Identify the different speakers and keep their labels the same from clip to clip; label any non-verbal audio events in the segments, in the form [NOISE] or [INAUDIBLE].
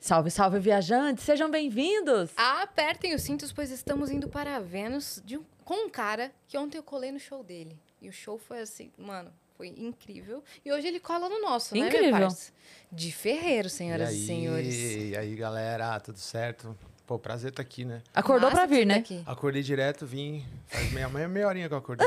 Speaker 1: Salve, salve, viajantes! Sejam bem-vindos!
Speaker 2: Ah, Apertem os cintos, pois estamos indo para Vênus de um- com um cara que ontem eu colei no show dele. E o show foi assim, mano, foi incrível. E hoje ele cola no nosso, né,
Speaker 1: Incrível.
Speaker 2: meu parça? De ferreiro, senhoras e,
Speaker 3: aí,
Speaker 2: senhores.
Speaker 3: E aí, galera, tudo certo? Pô, prazer estar
Speaker 1: [LAUGHS]
Speaker 3: aqui, né?
Speaker 1: Acordou
Speaker 2: Massa tá
Speaker 1: pra vir,
Speaker 2: tudo
Speaker 1: né?
Speaker 2: aqui.
Speaker 3: Acordei direto, vim. Faz meia, meia, meia horinha que
Speaker 1: [LAUGHS]
Speaker 3: eu acordei.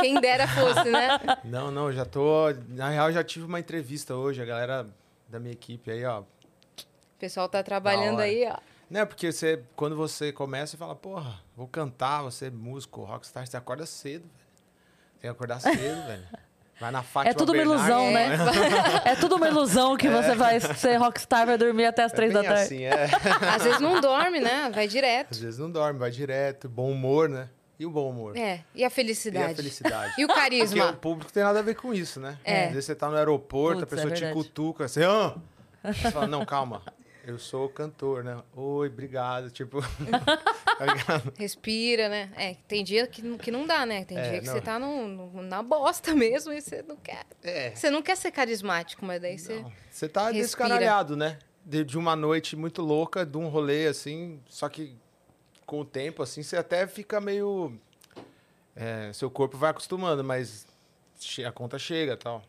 Speaker 2: Quem dera fosse, né?
Speaker 3: Não, não, já tô. Na real, eu já tive uma entrevista hoje, a galera da minha equipe aí, ó.
Speaker 2: O pessoal tá trabalhando
Speaker 3: hora.
Speaker 2: aí, ó.
Speaker 3: Né, porque você, quando você começa, você fala, porra, vou cantar, você é músico, rockstar, você acorda cedo, velho. Tem que
Speaker 1: [LAUGHS]
Speaker 3: acordar cedo, velho. Vai na Fátima
Speaker 1: É tudo uma
Speaker 3: Bernardes,
Speaker 1: ilusão, né? [LAUGHS] É tudo uma ilusão que você vai ser rockstar, vai dormir até as
Speaker 3: É
Speaker 1: três
Speaker 3: bem
Speaker 1: da tarde.
Speaker 3: assim, é.
Speaker 2: Às vezes não dorme, né? Vai direto.
Speaker 3: Às vezes não dorme, vai direto, bom humor, né? E o bom humor?
Speaker 2: É, e a
Speaker 3: E a
Speaker 2: felicidade?
Speaker 3: felicidade.
Speaker 2: E o
Speaker 3: Porque o
Speaker 2: carisma?
Speaker 3: público tem nada a ver com isso, né?
Speaker 2: É.
Speaker 3: Às vezes você tá no aeroporto,
Speaker 1: Putz,
Speaker 3: a pessoa
Speaker 1: é
Speaker 3: te
Speaker 1: verdade.
Speaker 3: cutuca assim, ah! Você fala, não, calma, eu sou o cantor, né? Oi, obrigado, tipo... [LAUGHS] tá ligado?
Speaker 2: Respira, né? É, tem dia que, não- que não dá, né? Tem
Speaker 3: É,
Speaker 2: dia que
Speaker 3: não.
Speaker 2: você tá no- no- na bosta mesmo e você não quer.
Speaker 3: é,
Speaker 2: Você não quer ser carismático, mas daí você.
Speaker 3: não. Você tá
Speaker 2: respira.
Speaker 3: descaralhado, né? De, de uma noite muito louca, de um rolê, assim, só que com o tempo, assim, você até fica meio... é, seu corpo vai acostumando, mas che- a conta chega e tal.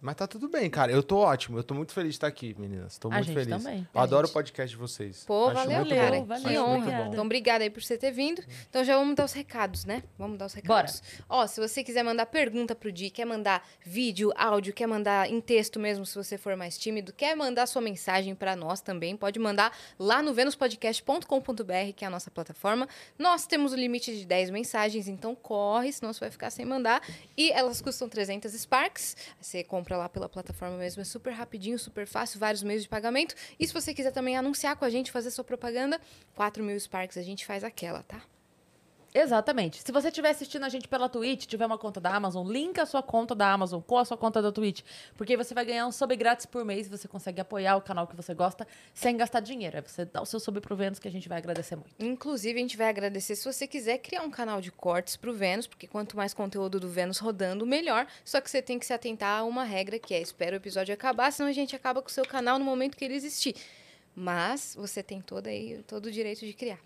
Speaker 3: Mas tá tudo bem, cara. Eu tô ótimo. Eu tô muito feliz de estar aqui, meninas. Tô
Speaker 1: A
Speaker 3: muito
Speaker 1: gente
Speaker 3: feliz.
Speaker 1: também.
Speaker 3: Eu
Speaker 2: A
Speaker 3: adoro
Speaker 2: gente-
Speaker 3: o podcast de vocês.
Speaker 2: Pô,
Speaker 3: Acho
Speaker 2: valeu,
Speaker 3: muito
Speaker 2: cara.
Speaker 3: bom.
Speaker 1: valeu,
Speaker 2: que
Speaker 3: Acho muito
Speaker 2: honra.
Speaker 3: bom.
Speaker 1: obrigada.
Speaker 2: Então, obrigada aí por você ter vindo. Então, já vamos dar os recados, né? Vamos dar os recados. Ó, se você quiser mandar pergunta pro Di, quer mandar vídeo, áudio, quer mandar em texto mesmo, se você for mais tímido, quer mandar sua mensagem pra nós também, pode mandar lá no venuspodcast.com.br, que é a nossa plataforma. Nós temos o limite de 10 mensagens, então corre, senão você vai ficar sem mandar. E elas custam 300 Sparks. Você compra lá pela plataforma mesmo, é super rapidinho, super fácil, vários meios de pagamento. E se você quiser também anunciar com a gente, fazer sua propaganda, 4 mil Sparks a gente faz aquela, tá?
Speaker 1: Exatamente. Se você estiver assistindo a gente pela Twitch, tiver uma conta da Amazon, linka a sua conta da Amazon com a sua conta da Twitch, porque aí você vai ganhar um sub grátis por mês, você consegue apoiar o canal que você gosta sem gastar dinheiro. Aí você dá o seu sub pro Vênus que a gente vai agradecer muito.
Speaker 2: Inclusive, a gente vai agradecer se você quiser criar um canal de cortes pro Vênus, porque quanto mais conteúdo do Vênus rodando, melhor. Só que você tem que se atentar a uma regra que é espera o episódio acabar, senão a gente acaba com o seu canal no momento que ele existir. Mas você tem todo, aí, todo o direito de criar.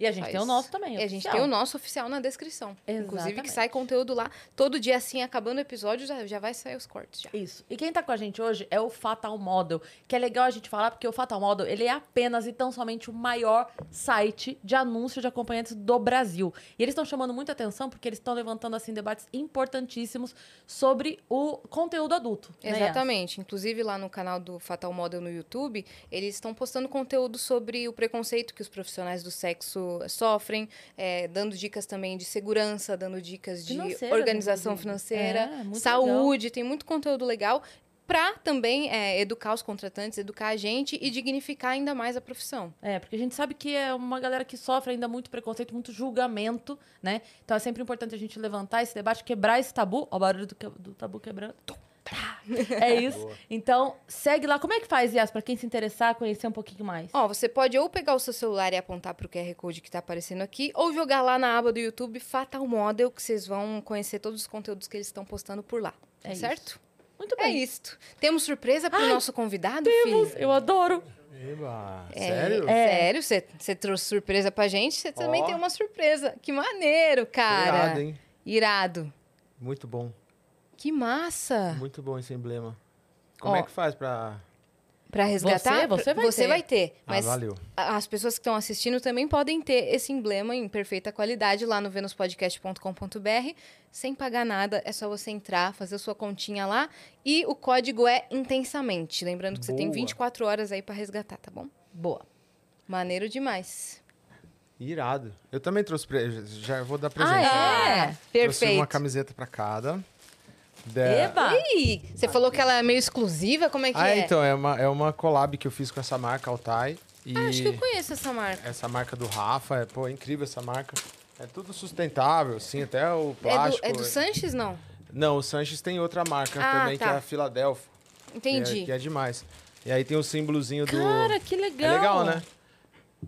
Speaker 1: E a gente
Speaker 2: Só
Speaker 1: tem o
Speaker 2: isso.
Speaker 1: nosso também.
Speaker 2: E a gente
Speaker 1: oficial.
Speaker 2: tem o nosso oficial na descrição. Inclusive, que
Speaker 1: Exatamente.
Speaker 2: sai conteúdo lá todo dia, assim, acabando o episódio, já, já vai sair os cortes já.
Speaker 1: Isso. E quem tá com a gente hoje é o Fatal Model, que é legal a gente falar porque o Fatal Model, ele é apenas e tão somente o maior site de anúncio de acompanhantes do Brasil. E eles estão chamando muita atenção porque eles estão levantando assim debates importantíssimos sobre o conteúdo adulto. né, Yas?
Speaker 2: Exatamente. Inclusive, lá no canal do Fatal Model no YouTube, eles estão postando conteúdo sobre o preconceito que os profissionais do sexo sofrem, eh, dando dicas também de segurança, dando dicas de
Speaker 1: Financeiras,
Speaker 2: organização
Speaker 1: inclusive. É,
Speaker 2: financeira,
Speaker 1: muito
Speaker 2: saúde, tem muito conteúdo legal para também eh, educar os contratantes, educar a gente e dignificar ainda mais a profissão.
Speaker 1: É, porque a gente sabe que é uma galera que sofre ainda muito preconceito, muito julgamento, né? Então é sempre importante a gente levantar esse debate, quebrar esse tabu. Ó, o barulho do, que- do tabu quebrando. Tum, tá. É isso.
Speaker 3: Boa.
Speaker 1: Então, segue lá. Como é que faz, Yas, pra quem se interessar, conhecer um pouquinho mais?
Speaker 2: Ó, você pode ou pegar o seu celular e apontar pro QR Code que tá aparecendo aqui, ou jogar lá na aba do YouTube Fatal Model, que vocês vão conhecer todos os conteúdos que eles estão postando por lá. Tá
Speaker 1: É isso.
Speaker 2: certo?
Speaker 1: Muito
Speaker 2: É
Speaker 1: bem.
Speaker 2: isto. Temos surpresa pro nosso convidado, filho?
Speaker 1: Eu adoro.
Speaker 3: Eba,
Speaker 2: É,
Speaker 3: sério?
Speaker 1: É.
Speaker 2: Sério, você trouxe surpresa pra gente, você também
Speaker 3: Ó.
Speaker 2: tem uma surpresa. Que maneiro, cara.
Speaker 3: Irado, hein?
Speaker 2: Irado.
Speaker 3: Muito bom.
Speaker 2: Que massa.
Speaker 3: Muito bom esse emblema. Como
Speaker 2: Ah. Ó.
Speaker 3: é que faz pra...
Speaker 2: Pra resgatar,
Speaker 1: você vai ter.
Speaker 2: vai ter.
Speaker 3: Ah,
Speaker 2: Mas
Speaker 3: valeu.
Speaker 2: a- as pessoas que estão assistindo também podem ter esse emblema em perfeita qualidade lá no venuspodcast.com.br, sem pagar nada, é só você entrar, fazer sua continha lá e o código é intensamente, lembrando que você tem
Speaker 3: Boa.
Speaker 2: 24 horas aí pra resgatar, tá bom?
Speaker 1: Boa.
Speaker 2: Maneiro demais.
Speaker 3: Irado. Eu também trouxe... Pre... Já vou dar presente.
Speaker 1: Ah, é?
Speaker 3: né? Trouxe uma
Speaker 2: Perfeito.
Speaker 3: camiseta pra cada. Da-
Speaker 1: Eba!
Speaker 2: Ih, você falou que ela é meio exclusiva, como é que
Speaker 3: Ah,
Speaker 2: é?
Speaker 3: então, é uma, é uma collab que eu fiz com essa marca, Altai. E...
Speaker 2: Ah, acho que eu conheço essa marca.
Speaker 3: Essa marca do Rafa, é, pô, é incrível essa marca. É tudo sustentável, assim, até o
Speaker 2: É do,
Speaker 3: plástico.
Speaker 2: é do Sanches, não?
Speaker 3: Não, o Sanches tem outra marca
Speaker 2: Ah,
Speaker 3: também,
Speaker 2: tá.
Speaker 3: que é a Filadelfia. que é-
Speaker 2: Entendi.
Speaker 3: Que é demais. E aí tem o símbolozinho do...
Speaker 1: Cara, que legal.
Speaker 3: É legal, né?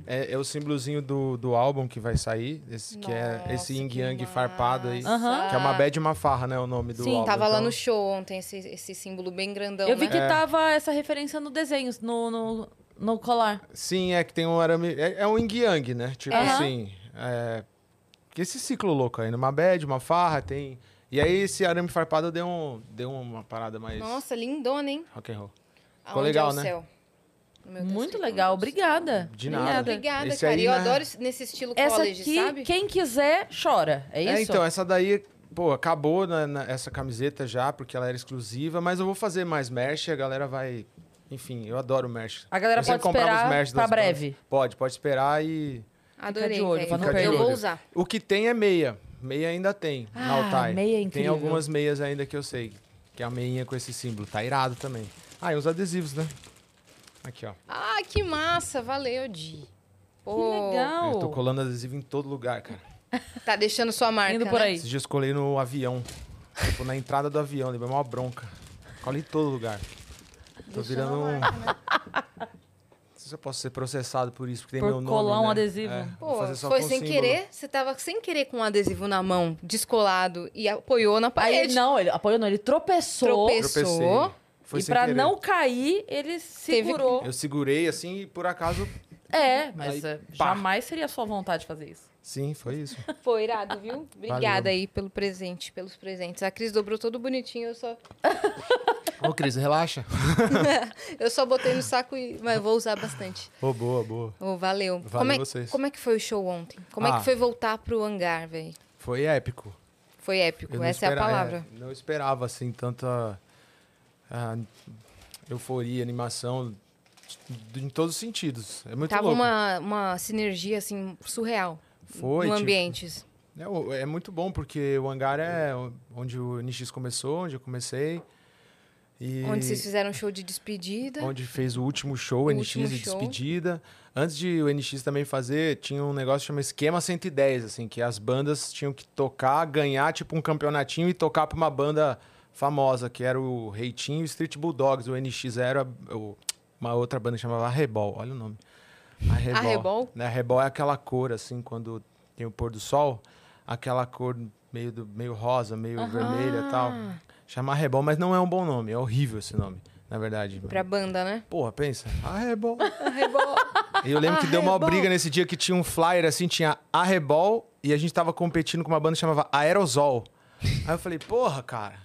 Speaker 3: É, é o símbolozinho do, do álbum que vai sair, esse, que é
Speaker 2: Nossa,
Speaker 3: esse yin
Speaker 2: que
Speaker 3: yang farpado aí.
Speaker 1: Aham.
Speaker 3: Que é uma bad e uma farra, né? O nome do
Speaker 1: Sim,
Speaker 3: álbum.
Speaker 2: Tava lá
Speaker 3: então-
Speaker 2: no show ontem esse, esse símbolo bem grandão,
Speaker 1: Eu vi
Speaker 2: né?
Speaker 1: que
Speaker 3: É.
Speaker 1: tava essa referência no desenho, no, no, no colar.
Speaker 3: Sim, é que tem um arame. É, é um yin yang, né? Tipo
Speaker 1: Aham.
Speaker 3: assim. É, que esse ciclo louco aí, né? uma bad, uma farra, tem. E aí esse arame farpado deu, um, deu uma parada mais
Speaker 2: Nossa, lindona, hein?
Speaker 3: rock and roll.
Speaker 2: Aonde
Speaker 3: legal,
Speaker 2: é o
Speaker 3: né?
Speaker 2: céu? Meu Deus,
Speaker 1: Muito
Speaker 2: que
Speaker 1: legal, né?
Speaker 2: lindo.
Speaker 1: obrigada.
Speaker 3: De nada.
Speaker 2: Obrigada,
Speaker 3: Esse
Speaker 2: cara.
Speaker 3: aí,
Speaker 2: eu
Speaker 3: né?
Speaker 2: adoro esse- nesse estilo
Speaker 1: Essa
Speaker 2: college,
Speaker 1: aqui,
Speaker 2: sabe?
Speaker 1: quem quiser, chora. É isso?
Speaker 3: É, então, essa daí, pô, acabou na- na- essa camiseta já, porque ela era exclusiva, mas eu vou fazer mais merch, a galera vai. Enfim, eu adoro merch.
Speaker 1: A galera
Speaker 3: eu sempre
Speaker 1: pode
Speaker 3: comprava os
Speaker 1: esperar
Speaker 3: merch
Speaker 1: pra
Speaker 3: das
Speaker 1: breve.
Speaker 3: bandas. Pode, pode esperar e.
Speaker 2: Adorei,
Speaker 1: de olho,
Speaker 2: velho.
Speaker 1: pra não
Speaker 3: Fica de
Speaker 2: Eu
Speaker 3: olho.
Speaker 2: vou usar.
Speaker 3: O que tem é meia. Meia ainda tem.
Speaker 1: Ah,
Speaker 3: na Altai.
Speaker 1: meia é
Speaker 3: Tem
Speaker 1: incrível.
Speaker 3: algumas meias ainda que eu sei. Que é a meinha com esse símbolo. Tá irado também. Ah, e uns adesivos, né? Aqui, ó.
Speaker 2: Ah, que massa. Valeu, Di. Pô,
Speaker 1: Que legal.
Speaker 3: Eu tô colando adesivo em todo lugar, cara.
Speaker 2: Tá deixando sua marca,
Speaker 1: Indo por
Speaker 2: né?
Speaker 1: aí.
Speaker 3: Esses dias eu colei no avião. Tipo, na entrada do avião, levei uma bronca. Colei em todo lugar. Tô virando um.
Speaker 2: né?
Speaker 3: [LAUGHS] Não sei se eu posso ser processado por isso, porque tem
Speaker 1: Por
Speaker 3: meu nome.
Speaker 1: colar um
Speaker 3: né?
Speaker 1: adesivo.
Speaker 3: É, vou
Speaker 2: Pô,
Speaker 3: fazer só
Speaker 2: foi
Speaker 3: com o
Speaker 2: sem
Speaker 3: símbolo.
Speaker 2: querer? Você tava sem querer com um adesivo na mão, descolado, e apoiou na
Speaker 1: Aí,
Speaker 2: parede.
Speaker 1: não, ele apoiou, não, ele tropeçou.
Speaker 2: Tropeçou.
Speaker 3: Tropecei.
Speaker 2: Pessoa.
Speaker 3: Foi
Speaker 1: e
Speaker 3: sem
Speaker 1: pra
Speaker 3: querer.
Speaker 1: não cair, ele segurou.
Speaker 3: Eu segurei assim e por acaso.
Speaker 1: É, mas
Speaker 3: Aí,
Speaker 1: é,
Speaker 3: pá.
Speaker 1: jamais seria a sua vontade fazer isso.
Speaker 3: Sim, foi isso.
Speaker 2: Foi irado, viu? Obrigada
Speaker 3: Valeu.
Speaker 2: aí pelo presente, pelos presentes. A Cris dobrou todo bonitinho, eu só,
Speaker 3: Ô, Cris, relaxa.
Speaker 2: eu só botei no saco e mas vou usar bastante.
Speaker 3: Ô, boa, boa.
Speaker 2: Ô, valeu.
Speaker 3: Valeu
Speaker 2: como é,
Speaker 3: vocês.
Speaker 2: Como é que foi o show ontem? Como é
Speaker 3: Ah.
Speaker 2: que foi voltar pro hangar, velho?
Speaker 3: Foi épico.
Speaker 2: Foi épico,
Speaker 3: Eu não
Speaker 2: essa é a
Speaker 3: espera-
Speaker 2: palavra.
Speaker 3: é, não esperava, assim, tanta ah, euforia, animação, de- em todos os sentidos. É muito
Speaker 2: Tava
Speaker 3: louco.
Speaker 2: uma, uma sinergia, assim, surreal.
Speaker 3: Foi,
Speaker 2: No
Speaker 3: tipo-
Speaker 2: ambiente.
Speaker 3: É, o- é muito bom, porque o hangar é o- onde o NX começou, onde eu comecei. E
Speaker 2: Onde vocês fizeram um show de despedida.
Speaker 3: onde fez o último show,
Speaker 2: O
Speaker 3: NX
Speaker 2: último
Speaker 3: e
Speaker 2: show.
Speaker 3: despedida. Antes de o NX também fazer, tinha um negócio que chama Esquema 110, assim, que as bandas tinham que tocar, ganhar tipo um campeonatinho e tocar pra uma banda famosa, que era o Reitinho e o Street Bulldogs. O NX era o- uma outra banda que chamava Arrebol, olha o nome. Arrebol.
Speaker 2: Arrebol?
Speaker 3: Né, Arrebol é aquela cor, assim, quando tem o pôr do sol, aquela cor meio, do, meio rosa, meio vermelha e tal. Chama Arrebol, mas não é um bom nome, é horrível esse nome, na verdade.
Speaker 2: Pra banda, né?
Speaker 3: Porra, pensa. Arrebol. E eu lembro que deu uma
Speaker 2: Arrebol.
Speaker 3: briga nesse dia que tinha um flyer assim, tinha Arrebol e a gente tava competindo com uma banda que chamava Aerosol. Aí eu falei, porra, cara,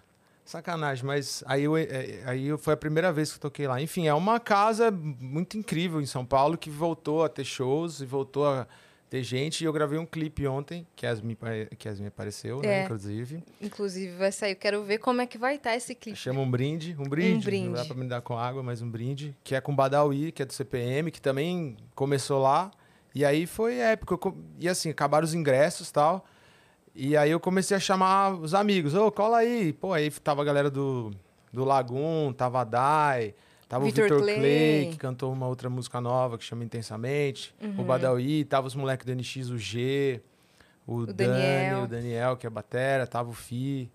Speaker 3: sacanagem, mas aí, eu, eh, aí eu- foi a primeira vez que eu toquei lá. Enfim, é uma casa muito incrível em São Paulo que voltou a ter shows e voltou a ter gente. E eu gravei um clipe ontem, que as me, que as me apareceu, né,
Speaker 2: É.
Speaker 3: inclusive.
Speaker 2: Inclusive, vai sair. Eu quero ver como é que vai estar esse clipe.
Speaker 3: Chama um brinde, um brinde.
Speaker 2: brinde.
Speaker 3: Não dá pra me dar com água, mas um brinde. Que é com o Badawi, que é do CPM, que também começou lá. E aí foi épico. Eu co- E assim, acabaram os ingressos e tal. E aí eu comecei a chamar os amigos. Ô, cola aí. Pô, aí tava a galera do, do Lagoon, tava a Dai, tava
Speaker 2: Vitor
Speaker 3: o Vitor Clay.
Speaker 2: Clay,
Speaker 3: que cantou uma outra música nova que chama Intensamente. O Badawi, tava os moleques do NX, o G, o, Dani,
Speaker 2: Daniel.
Speaker 3: o Daniel, que é batera, tava o Fi.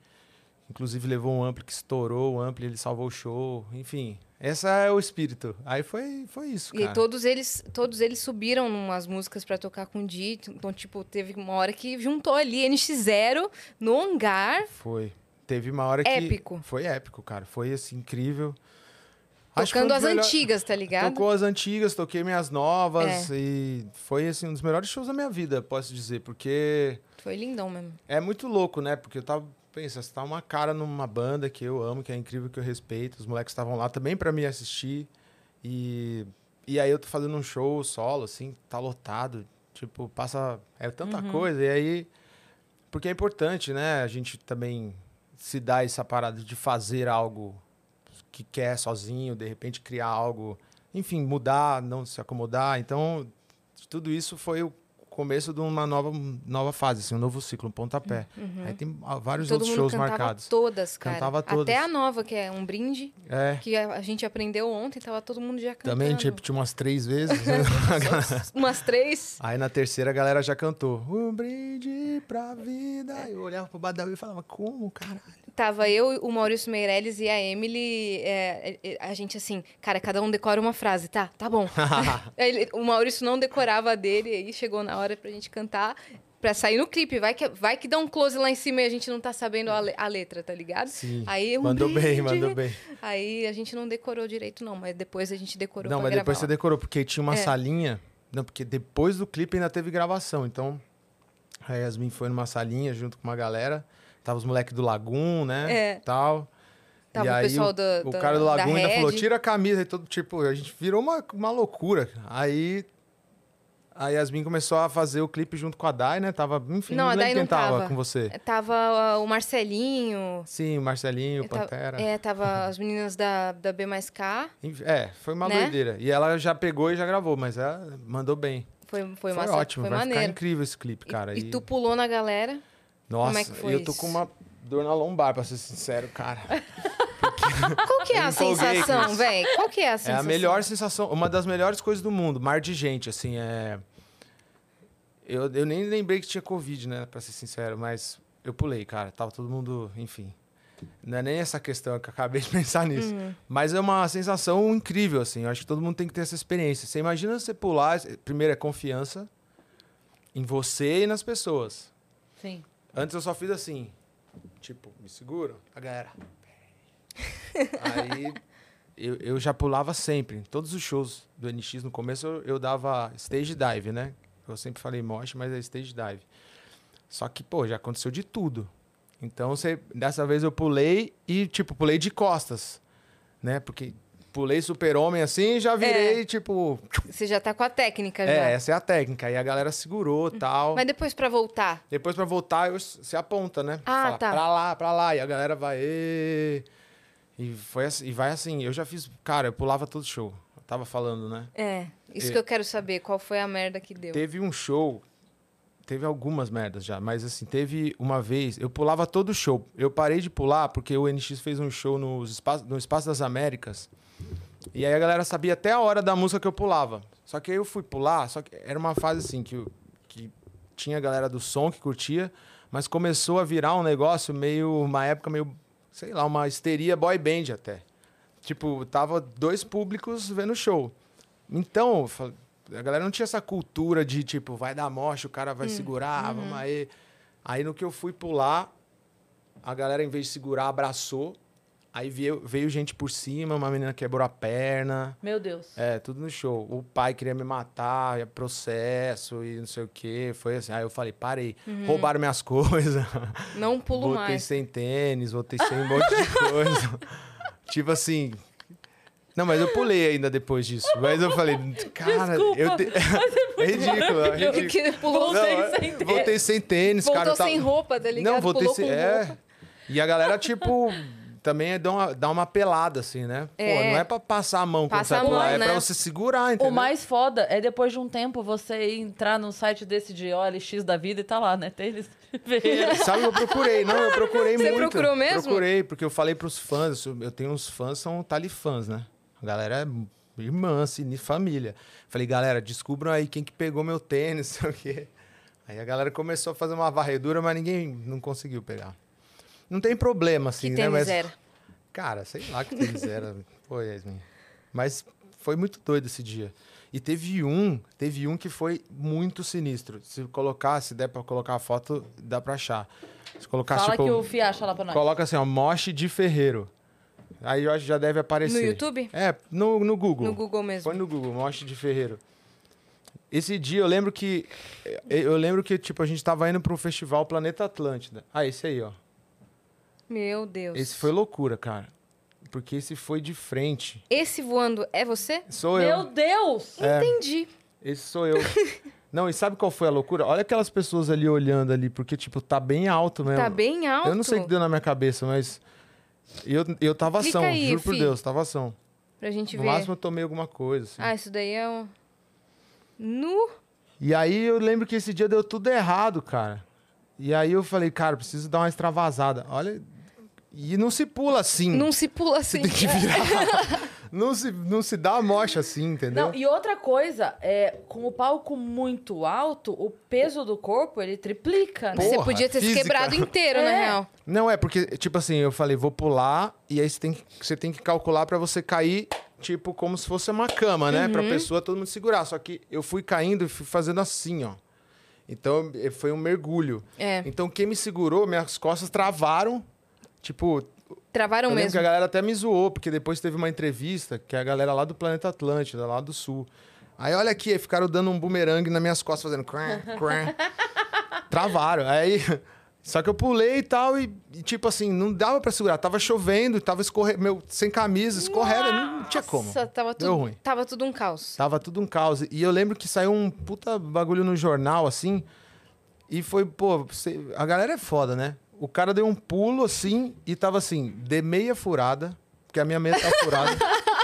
Speaker 3: Inclusive levou um ampli que estourou o ampli, ele salvou o show, enfim. Esse é o espírito. Aí foi, foi isso,
Speaker 2: E
Speaker 3: cara.
Speaker 2: aí todos eles, todos eles subiram umas músicas pra tocar com o Di. Então, tipo, teve uma hora que juntou ali NX0 no hangar.
Speaker 3: Foi. Teve uma hora que...
Speaker 2: Épico.
Speaker 3: Foi épico, cara. Foi, assim, incrível. Acho que foi um
Speaker 2: Tocando
Speaker 3: dos
Speaker 2: as
Speaker 3: melhores-
Speaker 2: antigas, É. tá ligado?
Speaker 3: Tocou as antigas, toquei minhas novas. E foi, assim, um dos melhores shows da minha vida, posso dizer. Porque
Speaker 2: Foi lindão mesmo.
Speaker 3: é muito louco, né? Porque eu tava... Pensa, você tá uma cara numa banda que eu amo, que é incrível, que eu respeito. Os moleques estavam lá também pra me assistir. E... E aí eu tô fazendo um show solo, assim, tá lotado. Tipo, passa... É tanta
Speaker 2: Uhum.
Speaker 3: coisa. E aí... Porque é importante, né? A gente também se dá essa parada de fazer algo que quer sozinho, de repente criar algo, enfim, mudar, não se acomodar. Então, tudo isso foi o começo de uma nova, nova fase, assim, um novo ciclo, um pontapé. Aí tem ah, vários
Speaker 2: Uhum. Todo
Speaker 3: outros
Speaker 2: mundo
Speaker 3: shows
Speaker 2: cantava
Speaker 3: marcados.
Speaker 2: todas, cara.
Speaker 3: Cantava todas.
Speaker 2: Até a nova, que é um brinde,
Speaker 3: É,
Speaker 2: que a a gente aprendeu ontem, tava todo mundo já cantando.
Speaker 3: também a gente repetiu umas três
Speaker 2: [LAUGHS]
Speaker 3: vezes. né?
Speaker 2: Umas três.
Speaker 3: Aí na terceira a galera
Speaker 2: [LAUGHS]
Speaker 3: já cantou. Um brinde pra vida. Aí eu olhava pro Badawi e falava, como, caralho?
Speaker 2: Tava eu, o Maurício Meirelles e a Emily. é, é, a gente assim, cara, cada um decora uma frase, tá? Tá
Speaker 3: [LAUGHS]
Speaker 2: bom. Aí ele- o Maurício não decorava a dele, aí chegou na hora pra gente cantar. Pra sair no clipe, vai que, vai que dá um close lá em cima e a gente não tá sabendo a, le- a letra, tá ligado?
Speaker 3: Sim.
Speaker 2: Aí um
Speaker 3: mandou bem,
Speaker 2: brinde.
Speaker 3: mandou bem.
Speaker 2: Aí a gente não decorou direito, não, mas depois a gente decorou
Speaker 3: Não,
Speaker 2: pra
Speaker 3: mas
Speaker 2: gravar.
Speaker 3: depois você
Speaker 2: lá.
Speaker 3: decorou, porque tinha uma
Speaker 2: É.
Speaker 3: salinha. Não, porque depois do clipe ainda teve gravação. Então, a Yasmin foi numa salinha junto com uma galera. Tava os moleques do Lagoon, né?
Speaker 2: É.
Speaker 3: Tal.
Speaker 2: Tava
Speaker 3: e
Speaker 2: o
Speaker 3: aí,
Speaker 2: pessoal da-
Speaker 3: o
Speaker 2: da-
Speaker 3: cara do
Speaker 2: da
Speaker 3: Lagoon ainda
Speaker 2: Red.
Speaker 3: falou: tira a camisa e todo tipo. A gente virou uma, uma loucura. Aí. A Yasmin começou a fazer o clipe junto com a Dai, né? Tava, enfim,
Speaker 2: Não,
Speaker 3: não,
Speaker 2: a
Speaker 3: lembro
Speaker 2: Dai
Speaker 3: quem
Speaker 2: não
Speaker 3: tava,
Speaker 2: tava.
Speaker 3: com você.
Speaker 2: Tava ah, o Marcelinho.
Speaker 3: Sim, o Marcelinho,
Speaker 2: eu
Speaker 3: o
Speaker 2: tava-
Speaker 3: Pantera.
Speaker 2: é,
Speaker 3: [LAUGHS]
Speaker 2: tava as meninas da, da B mais K.
Speaker 3: Enfim, É, foi uma
Speaker 2: Né?
Speaker 3: doideira. E ela já pegou e já gravou, mas ela mandou bem.
Speaker 2: Foi, foi,
Speaker 3: Foi,
Speaker 2: massa,
Speaker 3: ótimo,
Speaker 2: foi
Speaker 3: vai ficar
Speaker 2: maneiro.
Speaker 3: incrível esse clipe, cara.
Speaker 2: e, e tu pulou na galera.
Speaker 3: Nossa,
Speaker 2: como é que foi
Speaker 3: eu tô
Speaker 2: isso?
Speaker 3: com uma dor na lombar, pra ser sincero, cara.
Speaker 2: Qual que é a
Speaker 3: Eu empolguei com
Speaker 2: sensação,
Speaker 3: [LAUGHS] isso.
Speaker 2: velho? Qual que é a
Speaker 3: É
Speaker 2: sensação?
Speaker 3: a melhor sensação, uma das melhores coisas do mundo, mar de gente, assim, é... Eu, eu nem lembrei que tinha Covid, né, pra ser sincero, mas eu pulei, cara, tava todo mundo, enfim... Não é nem essa questão que eu acabei de [LAUGHS] pensar nisso. Mas é uma sensação incrível, assim. Eu acho que todo mundo tem que ter essa experiência. Você imagina você pular... Primeiro é confiança em você e nas pessoas.
Speaker 1: Sim.
Speaker 3: Antes eu só fiz assim, tipo, me segura, a galera. Aí eu, eu já pulava sempre. Em todos os shows do NX no começo eu, eu dava stage dive, né? Eu sempre falei mosh, mas é stage dive. Só que, pô, já aconteceu de tudo. Então, você, dessa vez eu pulei e, tipo, pulei de costas, né? Porque pulei super-homem assim e já virei, tipo...
Speaker 2: Você já tá com a técnica já.
Speaker 3: É, essa é a técnica. Aí a galera segurou e tal.
Speaker 2: Mas depois pra voltar.
Speaker 3: Depois, pra voltar, eu, você aponta, né?
Speaker 2: Ah,
Speaker 3: Fala,
Speaker 2: tá.
Speaker 3: Pra lá, pra lá. E a galera vai... "Ê". E, foi assim- e vai assim. Eu já fiz... Cara, eu pulava todo show. Eu tava falando, né?
Speaker 2: É. Isso
Speaker 3: É.
Speaker 2: que eu quero saber. Qual foi a merda que deu?
Speaker 3: Teve um show... Teve algumas merdas já, mas assim, teve uma vez... Eu pulava todo show. Eu parei de pular porque o NX fez um show nos espaço, no Espaço das Américas. E aí a galera sabia até a hora da música que eu pulava. Só que aí eu fui pular, só que era uma fase assim que, o- que tinha a galera do som que curtia, mas começou a virar um negócio meio. Uma época meio. Sei lá, uma histeria boy band até. Tipo, tava dois públicos vendo o show. Então, eu fal- a galera não tinha essa cultura de tipo, vai dar morte, o cara vai segurar, ah, vamos aí. Aí no que eu fui pular, a galera, em vez de segurar, abraçou. Aí veio, veio gente por cima, uma menina quebrou a perna.
Speaker 1: Meu Deus.
Speaker 3: É, tudo no show. O pai queria me matar, ia processo e não sei o quê. Foi assim. Aí eu falei, parei. Roubaram minhas [LAUGHS] coisas.
Speaker 2: Não pulo
Speaker 3: Voltei
Speaker 2: mais.
Speaker 3: sem tênis, voltei sem um
Speaker 2: [LAUGHS]
Speaker 3: monte de coisa. tipo assim... Não, mas eu pulei ainda depois disso. Mas eu falei, cara...
Speaker 1: Desculpa,
Speaker 3: eu te- [LAUGHS] é ridículo, é
Speaker 2: [LAUGHS]
Speaker 1: maravilhoso.
Speaker 3: ridículo.
Speaker 2: Que pulou.
Speaker 1: Voltei
Speaker 3: Não, é,
Speaker 1: sem tênis.
Speaker 3: Voltei sem tênis,
Speaker 2: Voltou
Speaker 3: cara. eu tava-
Speaker 2: sem roupa, tá ligado?
Speaker 3: Não, voltei
Speaker 2: pulou
Speaker 3: sem...
Speaker 2: com
Speaker 3: É.
Speaker 2: roupa.
Speaker 3: E a galera, tipo... Também dá uma, dá uma pelada, assim, né? Pô,
Speaker 2: É.
Speaker 3: não é pra passar a mão quando
Speaker 2: Passa a
Speaker 3: você pular,
Speaker 2: mão,
Speaker 3: é
Speaker 2: né?
Speaker 3: pra você segurar, entendeu?
Speaker 1: O mais foda é depois de um tempo você entrar num site desse de OLX da vida e tá lá, né? [LAUGHS] Tênis Ferreira.
Speaker 3: [LAUGHS] Sabe, eu procurei, não, eu procurei
Speaker 2: Ah, Você
Speaker 3: muito.
Speaker 2: procurou mesmo?
Speaker 3: Procurei, porque eu falei pros fãs, eu tenho uns fãs, são talifãs, né? A galera é irmã, assim, de família. Falei, galera, descubram aí quem que pegou meu tênis, [LAUGHS] sei o quê. Aí a galera começou a fazer uma varredura, mas ninguém não conseguiu pegar. Não tem problema, assim,
Speaker 2: Que
Speaker 3: né?
Speaker 2: tênis é
Speaker 3: Mas,
Speaker 2: era?
Speaker 3: Cara, sei lá que tênis era. [LAUGHS] Pô, Yasmin. Mas foi muito doido esse dia. E teve um, teve um que foi muito sinistro. Se colocar, se der pra colocar a foto, dá pra achar. Se colocar,
Speaker 1: Fala
Speaker 3: tipo,
Speaker 1: que o Fih acha lá pra nós.
Speaker 3: coloca assim, ó, Moche de Ferreiro. Aí eu acho que já deve aparecer.
Speaker 2: No YouTube?
Speaker 3: É, no, no Google.
Speaker 2: No Google mesmo.
Speaker 3: Põe no Google, Moche de Ferreiro. Esse dia eu lembro que. Eu lembro que, tipo, a gente tava indo pro festival Planeta Atlântida. Ah, esse aí, ó.
Speaker 2: Meu Deus.
Speaker 3: Esse foi loucura, cara. Porque esse foi de frente.
Speaker 2: Esse voando é você?
Speaker 3: Sou
Speaker 1: Meu
Speaker 3: eu. É,
Speaker 1: Deus!
Speaker 2: Entendi.
Speaker 3: Esse
Speaker 2: [LAUGHS]
Speaker 3: sou eu. Não, e sabe qual foi a loucura? Olha aquelas pessoas ali olhando ali, porque, tipo, tá bem alto mesmo.
Speaker 2: Tá bem alto.
Speaker 3: Eu não sei o que deu na minha cabeça, mas. Eu, eu tava
Speaker 2: Clica
Speaker 3: ação,
Speaker 2: aí,
Speaker 3: juro por
Speaker 2: fi.
Speaker 3: Deus, tava ação.
Speaker 2: Pra gente
Speaker 3: No
Speaker 2: ver.
Speaker 3: máximo eu tomei alguma coisa, assim.
Speaker 2: Ah, isso daí é um. Nu.
Speaker 3: E aí eu lembro que esse dia deu tudo errado, cara. E aí eu falei, cara, preciso dar uma extravasada. Olha. E não se pula assim.
Speaker 2: Não se pula [LAUGHS]
Speaker 3: Você
Speaker 2: assim.
Speaker 3: tem que virar. não se, não se dá a mocha assim, entendeu?
Speaker 1: Não, e outra coisa, é, com o palco muito alto, o peso do corpo, ele triplica, né?
Speaker 3: Pô,
Speaker 2: Você
Speaker 3: é Porra,
Speaker 2: podia ter se
Speaker 3: física.
Speaker 2: quebrado inteiro, na
Speaker 1: É.
Speaker 2: real.
Speaker 3: Não, é porque, tipo assim, eu falei, vou pular, e aí você tem que, você tem que calcular pra você cair, tipo, como se fosse uma cama, né? Pra pessoa, todo mundo segurar. Só que eu fui caindo e fui fazendo assim, ó. Então, eh, foi um mergulho.
Speaker 2: É.
Speaker 3: Então, quem me segurou, minhas costas travaram. Tipo,
Speaker 2: Travaram
Speaker 3: eu lembro que
Speaker 2: um mesmo.
Speaker 3: a galera até me zoou, porque depois teve uma entrevista que a galera lá do Planeta Atlântida, lá do Sul. Aí olha aqui, aí ficaram dando um bumerangue nas minhas costas, fazendo... cran, cran. Travaram. Aí... Só que eu pulei e tal, e, e, tipo assim, não dava pra segurar. Tava chovendo, tava escorrendo, meu, sem camisa, escorrendo, não tinha como.
Speaker 2: Nossa, tava
Speaker 3: Deu
Speaker 2: tudo,
Speaker 3: ruim.
Speaker 2: tava tudo um caos.
Speaker 3: Tava tudo um caos. E eu lembro que saiu um puta bagulho no jornal, assim. E foi, pô, você- a galera é foda, né? O cara deu um pulo assim e tava assim, de meia furada, porque a minha meia tá
Speaker 2: [LAUGHS]
Speaker 3: furada,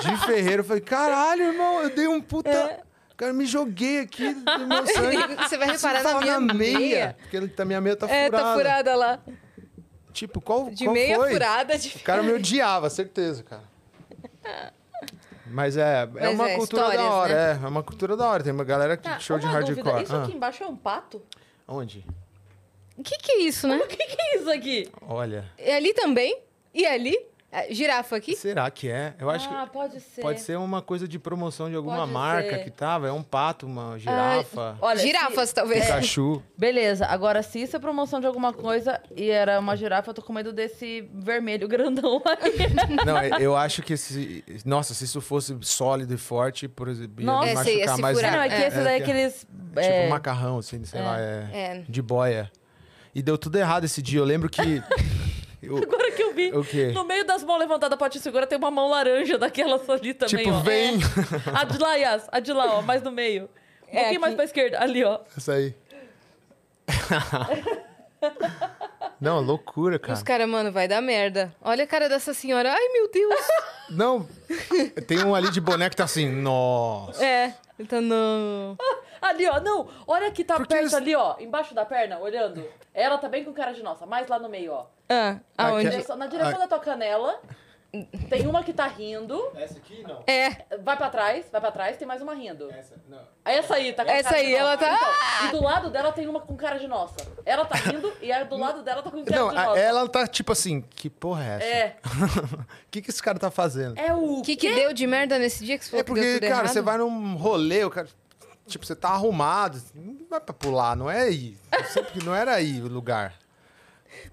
Speaker 3: de ferreiro. Eu falei, caralho, irmão, eu dei um puta. Cara, eu me joguei aqui do meu sangue.
Speaker 2: É. [LAUGHS]
Speaker 3: Assim,
Speaker 2: Você vai
Speaker 3: Você
Speaker 2: reparar na
Speaker 3: fala
Speaker 2: minha meia.
Speaker 3: Porque a minha meia tá
Speaker 2: É,
Speaker 3: furada.
Speaker 2: tá furada lá.
Speaker 3: Tipo, qual,
Speaker 2: De
Speaker 3: qual
Speaker 2: meia
Speaker 3: foi?
Speaker 2: furada. De...
Speaker 3: O cara me odiava, certeza, cara. Mas é, é
Speaker 2: Mas
Speaker 3: uma
Speaker 2: é,
Speaker 3: cultura da
Speaker 2: histórias,
Speaker 3: hora, é. É uma cultura da hora. Tem uma galera que
Speaker 1: Tá,
Speaker 3: show de
Speaker 1: uma
Speaker 3: hardcore.
Speaker 1: Dúvida, isso
Speaker 3: Ah,
Speaker 1: aqui embaixo é um pato?
Speaker 3: Onde?
Speaker 2: O que que é isso, né?
Speaker 1: O que, que é isso aqui?
Speaker 3: Olha.
Speaker 2: E ali também? E ali? Ah, Girafa aqui?
Speaker 3: Será que é? Eu acho
Speaker 1: ah,
Speaker 3: que
Speaker 1: pode ser.
Speaker 3: pode ser uma coisa de promoção de alguma
Speaker 1: Pode
Speaker 3: marca
Speaker 1: ser.
Speaker 3: que tava. É um pato, uma girafa,
Speaker 1: Olha, se-
Speaker 2: Girafas, talvez.
Speaker 3: um cachorro.
Speaker 1: Beleza, agora se isso é promoção de alguma coisa e era uma girafa, eu tô com medo desse vermelho grandão aí. [LAUGHS]
Speaker 3: Não, é- eu acho que se. Nossa, se isso fosse sólido e forte, por exemplo, ia
Speaker 1: Nossa.
Speaker 3: me
Speaker 2: É, se ia
Speaker 3: machucar
Speaker 2: se
Speaker 3: mais.
Speaker 2: furar.
Speaker 1: Não, é que
Speaker 2: É,
Speaker 1: esse daí é
Speaker 3: que-
Speaker 1: aqueles.
Speaker 3: Tipo
Speaker 1: é,
Speaker 3: um macarrão, assim, sei lá, é,
Speaker 2: É.
Speaker 3: de boia. E deu tudo errado esse dia. Eu lembro que. eu-
Speaker 1: Agora que eu vi.
Speaker 3: O quê?
Speaker 1: No meio das mãos levantadas pra te segurar, tem uma mão laranja daquelas ali também,
Speaker 3: tipo,
Speaker 1: ó.
Speaker 3: vem!
Speaker 1: A de lá, Yas. A de lá, ó. Mais no meio. Um pouquinho
Speaker 2: aqui.
Speaker 1: mais pra esquerda. Ali, ó.
Speaker 3: [LAUGHS] Essa aí. Não, loucura,
Speaker 2: Os
Speaker 3: cara.
Speaker 2: caras, mano, vai dar merda. Olha a cara dessa senhora. Ai, meu Deus.
Speaker 3: Não, tem um ali de boneco que tá assim, nossa.
Speaker 2: é. Então, não.
Speaker 1: Ali, ó. Não. Olha que tá
Speaker 3: Porque
Speaker 1: perto
Speaker 3: eles-
Speaker 1: ali, ó. Embaixo da perna, olhando. Ela tá bem com cara de nossa. Mais lá no meio, ó.
Speaker 2: Ah, aonde?
Speaker 3: Aqui
Speaker 1: Direção- na direção da tua canela. Tem uma que tá rindo.
Speaker 3: Essa aqui não.
Speaker 2: É.
Speaker 1: Vai pra trás, vai pra trás. Tem mais uma rindo.
Speaker 3: Essa, não.
Speaker 1: Essa aí, tá com
Speaker 2: Essa
Speaker 1: cara
Speaker 2: aí,
Speaker 1: de
Speaker 2: ela
Speaker 1: nossa.
Speaker 2: tá-
Speaker 1: Então, e do lado dela tem uma com cara de nossa. Ela tá rindo e a do lado dela tá com cara
Speaker 3: Não,
Speaker 1: de
Speaker 3: a-
Speaker 1: nossa.
Speaker 3: ela tá tipo assim, que porra é essa?
Speaker 1: É.
Speaker 3: O [LAUGHS] que, que esse cara tá fazendo?
Speaker 1: É o.
Speaker 2: O que, que deu de merda nesse dia que você falou
Speaker 3: É
Speaker 2: que deu
Speaker 3: porque,
Speaker 2: tudo
Speaker 3: cara,
Speaker 2: errado?
Speaker 3: você vai num rolê, o cara. Tipo, você tá arrumado, não vai pra pular, não é aí. Eu sei porque não era aí o lugar.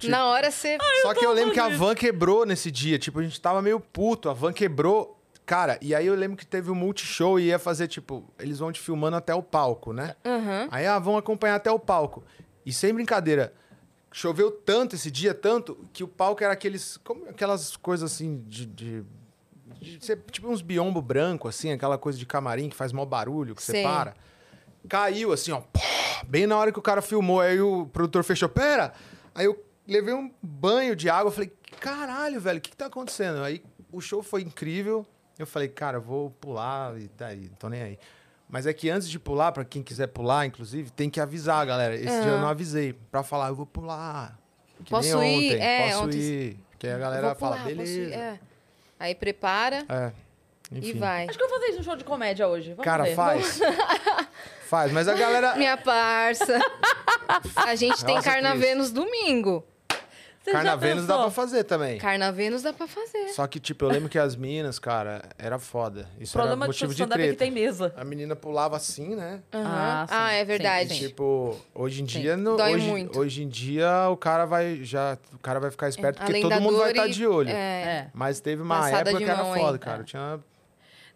Speaker 2: Na hora você...
Speaker 3: Só que eu lembro que a van quebrou nesse dia. Tipo, a gente tava meio puto, a van quebrou. Cara, e aí eu lembro que teve um multishow e ia fazer, tipo, eles vão te filmando até o palco, né?
Speaker 2: Aham.
Speaker 3: Aí ah, vão acompanhar até o palco. E sem brincadeira, choveu tanto esse dia, tanto, que o palco era aqueles. Como aquelas coisas assim de. de- de ser tipo uns biombo branco, assim, aquela coisa de camarim que faz mó barulho, que você
Speaker 2: Sei.
Speaker 3: para. Caiu assim, ó. pá, Bem na hora que o cara filmou. Aí o produtor fechou. Pera! Aí eu levei um banho de água. Falei, caralho, velho, o que, que tá acontecendo? Aí o show foi incrível. Eu falei, cara, eu vou pular e tá aí, não tô nem aí. Mas é que antes de pular, pra quem quiser pular, inclusive, tem que avisar, galera. Esse dia eu não avisei. Pra falar, eu vou pular. Que
Speaker 2: É. Posso
Speaker 3: nem
Speaker 2: ir?
Speaker 3: ontem.
Speaker 2: É,
Speaker 3: posso
Speaker 2: ontem-
Speaker 3: ir. Porque a galera
Speaker 2: Vou
Speaker 3: fala,
Speaker 2: pular, posso ir?
Speaker 3: beleza.
Speaker 2: É. Aí prepara
Speaker 3: É.
Speaker 2: e
Speaker 3: Enfim.
Speaker 2: vai.
Speaker 1: Acho que eu vou fazer isso no show de comédia hoje. Vamos
Speaker 3: Cara,
Speaker 1: ver.
Speaker 3: faz. faz. Mas a
Speaker 2: [LAUGHS]
Speaker 3: galera.
Speaker 2: Minha
Speaker 3: [LAUGHS]
Speaker 2: parça. A gente tem
Speaker 3: Nossa,
Speaker 2: Carnavenos domingo.
Speaker 1: Você já
Speaker 3: Carnavenos dá
Speaker 1: pensou?
Speaker 3: pra fazer também.
Speaker 2: Carnavenos dá pra fazer.
Speaker 3: Só que, tipo, eu lembro que as minas, cara, era foda. Isso
Speaker 1: O problema
Speaker 3: era
Speaker 1: de show
Speaker 3: né? motivo
Speaker 1: de
Speaker 3: de
Speaker 1: stand-up é que
Speaker 3: treta.
Speaker 1: tem mesa.
Speaker 3: A menina pulava assim, né?
Speaker 2: Aham.
Speaker 1: Ah, sim.
Speaker 2: Ah, é
Speaker 1: Sim,
Speaker 3: E,
Speaker 2: verdade.
Speaker 3: tipo, hoje em dia... No,
Speaker 2: Dói
Speaker 3: hoje,
Speaker 2: muito. É,
Speaker 3: hoje em dia, o cara vai já... O cara vai ficar esperto, é porque
Speaker 2: Além
Speaker 3: todo
Speaker 2: da
Speaker 3: mundo vai
Speaker 2: dor
Speaker 3: estar
Speaker 2: e-
Speaker 3: de olho.
Speaker 2: É.
Speaker 1: É.
Speaker 3: Mas teve uma
Speaker 2: Passada
Speaker 3: época
Speaker 2: de
Speaker 3: que era
Speaker 2: mão, hein?
Speaker 3: foda, cara. Tinha...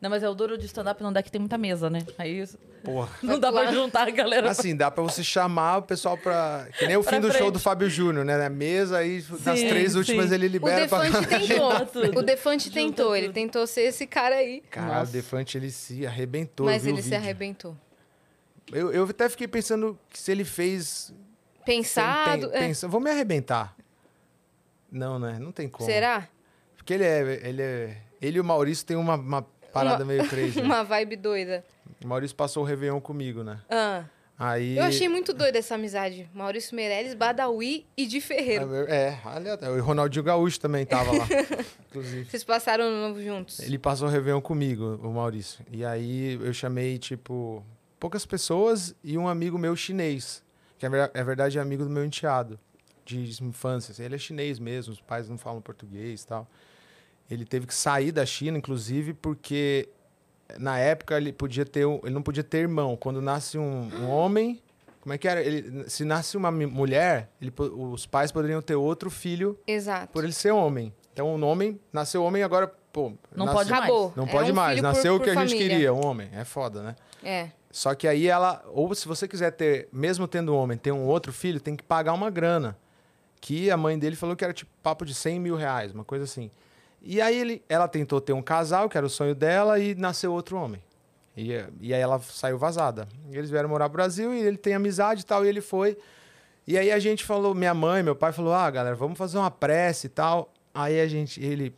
Speaker 1: Não, mas é o duro de stand-up não dá que tem muita mesa, né? Aí isso- [LAUGHS]
Speaker 3: Porra.
Speaker 1: não dá pra
Speaker 2: pular.
Speaker 1: juntar a galera.
Speaker 3: Assim, dá pra você chamar o pessoal pra...
Speaker 2: [LAUGHS]
Speaker 3: Que nem o
Speaker 1: Pra
Speaker 3: fim do show
Speaker 1: frente.
Speaker 3: do Fábio Júnior, né? Na mesa, aí das
Speaker 1: Sim,
Speaker 3: três
Speaker 1: sim.
Speaker 3: últimas ele
Speaker 2: O
Speaker 3: libera pra... [LAUGHS]
Speaker 2: Defante
Speaker 1: Junta tudo.
Speaker 2: tentou. O Defante
Speaker 1: Junta
Speaker 2: tentou. Ele
Speaker 1: tudo.
Speaker 2: tentou ser esse cara aí.
Speaker 3: Caralho, o
Speaker 1: Nossa.
Speaker 3: Defante, ele se arrebentou,
Speaker 2: Mas
Speaker 3: viu o
Speaker 2: ele se
Speaker 3: vídeo?
Speaker 2: arrebentou.
Speaker 3: Eu, eu até fiquei pensando que se ele fez Sem
Speaker 2: Pensado.
Speaker 3: pen-
Speaker 2: é.
Speaker 3: pensa- Vou me arrebentar. Não, né? Não tem como.
Speaker 2: Será?
Speaker 3: Porque ele é. Ele, é- ele e o Maurício tem uma, uma
Speaker 2: [LAUGHS]
Speaker 3: parada
Speaker 2: Uma-
Speaker 3: meio crazy. né?
Speaker 2: Uma vibe doida.
Speaker 3: O Maurício passou o Réveillon comigo, né?
Speaker 2: Ah,
Speaker 3: Aí.
Speaker 2: Eu achei muito doida essa amizade. Maurício Meirelles, Badawi e Di Ferreiro.
Speaker 3: É, aleatório. O Ronaldinho Gaúcho também tava
Speaker 2: [LAUGHS]
Speaker 3: lá, inclusive.
Speaker 2: Vocês passaram no novo juntos.
Speaker 3: Ele passou o Réveillon comigo, o Maurício. E aí eu chamei, tipo, poucas pessoas e um amigo meu chinês, que é ver- é verdade é amigo do meu enteado, de infância. assim. Ele é chinês mesmo, os pais não falam português e tal. Ele teve que sair da China, inclusive, porque na época ele podia ter um- ele não podia ter irmão. Quando nasce um, um homem, como é que era? Ele- se nasce uma mi- mulher, ele po- os pais poderiam ter outro filho
Speaker 2: Exato.
Speaker 3: por ele ser homem. Então, um homem nasceu homem agora, pô,
Speaker 1: Não
Speaker 3: nasce-
Speaker 1: pode mais.
Speaker 2: Acabou.
Speaker 3: não
Speaker 2: É
Speaker 3: pode
Speaker 2: um
Speaker 3: mais.
Speaker 2: filho por-
Speaker 3: Nasceu o
Speaker 2: por
Speaker 3: que a gente
Speaker 2: família.
Speaker 3: queria, um homem. É foda, né?
Speaker 2: É.
Speaker 3: Só que aí ela, ou se você quiser ter, mesmo tendo um homem, ter um outro filho, tem que pagar uma grana. Que a mãe dele falou que era tipo papo de 100 mil reais, uma coisa assim. E aí ele, ela tentou ter um casal, que era o sonho dela, e nasceu outro homem. E, e aí ela saiu vazada. E eles vieram morar no Brasil e ele tem amizade e tal, e ele foi. E aí a gente falou, minha mãe, meu pai falou: ah, galera, vamos fazer uma prece e tal. Aí a gente, ele,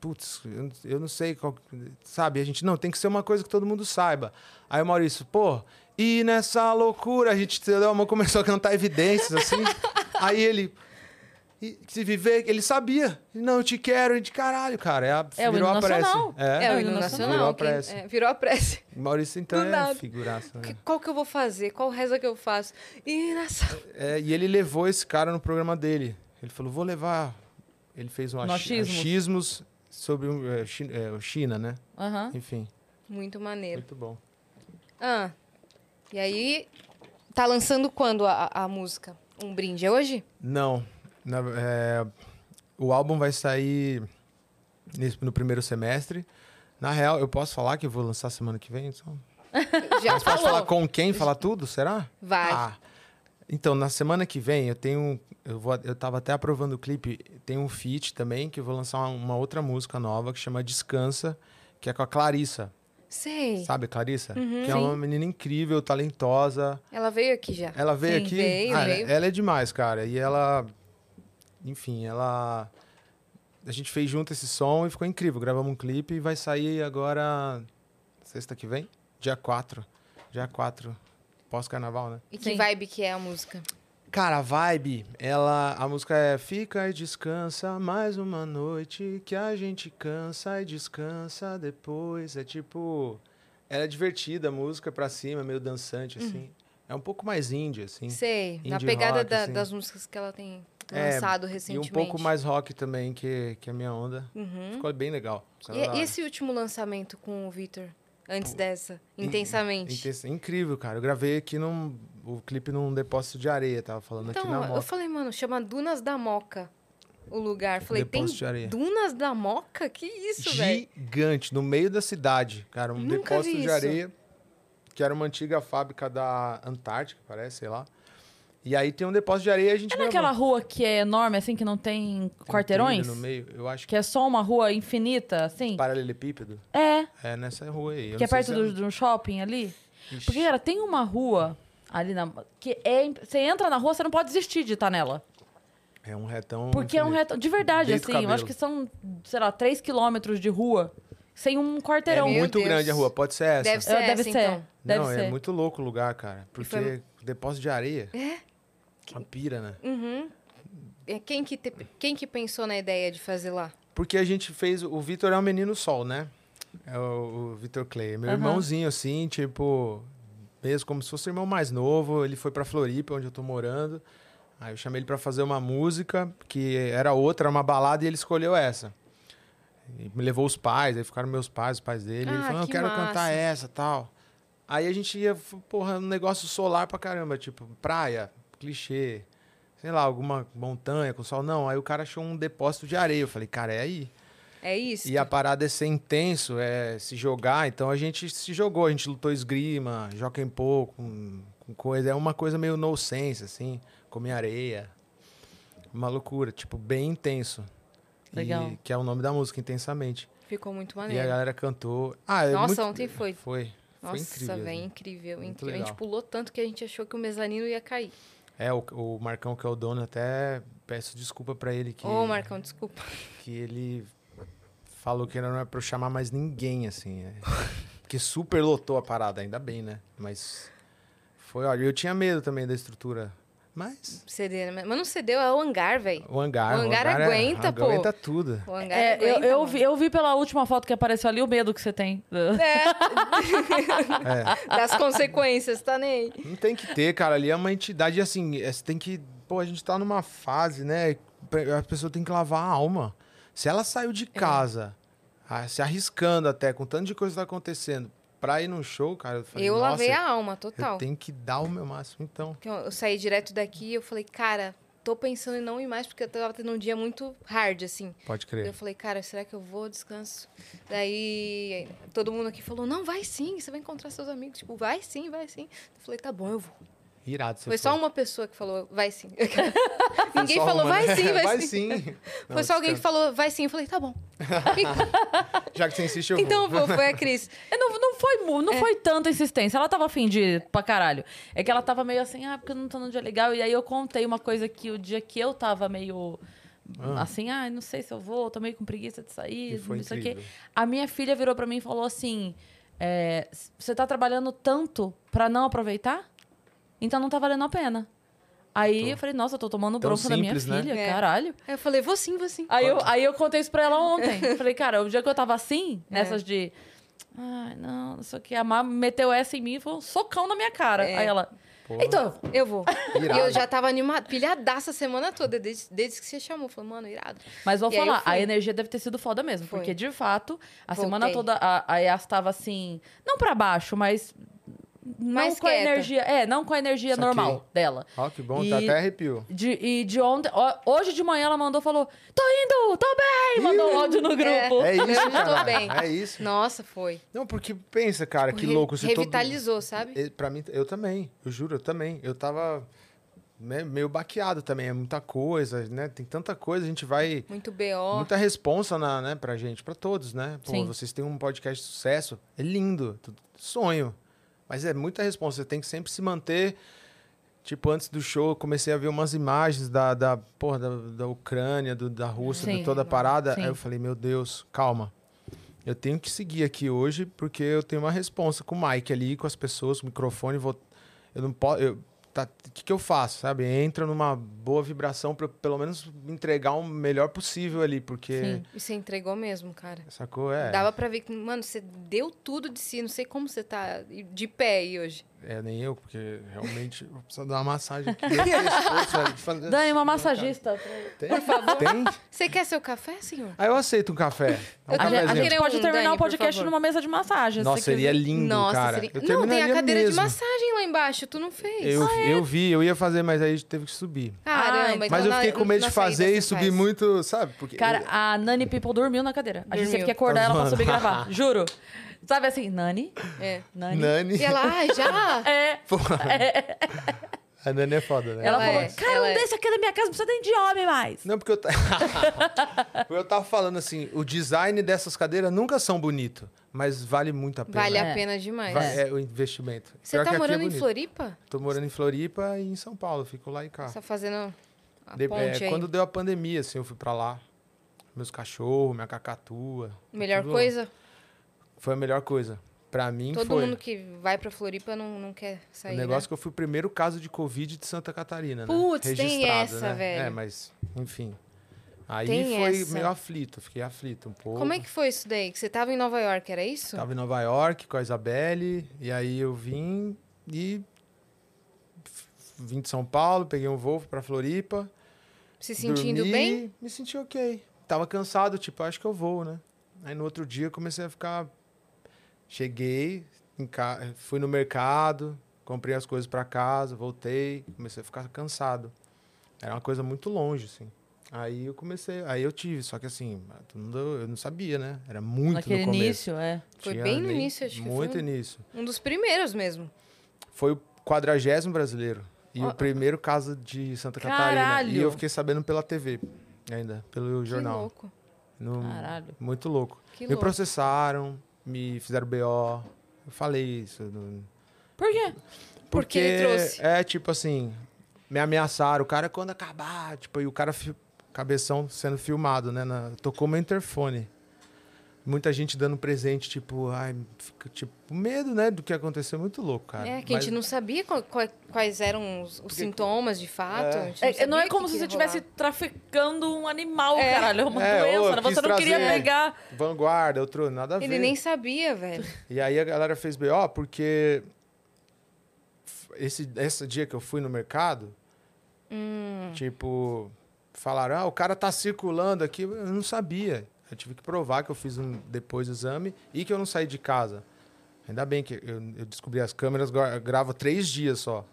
Speaker 3: putz, eu não- eu não sei qual. que- Sabe, a gente, não, tem que ser uma coisa que todo mundo saiba. Aí o Maurício, pô, e nessa loucura, a gente entendeu? a mão começou a cantar evidências,
Speaker 1: [LAUGHS]
Speaker 3: assim. aí ele. e se viver, ele sabia. Não, eu te quero, e de caralho, cara. É, a,
Speaker 1: É o
Speaker 3: virou
Speaker 1: hino
Speaker 3: a prece.
Speaker 1: nacional.
Speaker 2: É,
Speaker 1: É,
Speaker 2: o
Speaker 1: o
Speaker 2: hino
Speaker 1: hino
Speaker 2: nacional.
Speaker 3: Virou a
Speaker 2: quem-
Speaker 3: prece.
Speaker 2: é, virou a prece.
Speaker 3: Maurício, então,
Speaker 2: Do
Speaker 3: é
Speaker 2: nada.
Speaker 3: figuraça.
Speaker 2: Que-
Speaker 3: Né?
Speaker 2: qual que eu vou fazer? Qual reza que eu faço? Ih, nessa...
Speaker 3: É, e ele levou esse cara no programa dele. Ele falou, vou levar... Ele fez um
Speaker 1: No
Speaker 3: achi-
Speaker 1: achismos.
Speaker 3: achismos sobre o, é, Chi- é, o China, né?
Speaker 1: Aham.
Speaker 3: Enfim,
Speaker 2: [LAUGHS] Muito maneiro.
Speaker 3: muito bom.
Speaker 2: Ah, e aí, tá lançando quando a, a- a música? Um brinde é
Speaker 3: [LAUGHS]
Speaker 2: hoje?
Speaker 3: Não, na- é, o álbum vai sair nesse- no primeiro semestre. Na real, eu posso falar que eu vou lançar semana que vem? Então?
Speaker 2: Já
Speaker 3: Posso falar
Speaker 2: falou.
Speaker 3: com quem? Falar tudo? Será?
Speaker 2: Vai.
Speaker 3: Ah, então, na semana que vem eu tenho. Eu, vou, eu tava até aprovando o clipe. Tem um feat também que eu vou lançar uma, uma outra música nova que chama Descansa, que é com a Clarissa.
Speaker 2: Sei.
Speaker 3: Sabe, a Clarissa?
Speaker 2: Uhum,
Speaker 3: que é uma menina incrível, talentosa.
Speaker 2: Ela veio aqui já.
Speaker 3: Ela veio
Speaker 2: Sim,
Speaker 3: aqui.
Speaker 2: Veio,
Speaker 3: Ah,
Speaker 2: veio.
Speaker 3: Ela é demais, cara. E ela. Enfim, ela. A gente fez junto esse som e ficou incrível. Gravamos um clipe e vai sair agora. Sexta que vem? Dia 4. Dia 4. Pós-carnaval, né?
Speaker 2: E que
Speaker 1: Sim.
Speaker 2: vibe que é a música?
Speaker 3: Cara, a vibe, ela. A música é Fica e descansa mais uma noite que a gente cansa e descansa depois. É tipo. Ela é divertida, a música é pra cima, meio dançante, assim.
Speaker 2: Uhum.
Speaker 3: É um pouco mais indie, assim.
Speaker 2: Sei. Na
Speaker 3: Indie
Speaker 2: pegada
Speaker 3: rock,
Speaker 2: da-
Speaker 3: assim.
Speaker 2: das músicas que ela tem
Speaker 3: É,
Speaker 2: lançado
Speaker 3: E um
Speaker 2: recentemente.
Speaker 3: pouco mais rock também, que, que é a minha onda.
Speaker 2: Uhum.
Speaker 3: Ficou bem legal. Ficou
Speaker 2: E-
Speaker 3: da hora.
Speaker 2: E esse último lançamento com o Victor? Antes dessa?
Speaker 3: In-
Speaker 2: Intensamente.
Speaker 3: Intensa- Incrível, cara. Eu gravei aqui num, o clipe num depósito de areia, tava falando aqui na
Speaker 2: Então, eu
Speaker 3: moto.
Speaker 2: falei, mano, chama Dunas da Moca o lugar. Falei,
Speaker 3: Depósito de
Speaker 2: tem
Speaker 3: areia.
Speaker 2: Dunas da Moca? Que isso, velho?
Speaker 3: Gigante, no meio da cidade, cara. Um
Speaker 2: Nunca vi
Speaker 3: depósito de
Speaker 2: isso.
Speaker 3: areia, que era uma antiga fábrica da Antártica, parece, sei lá. E aí tem um depósito de areia e a gente
Speaker 1: É
Speaker 3: gravou.
Speaker 1: naquela rua que é enorme, assim, que não tem
Speaker 3: Tem um
Speaker 1: quarteirões?
Speaker 3: trilho No meio, eu acho que
Speaker 1: Que é só uma rua infinita, assim?
Speaker 3: é paralelepípedo.
Speaker 1: É.
Speaker 3: É nessa rua aí. Eu
Speaker 1: que é
Speaker 3: não sei
Speaker 1: perto
Speaker 3: se um-
Speaker 1: do, do shopping ali?
Speaker 3: Ixi.
Speaker 1: Porque, cara, tem uma rua ali na. que é. imp- Você entra na rua, você não pode desistir de estar nela.
Speaker 3: É um retão.
Speaker 1: Porque é um
Speaker 3: infinito.
Speaker 1: reto. De verdade,
Speaker 3: Deito o
Speaker 1: assim, eu acho
Speaker 3: cabelo.
Speaker 1: que são, sei lá, 3 quilômetros de rua sem um
Speaker 3: É
Speaker 1: quarteirão.
Speaker 2: Meu
Speaker 3: muito
Speaker 2: Deus.
Speaker 3: grande a rua, pode ser essa.
Speaker 2: Deve ser
Speaker 1: É, deve
Speaker 2: essa,
Speaker 1: ser.
Speaker 2: então.
Speaker 1: Deve
Speaker 3: não,
Speaker 1: ser.
Speaker 3: é muito louco o lugar, cara. Porque
Speaker 2: foi-
Speaker 3: depósito de areia. É? Uma pira, né?
Speaker 2: Uhum. É, Quem que, te- quem que pensou na ideia de fazer lá?
Speaker 3: Porque a gente fez. O Vitor é um menino sol, né? É o, o Vitor Clay. Meu
Speaker 1: Aham.
Speaker 3: irmãozinho, assim, tipo. Mesmo como se fosse o irmão mais novo. Ele foi pra Floripa, onde eu tô morando. Aí eu chamei ele pra fazer uma música, que era outra, era uma balada, e ele escolheu essa. E me levou os pais, aí ficaram meus pais, os pais dele. ele
Speaker 2: Ah,
Speaker 3: falou, eu
Speaker 2: que
Speaker 3: quero cantar
Speaker 2: massa.
Speaker 3: essa tal. Aí a gente ia, f- porra, um negócio solar pra caramba, tipo, praia, clichê, sei lá, alguma montanha com sol. Não, aí o cara achou um depósito de areia. Eu falei, cara, é aí.
Speaker 2: É isso?
Speaker 3: E a parada é ser intenso, é se jogar. Então a gente se jogou, a gente lutou esgrima, joga em pouco, com, com coisa. É uma coisa meio no sense, assim, comer areia. Uma loucura, tipo, bem intenso. E-
Speaker 1: Legal.
Speaker 3: que é o nome da música, Intensamente.
Speaker 2: Ficou muito
Speaker 3: E a
Speaker 2: maneiro.
Speaker 3: galera cantou. Ah, é
Speaker 2: Nossa,
Speaker 3: muito-
Speaker 2: ontem foi.
Speaker 3: Foi. Foi
Speaker 2: Nossa,
Speaker 3: incrível.
Speaker 2: velho,
Speaker 3: assim.
Speaker 2: incrível,
Speaker 3: Muito
Speaker 2: incrível. A gente
Speaker 3: legal.
Speaker 2: pulou tanto que a gente achou que o mezanino ia cair.
Speaker 3: É, o, o Marcão, que é o dono, até peço desculpa pra ele que,
Speaker 2: Ô, Marcão, desculpa.
Speaker 3: que ele falou que não é pra eu chamar mais ninguém, assim. É. Porque super lotou a parada, ainda bem, né? Mas Foi, olha, eu tinha medo também da estrutura. Mas
Speaker 2: Ceder, né? mas não cedeu, é o hangar, velho.
Speaker 3: o hangar,
Speaker 2: O hangar
Speaker 3: é-
Speaker 2: aguenta, pô.
Speaker 3: Aguenta tudo.
Speaker 2: O hangar
Speaker 1: É, eu,
Speaker 2: aguenta,
Speaker 1: eu
Speaker 2: mano.
Speaker 1: vi, [LAUGHS] eu vi pela última foto que apareceu ali o medo que você tem. [LAUGHS]
Speaker 2: É. [LAUGHS] Das consequências, tá nem aí.
Speaker 3: Não tem que ter, cara. Ali é uma entidade, e assim, é, você tem que... Pô, a gente tá numa fase, né? Pre- A pessoa tem que lavar a alma. Se ela saiu
Speaker 2: É.
Speaker 3: de casa, ah, se arriscando até, com tanto de coisa que tá acontecendo, pra ir num show, cara... Eu, falei,
Speaker 2: eu
Speaker 3: "Nossa,
Speaker 2: lavei a alma,
Speaker 3: Eu
Speaker 2: total.
Speaker 3: tenho que dar o meu máximo, então.
Speaker 2: Porque Eu, eu saí direto daqui e eu falei, cara, tô pensando em não ir mais, porque eu tava tendo um dia muito hard, assim.
Speaker 3: Pode
Speaker 2: Eu
Speaker 3: crer.
Speaker 2: falei, cara, será que eu vou? Descanso. Daí todo mundo aqui falou, não, vai sim, você vai encontrar seus amigos. Tipo, vai sim, vai sim. Eu falei, tá bom, eu vou.
Speaker 3: Irado. você
Speaker 2: Foi só
Speaker 3: foi.
Speaker 2: uma pessoa que falou, vai
Speaker 3: [LAUGHS]
Speaker 2: sim.
Speaker 3: Foi
Speaker 2: Ninguém
Speaker 3: só
Speaker 2: falou,
Speaker 3: uma, né?
Speaker 2: vai
Speaker 3: [LAUGHS]
Speaker 2: sim, vai, sim.
Speaker 3: Não,
Speaker 2: Foi só alguém que
Speaker 3: descansa.
Speaker 2: falou, vai sim. Eu falei, tá bom.
Speaker 3: Já que você insiste, eu
Speaker 2: então eu
Speaker 3: vou.
Speaker 2: vou, foi a Cris.
Speaker 1: É, Não, não foi, mu- não foi tanta insistência. Ela tava afim de ir pra caralho. É que ela tava meio assim, ah, porque eu não tô num dia legal. E aí eu contei uma coisa que o dia que eu tava meio assim, ah, não sei se eu vou, tô meio com preguiça de sair,
Speaker 3: E foi
Speaker 1: isso aqui.
Speaker 3: incrível.
Speaker 1: A minha filha virou pra mim e falou assim: é, você tá trabalhando tanto pra não aproveitar? Então não tá valendo a pena. Aí eu falei, nossa, eu tô tomando
Speaker 3: Tão
Speaker 1: bronca da minha
Speaker 3: simples, né?
Speaker 1: filha,
Speaker 2: É.
Speaker 1: caralho.
Speaker 2: Aí eu falei, vou sim, vou sim.
Speaker 1: Aí eu, aí eu contei isso pra ela ontem. Falei, cara, o dia que eu tava assim, nessas de. Ai, não, não sei o que. A Má meteu essa em mim e foi um socão na minha cara. Aí ela.
Speaker 3: Porra.
Speaker 1: Então,
Speaker 2: Eu vou.
Speaker 3: Irado.
Speaker 2: E eu já tava animada, pilhadaça a semana toda, desde, desde que você chamou. Falei, mano, irado.
Speaker 1: mas vou
Speaker 2: E aí eu
Speaker 1: falar,
Speaker 2: fui.
Speaker 1: a energia deve ter sido foda mesmo.
Speaker 2: Foi.
Speaker 1: Porque, de fato, a
Speaker 2: Voltei.
Speaker 1: semana toda a, a Yas tava assim. Não pra baixo, mas. Não
Speaker 2: Mais
Speaker 1: com a
Speaker 2: quieta.
Speaker 1: energia. É, não com a energia
Speaker 3: Saquei.
Speaker 1: normal dela.
Speaker 3: Ó, que bom,
Speaker 1: E-
Speaker 3: tá até arrepio.
Speaker 1: De, e de ontem. ó, Hoje de manhã ela mandou, falou: tô indo, tô bem! Mandou um áudio no grupo.
Speaker 3: É
Speaker 2: Eu
Speaker 3: isso,
Speaker 2: já tô
Speaker 3: cara.
Speaker 2: bem.
Speaker 3: É isso.
Speaker 2: Nossa, foi.
Speaker 3: Não, porque pensa, cara, É que
Speaker 2: Re-
Speaker 3: louco. Se todo-
Speaker 2: Revitalizou, sabe?
Speaker 3: Eh, Pra mim, eu também. Eu juro, eu também. Eu tava me- meio baqueado também. É muita coisa, né? Tem tanta coisa. A gente vai...
Speaker 2: Muito BO.
Speaker 3: Muita responsa na, né, pra gente, pra todos, né? Pô,
Speaker 1: Sim.
Speaker 3: vocês têm um podcast de sucesso, é lindo, tu- sonho. Mas é muita responsa, você tem que sempre se manter. Tipo, antes do show, eu comecei a ver umas imagens da, da, porra, da, da Ucrânia, do- da Rússia,
Speaker 1: Sim.
Speaker 3: de toda a parada.
Speaker 1: Sim.
Speaker 3: Aí eu falei, meu Deus, calma. Eu tenho que seguir aqui hoje, porque eu tenho uma responsa com o Mike ali, com as pessoas, com o microfone. Vou... Eu não posso. eu- tá, o que, que eu faço, sabe? Entra numa boa vibração para pelo menos me entregar o melhor possível ali, porque
Speaker 1: Sim.
Speaker 2: E você entregou mesmo, cara.
Speaker 3: sacou é,
Speaker 2: Dava pra ver que, mano, você deu tudo de si. Não sei como você tá de pé aí hoje.
Speaker 3: é nem eu, porque realmente eu preciso dar uma massagem
Speaker 2: [LAUGHS]
Speaker 3: aqui. Meu pescoço, velho, de fazer- um
Speaker 1: Dani, uma massagista.
Speaker 3: Tem? Por favor. Tem?
Speaker 2: Você quer seu café, senhor?
Speaker 3: Aí eu aceito um café. Um
Speaker 2: Eu
Speaker 1: A gente,
Speaker 2: também.
Speaker 1: a
Speaker 3: cafezinho.
Speaker 1: gente
Speaker 2: Queria
Speaker 1: pode
Speaker 2: um,
Speaker 1: terminar
Speaker 2: Dani,
Speaker 1: o podcast
Speaker 2: por favor.
Speaker 1: numa mesa de massagem. se
Speaker 3: Nossa, é
Speaker 1: você
Speaker 3: seria
Speaker 1: quiser.
Speaker 3: lindo,
Speaker 2: Nossa,
Speaker 3: cara.
Speaker 2: seria-
Speaker 3: Eu
Speaker 2: Não, tem a
Speaker 3: terminaria
Speaker 2: cadeira de
Speaker 3: mesmo.
Speaker 2: massagem lá embaixo. Tu não fez.
Speaker 3: Eu, eu vi, eu ia fazer, mas aí teve que subir.
Speaker 1: Ah,
Speaker 2: Caramba.
Speaker 3: Mas
Speaker 2: então
Speaker 3: eu fiquei
Speaker 2: na-
Speaker 3: com medo
Speaker 2: na
Speaker 3: de
Speaker 2: saída
Speaker 3: fazer
Speaker 2: você
Speaker 3: e subir
Speaker 2: faz.
Speaker 3: muito, sabe? Porque
Speaker 1: Cara, a Nani People dormiu na cadeira. A gente
Speaker 2: Dormiu.
Speaker 1: teve que acordar
Speaker 3: é Tá
Speaker 1: ela pra
Speaker 3: zoando.
Speaker 1: subir e gravar. Juro. Sabe assim, Nani?
Speaker 2: É.
Speaker 1: Nani.
Speaker 3: Nani.
Speaker 2: E ela, ai, já?
Speaker 3: [LAUGHS]
Speaker 1: É.
Speaker 3: A Nani é foda, né?
Speaker 1: Ela
Speaker 2: Ela
Speaker 1: falou:
Speaker 2: é,
Speaker 1: Cara,
Speaker 2: ela
Speaker 1: não
Speaker 2: é.
Speaker 1: deixa aqui na minha casa, não precisa nem de homem mais.
Speaker 3: Não, porque eu, ta... [LAUGHS] Porque eu tava falando assim, o design dessas cadeiras nunca são bonito, mas vale muito a pena.
Speaker 2: Vale
Speaker 1: É.
Speaker 2: a pena demais.
Speaker 3: Va- é. o investimento.
Speaker 2: Você
Speaker 3: Pior
Speaker 2: tá
Speaker 3: que aqui é
Speaker 2: morando em
Speaker 3: bonito.
Speaker 2: Floripa?
Speaker 3: Tô morando em Floripa e em São Paulo, fico lá e cá.
Speaker 2: Você tá fazendo a
Speaker 3: Ah. De- é,
Speaker 2: ponte aí?
Speaker 3: quando deu a pandemia, assim, eu fui pra lá. Meus cachorros, minha cacatua.
Speaker 2: Melhor
Speaker 3: tudo-
Speaker 2: coisa?
Speaker 3: Foi a melhor coisa. Pra mim
Speaker 2: Todo
Speaker 3: foi.
Speaker 2: mundo que vai pra Floripa não, não quer
Speaker 3: O
Speaker 2: sair, né?
Speaker 3: negócio é que eu fui o primeiro caso de Covid de Santa Catarina, né?
Speaker 2: Putz, tem
Speaker 3: Registrado,
Speaker 2: essa,
Speaker 3: né?
Speaker 2: velho.
Speaker 3: É, mas, enfim. Aí
Speaker 2: Tem
Speaker 3: foi
Speaker 2: essa.
Speaker 3: meio aflito, fiquei aflito um pouco.
Speaker 2: né? Como é que foi isso daí? Que você tava em Nova York, era isso?
Speaker 3: Tava em Nova York com a Isabelle, e aí eu vim e f- vim de São Paulo, peguei um voo fui pra Floripa.
Speaker 2: Se sentindo
Speaker 3: dormi,
Speaker 2: bem?
Speaker 3: Me senti ok. Tava cansado, tipo, acho que eu vou, né? Aí no outro dia eu comecei a ficar. Cheguei, em ca... fui no mercado, comprei as coisas pra casa, voltei, comecei a ficar cansado. Era uma coisa muito longe, assim. Aí eu comecei, aí eu tive, só que assim, todo mundo, eu não sabia, né? Era muito
Speaker 1: Naquele
Speaker 3: no começo.
Speaker 1: início, é.
Speaker 2: Foi
Speaker 3: Tinha
Speaker 2: bem no
Speaker 3: nem-
Speaker 2: início, acho que foi
Speaker 3: Muito
Speaker 2: um-
Speaker 3: início.
Speaker 2: Um dos primeiros mesmo.
Speaker 3: Foi o quadragésimo brasileiro. E
Speaker 2: Ó.
Speaker 3: o primeiro caso de Santa
Speaker 1: Caralho!
Speaker 3: Catarina. E eu fiquei sabendo pela TV ainda, pelo
Speaker 2: Que
Speaker 3: jornal.
Speaker 2: louco.
Speaker 3: No-
Speaker 1: Caralho.
Speaker 3: Muito louco.
Speaker 2: Que
Speaker 3: me
Speaker 2: louco.
Speaker 3: processaram, me fizeram BO. Eu falei isso. no-
Speaker 1: Por quê?
Speaker 2: Porque ele trouxe.
Speaker 3: É, tipo assim, me ameaçaram. O cara, quando acabar, tipo, e o cara, fi- cabeção sendo filmado, né? na- tocou meu interfone. muita gente dando presente, tipo, ai, fica, tipo, medo, né, do que aconteceu. Muito louco, cara.
Speaker 2: É, que a gente não sabia qual- qual- quais eram os, os sintomas de fato.
Speaker 3: É.
Speaker 2: a gente
Speaker 1: É, não
Speaker 2: sabia
Speaker 1: é
Speaker 2: o
Speaker 1: como
Speaker 2: que
Speaker 1: se
Speaker 2: que
Speaker 1: você
Speaker 2: ia rolar.
Speaker 1: estivesse traficando um animal,
Speaker 2: É.
Speaker 1: caralho. É uma
Speaker 3: É,
Speaker 1: doença,
Speaker 3: ô,
Speaker 1: né? Você
Speaker 3: quis
Speaker 1: não queria
Speaker 3: trazer-
Speaker 1: pegar.
Speaker 3: Vanguarda, outro, nada a ver.
Speaker 2: Ele nem sabia, velho. [LAUGHS]
Speaker 3: E aí a galera fez B.O. porque f- esse, esse dia que eu fui no mercado, tipo, falaram, ah, o cara tá circulando aqui. Eu não sabia. Eu tive que provar que eu fiz um depois o exame e que eu não saí de casa. Ainda bem que eu, eu descobri as câmeras, gra- gravo três dias só.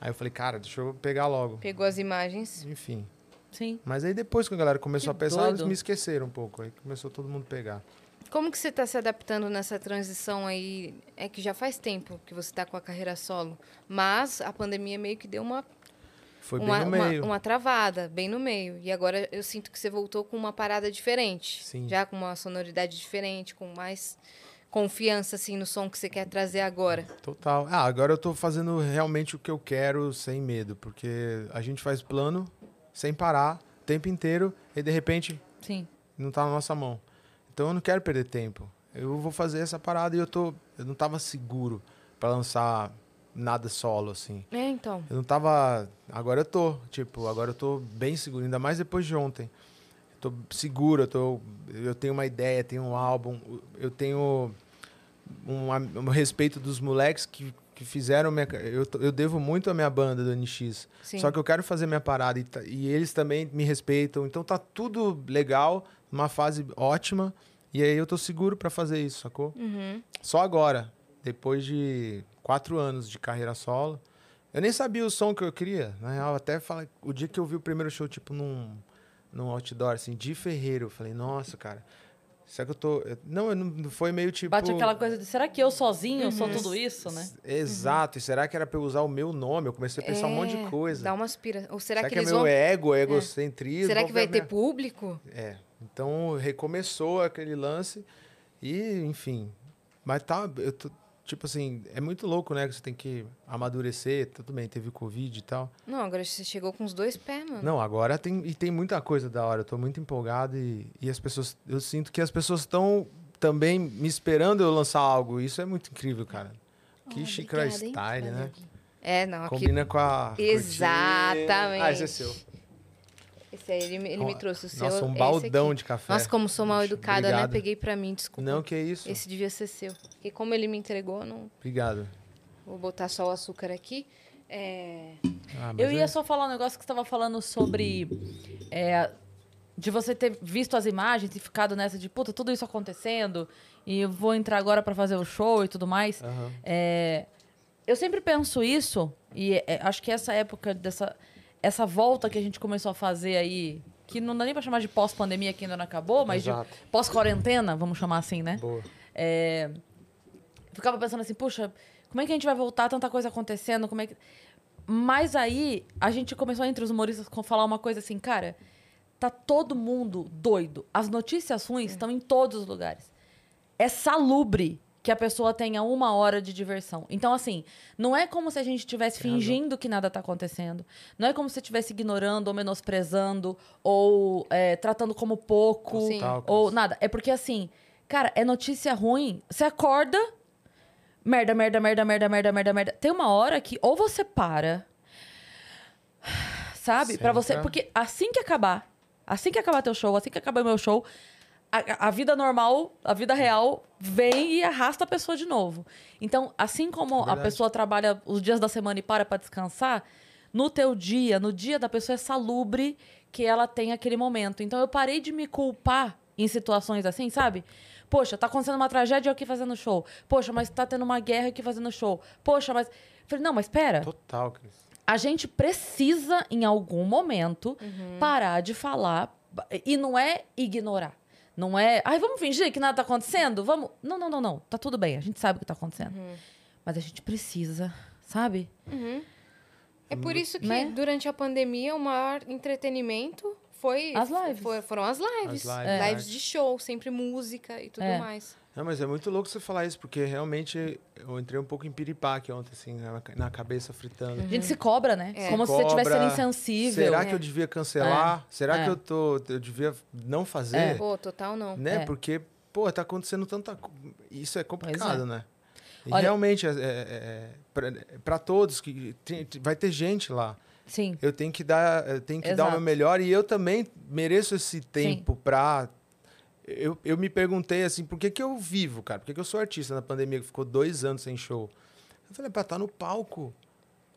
Speaker 3: Aí eu falei, cara, deixa eu pegar logo.
Speaker 2: Pegou as imagens.
Speaker 3: Enfim.
Speaker 1: Sim.
Speaker 3: Mas aí depois que a galera começou
Speaker 1: Que
Speaker 3: a pensar, eles
Speaker 1: doido.
Speaker 3: me esqueceram um pouco. Aí começou todo mundo a pegar.
Speaker 2: Como que você tá se adaptando nessa transição aí? É que já faz tempo que você tá com a carreira solo, mas a pandemia meio que deu uma
Speaker 3: Foi
Speaker 2: uma,
Speaker 3: bem no
Speaker 2: uma-
Speaker 3: meio.
Speaker 2: uma travada, bem no meio. E agora eu sinto que você voltou com uma parada diferente.
Speaker 3: Sim.
Speaker 2: Já com uma sonoridade diferente, com mais confiança assim no som que você quer trazer agora.
Speaker 3: Total. Ah, agora eu tô fazendo realmente o que eu quero sem medo, porque a gente faz plano sem parar o tempo inteiro e de repente
Speaker 1: Sim.
Speaker 3: não tá na nossa mão. Então eu não quero perder tempo. Eu vou fazer essa parada e eu tô eu não tava seguro pra lançar nada solo assim.
Speaker 2: É, então.
Speaker 3: Eu não tava, agora eu tô, tipo, agora eu tô bem seguro, ainda mais depois de ontem. Eu tô seguro, eu tô eu tenho uma ideia, tenho um álbum, eu tenho um, am- um respeito dos moleques que, que fizeram minha. ca- Eu, tô- eu devo muito à minha banda do NX.
Speaker 2: Sim.
Speaker 3: Só que eu quero fazer minha parada e, tá- e eles também me respeitam. Então tá tudo legal, uma fase ótima. E aí eu tô seguro pra fazer isso, sacou?
Speaker 2: Uhum.
Speaker 3: Só agora, depois de quatro anos de carreira solo. Eu nem sabia o som que eu queria. Na real, até falei, o dia que eu vi o primeiro show, tipo, num, num outdoor, assim, de Ferreiro. Eu falei, nossa, cara, será que eu tô. eu- Não, eu não foi meio tipo.
Speaker 1: Bate aquela coisa de será que eu sozinho sou tudo isso, né?
Speaker 3: Exato, e será que era pra eu usar o meu nome? Eu comecei a pensar um monte
Speaker 2: É,
Speaker 3: de coisa.
Speaker 2: Dá uma aspira. Ou será,
Speaker 3: será,
Speaker 2: que,
Speaker 3: que,
Speaker 2: eles
Speaker 3: é meu
Speaker 2: vão
Speaker 3: ego, é egocentrismo?
Speaker 2: Será
Speaker 3: Vou
Speaker 2: que
Speaker 3: ver
Speaker 2: vai
Speaker 3: a
Speaker 2: ter
Speaker 3: minha-
Speaker 2: público?
Speaker 3: É. Então recomeçou aquele lance e, enfim. Mas tá, eu tô, tipo assim, é muito louco, né? Que você tem que amadurecer. Tudo bem, teve Covid e tal.
Speaker 2: Não, agora você chegou com os dois pés, mano.
Speaker 3: Não, agora tem. E tem muita coisa da hora. Eu tô muito empolgado e, e as pessoas. Eu sinto que as pessoas estão também me esperando eu lançar algo. Isso é muito incrível, cara. Que xícara
Speaker 2: Ah, obrigada, hein?
Speaker 3: style, né?
Speaker 2: É, não, aqui. Ah,
Speaker 3: Combina com a. cortina.
Speaker 2: Exatamente.
Speaker 3: Ah, esse é seu.
Speaker 2: Esse aí, ele, me- ele me trouxe o seu.
Speaker 3: Nossa,
Speaker 2: é
Speaker 3: um
Speaker 2: esse
Speaker 3: baldão
Speaker 2: aqui.
Speaker 3: de café.
Speaker 2: Nossa, como sou mal educada, né?
Speaker 3: Obrigado.
Speaker 2: Peguei pra mim, desculpa.
Speaker 3: Não, que isso.
Speaker 2: Esse devia ser seu. Porque como ele me entregou, não
Speaker 3: Obrigado.
Speaker 2: vou botar só o açúcar aqui. É...
Speaker 3: Ah, mas
Speaker 1: Eu ia
Speaker 3: é-
Speaker 1: só falar um negócio que você estava falando sobre. é, de você ter visto as imagens e ficado nessa de puta, tudo isso acontecendo e eu vou entrar agora pra fazer o show e tudo mais.
Speaker 3: Aham.
Speaker 1: É, eu sempre penso isso e é, acho que essa época dessa essa volta que a gente começou a fazer aí, que não dá nem pra chamar de pós-pandemia que ainda não acabou, mas de
Speaker 3: Exato.
Speaker 1: pós-quarentena, vamos chamar assim, né?
Speaker 3: Boa.
Speaker 1: É, ficava pensando assim, puxa, como é que a gente vai voltar? Tanta coisa acontecendo, como é que... Mas aí, a gente começou entre os humoristas a falar uma coisa assim, cara, tá todo mundo doido. As notícias ruins estão em todos os lugares. É salubre que a pessoa tenha uma hora de diversão. Então, assim, não é como se a gente estivesse fingindo que nada tá acontecendo. Não é como se você estivesse ignorando ou menosprezando ou é, tratando como pouco
Speaker 2: Sim.
Speaker 3: Total, Cris.
Speaker 1: ou nada. É porque, assim, cara, é notícia ruim. Você acorda, merda, merda, merda, merda, merda, merda, merda. Tem uma hora que ou você para, sabe? Pra você.
Speaker 3: Senta.
Speaker 1: Porque assim que acabar, assim que acabar teu show, assim que acabar meu show, a, a vida normal, a vida real, vem e arrasta a pessoa de novo. Então, assim como a
Speaker 3: Verdade.
Speaker 1: pessoa trabalha os dias da semana e para pra descansar, no teu dia, no dia da pessoa, é salubre que ela tem aquele momento. Então, eu parei de me culpar em situações assim, sabe? Poxa, tá acontecendo uma tragédia eu aqui fazendo show. Poxa, mas tá tendo uma guerra eu aqui fazendo show. Poxa, mas. Falei, não, mas pera
Speaker 3: Total, Cris.
Speaker 1: a gente precisa, em algum momento, parar de falar. E não é ignorar. Não é, ai, vamos fingir que nada tá acontecendo? Vamos. Não, não, não, não. Tá tudo bem. A gente sabe o que tá acontecendo. Mas a gente precisa, sabe?
Speaker 2: É por isso que
Speaker 1: Né?
Speaker 2: durante a pandemia o maior entretenimento foi
Speaker 1: As lives.
Speaker 2: foi- foram as lives,
Speaker 3: As lives, É.
Speaker 2: lives de show, sempre música e tudo
Speaker 1: É.
Speaker 2: mais.
Speaker 3: Não, mas é muito louco você falar isso, porque realmente eu entrei um pouco em piripaque ontem, assim, na, na cabeça fritando.
Speaker 1: A gente se cobra, né?
Speaker 2: É.
Speaker 1: Como se você estivesse sendo
Speaker 3: Cobra.
Speaker 1: insensível. né?
Speaker 3: Será
Speaker 2: É.
Speaker 3: que eu devia cancelar? Será
Speaker 1: É.
Speaker 3: que eu, tô, eu devia não fazer?
Speaker 2: Pô, total não.
Speaker 3: Né?
Speaker 1: É.
Speaker 3: Porque pô, tá acontecendo tanta co- Isso é complicado,
Speaker 1: é.
Speaker 3: né? E
Speaker 1: Olha-
Speaker 3: Realmente, é, é, para todos, que tem- tem- vai ter gente lá.
Speaker 1: Sim.
Speaker 3: Eu tenho que dar, eu tenho que dar o meu
Speaker 1: Exato.
Speaker 3: melhor e eu também mereço esse tempo pra. Eu, eu me perguntei assim, por que, que eu vivo, cara? Por que, que eu sou artista na pandemia que ficou dois anos sem show? Eu falei, pra estar no palco.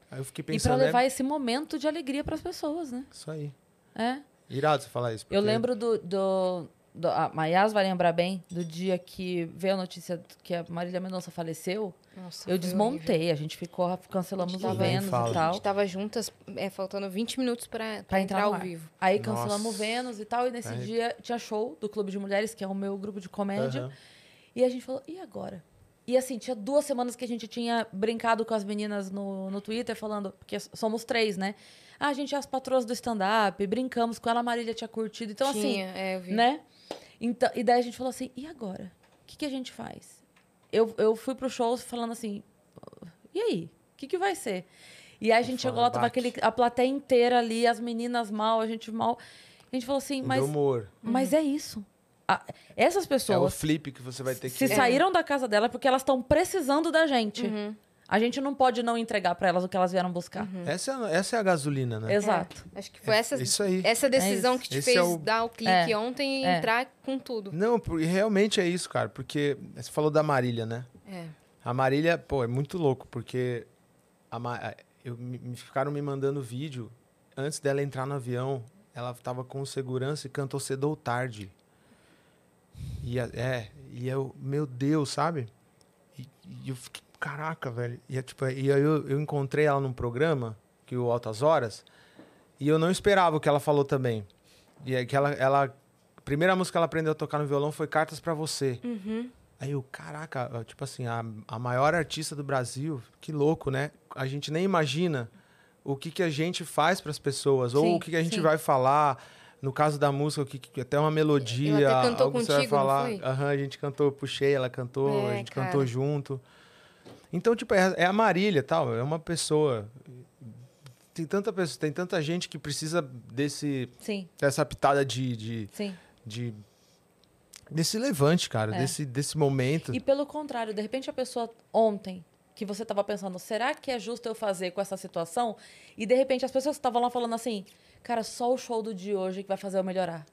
Speaker 3: Aí eu fiquei
Speaker 1: E pra
Speaker 3: pensando,
Speaker 1: levar
Speaker 3: é
Speaker 1: esse momento de alegria pras pessoas, né?
Speaker 3: isso aí.
Speaker 1: É.
Speaker 3: Irado você falar isso.
Speaker 1: Eu
Speaker 3: porque-
Speaker 1: lembro do. do, do a Maiás vai lembrar bem do dia que veio a notícia que a Marília Mendonça faleceu.
Speaker 2: Nossa,
Speaker 1: eu
Speaker 2: foi horrível.
Speaker 1: desmontei, a gente ficou, ah, cancelamos
Speaker 2: Nem
Speaker 1: o Vênus
Speaker 3: fala.
Speaker 1: e
Speaker 2: A
Speaker 1: tal.
Speaker 2: gente tava juntas, é, faltando 20 minutos pra, pra
Speaker 1: Pra
Speaker 2: entrar,
Speaker 1: entrar no
Speaker 2: ao
Speaker 1: ar.
Speaker 2: vivo.
Speaker 1: Aí cancelamos o
Speaker 3: Nossa.
Speaker 1: Vênus e tal. E nesse
Speaker 3: Aí-
Speaker 1: dia tinha show do Clube de Mulheres, que é o meu grupo de comédia.
Speaker 3: Aham.
Speaker 1: E a gente falou, e agora? E assim, tinha duas semanas que a gente tinha brincado com as meninas no, no Twitter, falando, porque somos três, né? Ah, a gente é as patroas do stand-up, brincamos com ela, a Marília tinha curtido. Então, assim,
Speaker 2: Tinha, é, eu vi.
Speaker 1: né? Então, e daí a gente falou assim, e agora? O que, que a gente faz? Eu, eu fui pro show falando assim, e aí? O que, que vai ser? E aí a gente
Speaker 3: Foda,
Speaker 1: chegou lá, tava
Speaker 3: baque.
Speaker 1: aquele, a plateia inteira ali, as meninas mal, a gente mal. A gente falou assim,
Speaker 3: E
Speaker 1: mas,
Speaker 3: do humor.
Speaker 1: mas é isso. A- essas
Speaker 3: É o
Speaker 1: pessoas
Speaker 3: flip que você vai ter que.
Speaker 1: se saíram da casa dela porque elas estão precisando da gente. A gente não pode não entregar pra elas o que elas vieram buscar.
Speaker 3: Essa, é a- essa é a gasolina, né?
Speaker 1: Exato.
Speaker 2: Acho que foi essa,
Speaker 3: isso aí.
Speaker 2: essa decisão
Speaker 1: É isso.
Speaker 2: que te
Speaker 3: Esse
Speaker 2: fez
Speaker 3: é o-
Speaker 2: dar o clique
Speaker 1: É.
Speaker 2: ontem e
Speaker 1: É.
Speaker 2: entrar com tudo.
Speaker 3: Não, porque realmente é isso, cara. Porque você falou da Marília, né?
Speaker 2: É.
Speaker 3: A Marília, pô, é muito louco, porque a Ma- a- eu, me, me ficaram me mandando vídeo antes dela entrar no avião. Ela tava com segurança e cantou cedo ou tarde. E a- é, e eu, meu Deus, sabe? E, e eu fiquei, caraca, velho. E, é, tipo, e aí eu, eu encontrei ela num programa, que o Altas Horas, e eu não esperava o que ela falou também. E é que ela, ela. A primeira música que ela aprendeu a tocar no violão foi Cartas pra Você.
Speaker 1: Uhum.
Speaker 3: Aí eu, caraca, eu, tipo assim, a, a maior artista do Brasil, que louco, né? A gente nem imagina o que, que a gente faz pras pessoas, ou
Speaker 1: Sim,
Speaker 3: o que, que a gente
Speaker 1: sim.
Speaker 3: vai falar. No caso da música, o que, que- até uma melodia,
Speaker 2: Ela até cantou
Speaker 3: algo que você vai
Speaker 2: contigo, não
Speaker 3: falar.
Speaker 2: foi?
Speaker 3: Aham, a gente cantou, eu puxei, ela cantou,
Speaker 2: É,
Speaker 3: a gente
Speaker 2: cara.
Speaker 3: cantou junto. Então, tipo, é, é a Marília, tal, é uma pessoa. Tem tanta pessoa, tem tanta gente que precisa desse
Speaker 1: Sim,
Speaker 3: dessa pitada de, de,
Speaker 1: sim.
Speaker 3: de- desse levante, cara,
Speaker 1: É.
Speaker 3: desse desse momento.
Speaker 1: E pelo contrário, de repente a pessoa ontem que você estava pensando, será que é justo eu fazer com essa situação? E de repente as pessoas estavam lá falando assim, cara, só o show do dia hoje que vai fazer eu melhorar.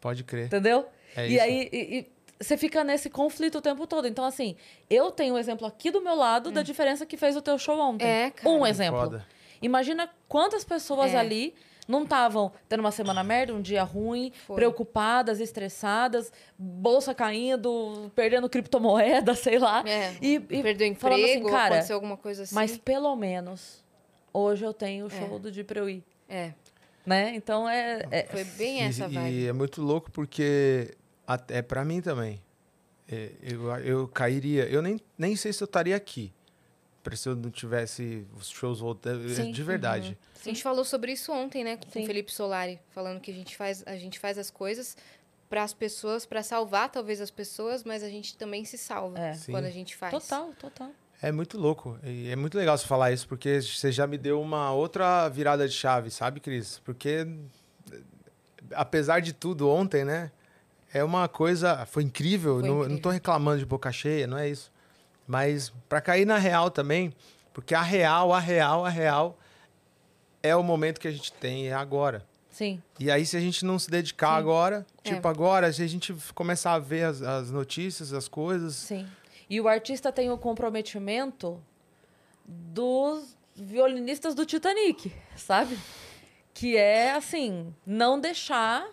Speaker 3: Pode crer.
Speaker 1: Entendeu?
Speaker 3: É
Speaker 1: e
Speaker 3: isso.
Speaker 1: aí e- e você fica nesse conflito o tempo todo. Então, assim, eu tenho um exemplo aqui do meu lado da diferença que fez o teu show ontem.
Speaker 2: Hum. É, cara.
Speaker 1: Um exemplo.
Speaker 3: Foda.
Speaker 1: Imagina quantas pessoas
Speaker 2: É.
Speaker 1: ali não estavam tendo uma semana merda, um dia ruim,
Speaker 2: Foi.
Speaker 1: preocupadas, estressadas, bolsa caindo, perdendo criptomoeda, [LAUGHS] sei lá.
Speaker 2: É.
Speaker 1: E, e
Speaker 2: Perdeu o
Speaker 1: falando assim,
Speaker 2: emprego,
Speaker 1: cara,
Speaker 2: aconteceu alguma coisa assim.
Speaker 1: mas pelo menos hoje eu tenho o show
Speaker 2: É.
Speaker 1: do dia pra eu ir.
Speaker 2: É,
Speaker 1: Né? Então é. é-
Speaker 2: foi bem
Speaker 3: E-
Speaker 2: essa
Speaker 3: e,
Speaker 2: vibe.
Speaker 3: é muito louco porque até- é para mim também. É, eu, eu cairia, eu nem, nem sei se eu estaria aqui. pra- Se eu não tivesse os shows voltando, é,
Speaker 1: Sim,
Speaker 3: de verdade.
Speaker 2: A gente falou sobre isso ontem, né, com
Speaker 1: Sim.
Speaker 2: o Felipe Solari, falando que a gente faz, a gente faz as coisas para as pessoas, para salvar talvez as pessoas, mas a gente também se salva
Speaker 1: É.
Speaker 3: Sim.
Speaker 2: quando a gente faz.
Speaker 1: total, total.
Speaker 3: É muito louco. E é muito legal você falar isso, porque você já me deu uma outra virada de chave, sabe, Cris? Porque, eh, apesar de tudo ontem, né? É uma coisa. Foi incrível.
Speaker 2: Foi
Speaker 3: não,
Speaker 2: incrível.
Speaker 3: não tô reclamando de boca cheia, não é isso. Mas pra cair na real também, porque a real, a real, a real é o momento que a gente tem, é agora.
Speaker 1: Sim.
Speaker 3: E aí, se a gente não se dedicar agora,
Speaker 2: É.
Speaker 3: tipo agora, se a gente começar a ver as, as notícias, as coisas.
Speaker 1: Sim. E o artista tem o comprometimento dos violinistas do Titanic, sabe? Que é assim, não deixar,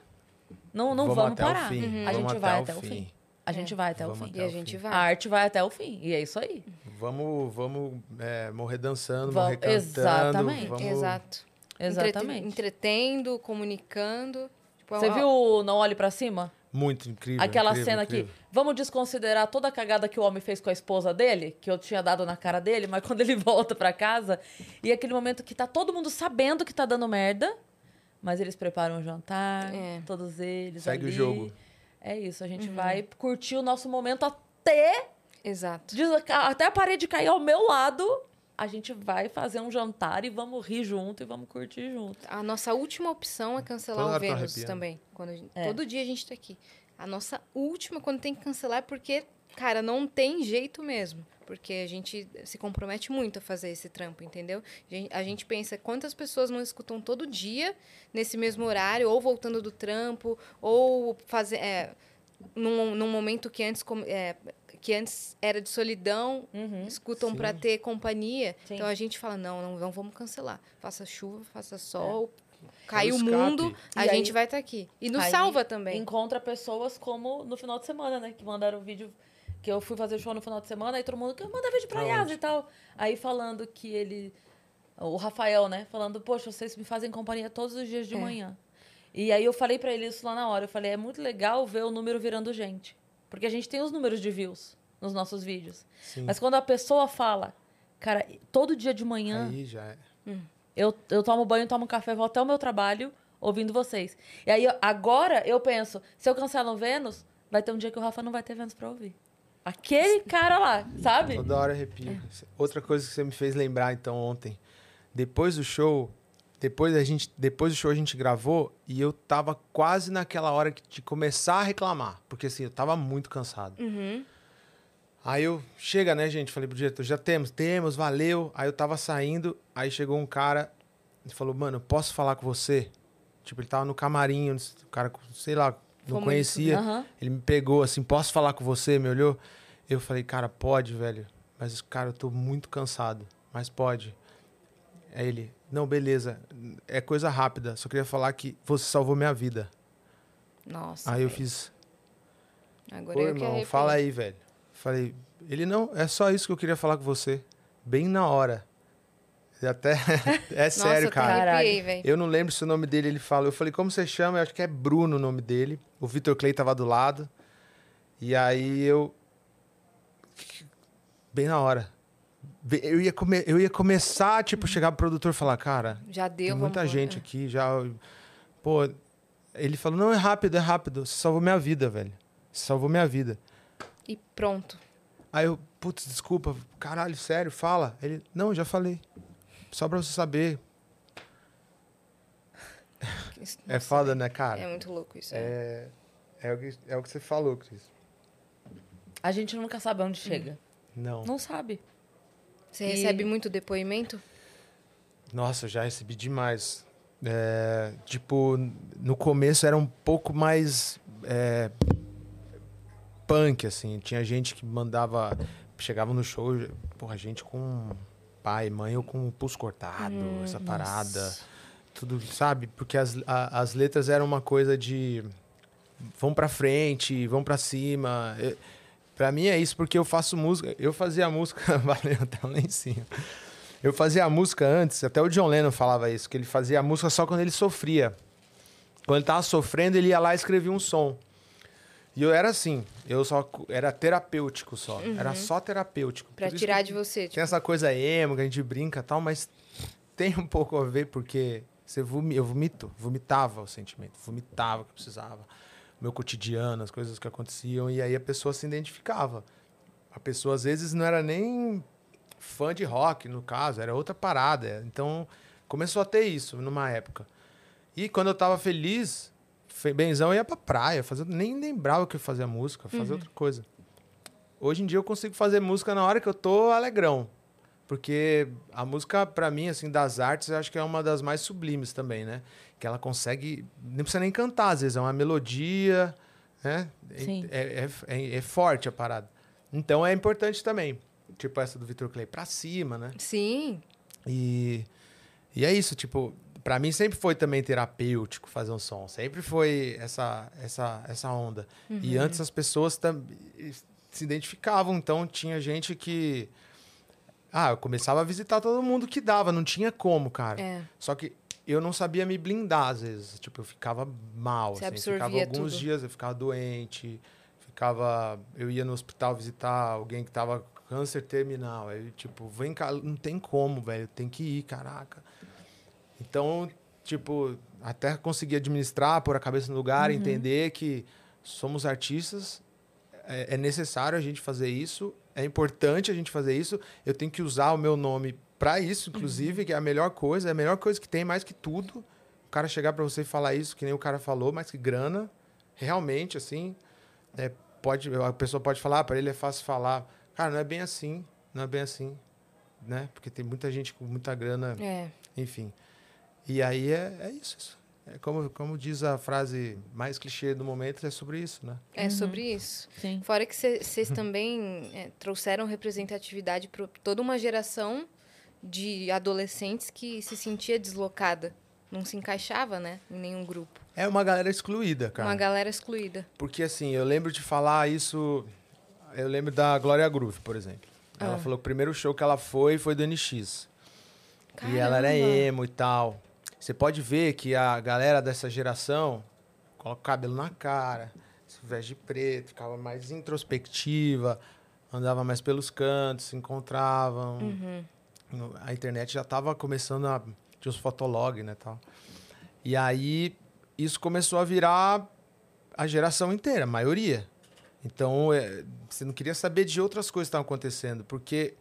Speaker 1: não, não vamos,
Speaker 3: até o
Speaker 1: parar. Uhum.
Speaker 3: fim,
Speaker 1: A
Speaker 3: vamos
Speaker 1: gente vai até o fim. A
Speaker 2: É.
Speaker 1: gente vai até o
Speaker 3: Vamos
Speaker 1: fim.
Speaker 2: E
Speaker 3: Até
Speaker 2: a
Speaker 3: o
Speaker 2: gente
Speaker 3: fim.
Speaker 1: A
Speaker 2: vai.
Speaker 1: arte vai até o fim. E é isso aí.
Speaker 3: Vamos, vamos é, morrer dançando,
Speaker 1: Vamos-
Speaker 3: morrer cantando.
Speaker 1: exatamente.
Speaker 3: Vamos...
Speaker 2: Exato. Entrete-
Speaker 1: Exatamente.
Speaker 2: Entretendo, comunicando. Tipo,
Speaker 1: Você
Speaker 2: ó,
Speaker 1: viu o Não Olhe Pra Cima?
Speaker 3: Muito incrível.
Speaker 1: Aquela
Speaker 3: incrível,
Speaker 1: cena
Speaker 3: incrível.
Speaker 1: que vamos desconsiderar toda a cagada que o homem fez com a esposa dele, que eu tinha dado na cara dele, mas [LAUGHS] quando ele volta pra casa, e aquele momento que tá todo mundo sabendo que tá dando merda, mas eles preparam o jantar,
Speaker 2: É.
Speaker 1: todos eles
Speaker 3: Segue o
Speaker 1: ali.
Speaker 3: jogo.
Speaker 1: É isso, a gente vai curtir o nosso momento até
Speaker 2: Exato.
Speaker 1: desaca- até a parede cair ao meu lado. A gente vai fazer um jantar e vamos rir junto e vamos curtir junto.
Speaker 2: A nossa última opção é cancelar
Speaker 3: Toda
Speaker 2: o
Speaker 3: hora eu tô
Speaker 2: Vênus
Speaker 3: arrepiando.
Speaker 2: também. Quando a gente-
Speaker 1: É.
Speaker 2: Todo dia a gente tá aqui. A nossa última, quando tem que cancelar, é porque, cara, não tem jeito mesmo. Porque a gente se compromete muito a fazer esse trampo, entendeu? A gente- A gente pensa quantas pessoas não escutam todo dia, nesse mesmo horário, ou voltando do trampo, ou fazer. é, num, num momento que antes, com- é, que antes era de solidão,
Speaker 1: Uhum.
Speaker 2: escutam
Speaker 3: Sim.
Speaker 2: para ter companhia.
Speaker 1: Sim.
Speaker 2: Então a gente fala: não, não, não vamos cancelar. Faça chuva, faça sol, cai
Speaker 3: É um
Speaker 2: o
Speaker 3: escape.
Speaker 2: mundo, a
Speaker 1: E
Speaker 2: gente
Speaker 1: aí-
Speaker 2: vai estar aqui. E nos
Speaker 1: Aí
Speaker 2: salva também.
Speaker 1: Encontra pessoas como no final de semana, né? Que mandaram vídeo. Que eu fui fazer show no final de semana e todo mundo que manda vídeo pra
Speaker 3: Pra
Speaker 1: Yas
Speaker 3: onde?
Speaker 1: e tal. Aí falando que ele. O Rafael, né? Falando, poxa, vocês me fazem companhia todos os dias de
Speaker 2: É.
Speaker 1: manhã. E aí eu falei pra ele isso lá na hora. Eu falei, é muito legal ver o número virando gente. Porque a gente tem os números de views nos nossos vídeos.
Speaker 3: Sim.
Speaker 1: Mas quando a pessoa fala, cara, todo dia de manhã.
Speaker 3: Aí já é.
Speaker 1: Eu, eu tomo banho, tomo café, vou até o meu trabalho ouvindo vocês. E aí, eu- agora eu penso, se eu cancelo o Vênus, vai ter um dia que o Rafa não vai ter Vênus pra ouvir. Aquele cara lá, sabe? É.
Speaker 3: Toda hora eu arrepio. Outra coisa que você me fez lembrar, então, ontem. Depois do show, depois, a gente, depois do show a gente gravou e eu tava quase naquela hora que- de começar a reclamar. Porque assim, eu tava muito cansado.
Speaker 1: Uhum.
Speaker 3: Aí eu, chega, né, gente? Falei pro diretor, já temos, temos, valeu. Aí eu tava saindo, aí chegou um cara e falou, mano, posso falar com você? Tipo, ele tava no camarim, eu não sei- o cara, sei lá, não
Speaker 2: Fomos
Speaker 3: conhecia.
Speaker 1: Aham.
Speaker 3: Ele me pegou assim, posso falar com você? Me olhou. Eu falei, cara, pode, velho. Mas, cara, eu tô muito cansado. Mas pode. Aí ele, não, beleza. É coisa rápida. Só queria falar que você salvou minha vida.
Speaker 2: Nossa.
Speaker 3: Aí eu
Speaker 2: velho.
Speaker 3: fiz,
Speaker 2: Agora
Speaker 3: pô,
Speaker 2: eu que
Speaker 3: irmão,
Speaker 2: arrepio.
Speaker 3: fala aí, velho. Falei, ele, não, é só isso que eu queria falar com você. Bem na hora. E até, [LAUGHS] é
Speaker 2: Nossa,
Speaker 3: sério,
Speaker 2: eu até
Speaker 3: cara.
Speaker 2: arrepiei, velho.
Speaker 3: Eu não lembro se o nome dele ele fala. Eu falei, como você chama? Eu acho que é Bruno o nome dele. O Vitor Clay tava do lado. E aí eu. Bem na hora. Be- Eu ia, come... eu ia começar, tipo, chegar pro produtor e falar, cara,
Speaker 2: Já deu,
Speaker 3: tem
Speaker 2: vamos
Speaker 3: muita
Speaker 2: Uhum. embora.
Speaker 3: gente aqui já. Pô, ele falou, não, é rápido, é rápido. Você salvou minha vida, velho. Você salvou minha vida.
Speaker 2: E pronto.
Speaker 3: Aí eu, putz, desculpa, caralho, sério, fala. Ele, não, já falei. Só pra você saber.
Speaker 2: Isso-
Speaker 3: É foda, né, cara?
Speaker 2: É muito louco isso. né?
Speaker 3: É, é, o que, é o que você falou, Cris.
Speaker 1: A gente nunca sabe onde chega.
Speaker 3: Não.
Speaker 1: Não sabe.
Speaker 2: Você
Speaker 1: E-
Speaker 2: recebe muito depoimento?
Speaker 3: Nossa, eu já recebi demais. É, tipo, no começo era um pouco mais é, punk, assim. Tinha gente que mandava. Chegava no show, porra, gente com pai, mãe ou com o pulso cortado,
Speaker 2: Hum,
Speaker 3: essa parada. Tudo, sabe? Porque as, a- as letras eram uma coisa de. Vão pra frente, vão pra cima. Eu, pra mim é isso, porque eu faço música. Eu fazia música. [LAUGHS] Valeu, tá lá em cima. Eu fazia a música antes, até o John Lennon falava isso, que ele fazia a música só quando ele sofria. Quando ele tava sofrendo, ele ia lá e escrevia um som. E eu era assim, eu só cu- era terapêutico só, era só terapêutico.
Speaker 2: Uhum. Pra
Speaker 3: Por isso
Speaker 2: tirar
Speaker 3: que
Speaker 2: de você.
Speaker 3: Tem
Speaker 2: Tipo,
Speaker 3: essa coisa emo que a gente brinca e tal, mas tem um pouco a ver porque você vumi, eu vomito, vomitava o sentimento, vomitava o que eu precisava, o meu cotidiano, as coisas que aconteciam e aí a pessoa se identificava. A pessoa às vezes não era nem fã de rock, no caso, era outra parada. Então começou a ter isso numa época. E quando eu tava feliz, fe- benzão eu ia pra praia, fazer, nem lembrava que eu fazia música, fazer outra coisa. Hoje em dia eu consigo fazer música na hora que eu tô alegrão. Porque a música, pra mim, assim, das artes, eu acho que é uma das mais sublimes também, né? Que ela consegue. Não precisa nem cantar, às vezes, é uma melodia, né? É-
Speaker 1: Sim.
Speaker 3: É, é, é- é forte a parada. Então é importante também. Tipo essa do Vitor Clay, pra cima, né?
Speaker 2: Sim.
Speaker 3: E, e é isso, tipo, pra mim sempre foi também terapêutico fazer um som, sempre foi essa essa essa onda. E antes as pessoas tam- se identificavam, então tinha gente que ah, eu começava a visitar todo mundo que dava, não tinha como, cara.
Speaker 2: É.
Speaker 3: Só que eu não sabia me blindar às vezes, tipo, eu ficava mal,
Speaker 2: Você
Speaker 3: assim, eu ficava
Speaker 2: absorvia
Speaker 3: alguns
Speaker 2: tudo.
Speaker 3: dias, eu ficava doente, ficava, eu ia no hospital visitar alguém que tava com câncer terminal, aí tipo, vem cá, não tem como, velho, tem que ir, caraca. Então, tipo, até conseguir administrar, pôr a cabeça no lugar,
Speaker 2: Uhum.
Speaker 3: entender que somos artistas, é, é necessário a gente fazer isso, é importante a gente fazer isso, eu tenho que usar o meu nome pra isso, inclusive, que é a melhor coisa, é a melhor coisa que tem, mais que tudo. O cara chegar pra você e falar isso, que nem o cara falou, mais que grana, realmente, assim, é, pode, a pessoa pode falar, ah, para ele é fácil falar. Cara, não é bem assim, não é bem assim, né? Porque tem muita gente com muita grana,
Speaker 2: É.
Speaker 3: enfim. E aí é, é isso. isso. É como, como diz a frase mais clichê do momento, é sobre isso, né?
Speaker 2: É sobre isso.
Speaker 1: Sim.
Speaker 2: Fora que vocês também é, trouxeram representatividade para toda uma geração de adolescentes que se sentia deslocada. Não se encaixava, né? Em nenhum grupo.
Speaker 3: É uma galera excluída, cara.
Speaker 2: Uma galera excluída.
Speaker 3: Porque assim, eu lembro de falar isso. Eu lembro da Glória Groove, por exemplo. Ela falou que o primeiro show que ela foi foi do NX. E ela era
Speaker 2: Caramba.
Speaker 3: emo e tal. Você pode ver que a galera dessa geração coloca o cabelo na cara, se veste de preto, ficava mais introspectiva, andava mais pelos cantos, se encontravam. No- A internet já estava começando a. Tinha os fotolog, né? Tal. E aí isso começou a virar a geração inteira, a maioria. Então, é, você não queria saber de outras coisas que estavam acontecendo, porque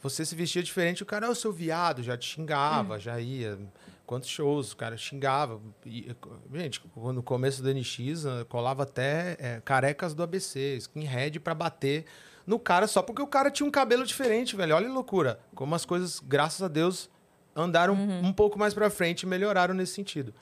Speaker 3: você se vestia diferente, o cara é o seu viado, já te xingava,
Speaker 4: Hum.
Speaker 3: já ia. Quantos shows, o cara xingava. E, gente, no começo do NX, eh, colava até eh, carecas do ABC, skinhead pra bater no cara, só porque o cara tinha um cabelo diferente, velho. Olha que loucura. Como as coisas, graças a Deus, andaram
Speaker 4: Uhum.
Speaker 3: um pouco mais pra frente e melhoraram nesse sentido.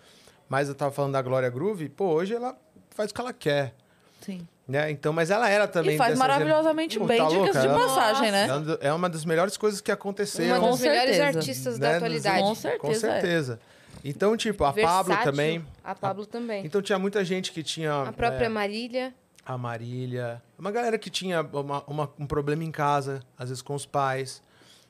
Speaker 3: Mas eu tava falando da Glória Groove, pô, hoje ela faz o que ela quer.
Speaker 1: Sim.
Speaker 3: Né? Então, mas ela era também.
Speaker 4: E faz
Speaker 3: dessa gera-
Speaker 4: maravilhosamente
Speaker 3: Pô,
Speaker 4: bem,
Speaker 3: tá
Speaker 4: dicas
Speaker 3: louca?
Speaker 4: de
Speaker 3: Ela-
Speaker 4: passagem, né?
Speaker 3: é uma- É uma das melhores coisas que aconteceram.
Speaker 2: Uma
Speaker 1: Com
Speaker 2: das melhores
Speaker 1: certeza.
Speaker 2: artistas
Speaker 3: é né,
Speaker 2: da
Speaker 3: nos-
Speaker 2: atualidade.
Speaker 4: Com certeza,
Speaker 3: Com certeza. Então, tipo, a
Speaker 2: Versátil.
Speaker 3: Pablo também.
Speaker 2: A Pablo também.
Speaker 3: Então tinha muita gente que tinha.
Speaker 2: A própria
Speaker 3: é,
Speaker 2: Marília.
Speaker 3: a Marília. Uma galera que tinha uma- uma- um problema em casa, às vezes com os pais,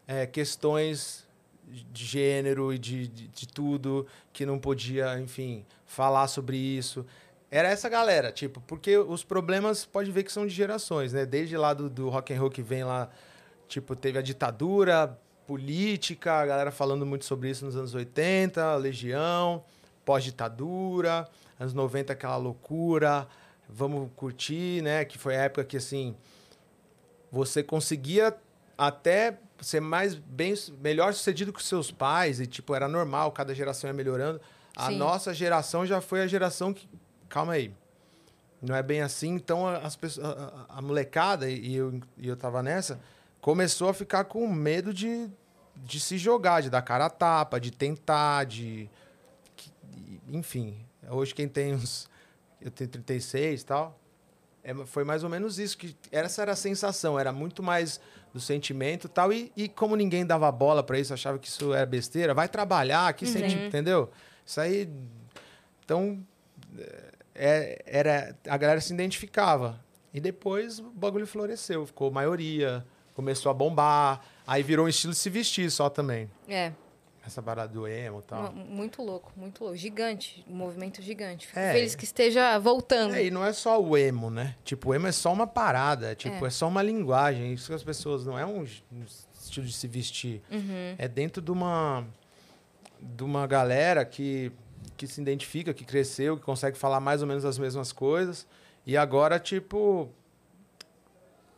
Speaker 3: é, questões de gênero e de, de, de tudo, que não podia, enfim, falar sobre isso. Era essa galera, tipo, porque os problemas pode ver que são de gerações, né? Desde lá do, do rock and roll que vem lá, tipo, teve a ditadura, política, a galera falando muito sobre isso nos anos 80, a Legião, pós-ditadura, anos 90 aquela loucura, vamos curtir, né? Que foi a época que, assim, você conseguia até ser mais bem, melhor sucedido que os seus pais, e, tipo, era normal, cada geração ia melhorando. A
Speaker 2: Sim.
Speaker 3: nossa geração já foi a geração que, calma aí, não é bem assim, então a- as pessoas, a, a- a molecada, e e eu, e eu tava nessa, começou a ficar com medo de, de se jogar, de dar cara a tapa, de tentar, de. que- enfim, hoje quem tem uns. Eu tenho 36 e tal. é, foi mais ou menos isso, que essa era a sensação, era muito mais do sentimento e tal. E, e como ninguém dava bola pra isso, achava que isso era besteira, vai trabalhar, que senti- entendeu? Isso aí. Então, é, era, a galera se identificava. E depois o bagulho floresceu, ficou maioria, começou a bombar. Aí virou um estilo de se vestir só também.
Speaker 2: É.
Speaker 3: Essa parada do emo e
Speaker 2: uma-
Speaker 3: tal.
Speaker 2: Muito louco, muito louco. Gigante. Um movimento gigante. Fico
Speaker 3: É.
Speaker 2: feliz que esteja voltando.
Speaker 3: É, e não é só o emo, né? Tipo, o emo é só uma parada, é tipo, é, só uma linguagem. Isso que as pessoas não é um, j- um estilo de se vestir. É dentro de uma de uma galera que que se identifica, que cresceu, que consegue falar mais ou menos as mesmas coisas e agora tipo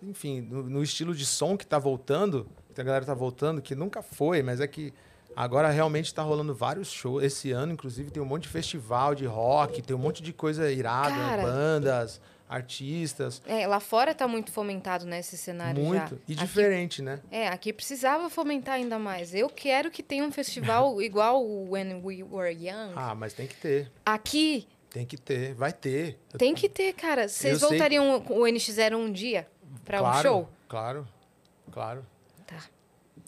Speaker 3: enfim, no, no estilo de som que tá voltando, que a galera tá voltando, que nunca foi, mas é que agora realmente tá rolando vários shows. Esse ano, inclusive, tem um monte de festival de rock, tem um monte de coisa irada,
Speaker 2: Cara.
Speaker 3: bandas, artistas.
Speaker 2: É, lá fora tá muito fomentado, né, esse cenário já.
Speaker 3: Muito. E
Speaker 2: Aqui-
Speaker 3: diferente, né?
Speaker 2: é, aqui precisava fomentar ainda mais. Eu quero que tenha um
Speaker 3: [LAUGHS]
Speaker 2: festival igual o When We Were Young.
Speaker 3: Ah, mas tem que ter.
Speaker 2: Aqui
Speaker 3: Tem que ter. Vai ter.
Speaker 2: tem que ter, cara. Vocês
Speaker 3: sei que-
Speaker 2: voltariam com o NX0 um dia pra
Speaker 3: claro,
Speaker 2: um show?
Speaker 3: Claro, claro.
Speaker 2: Tá.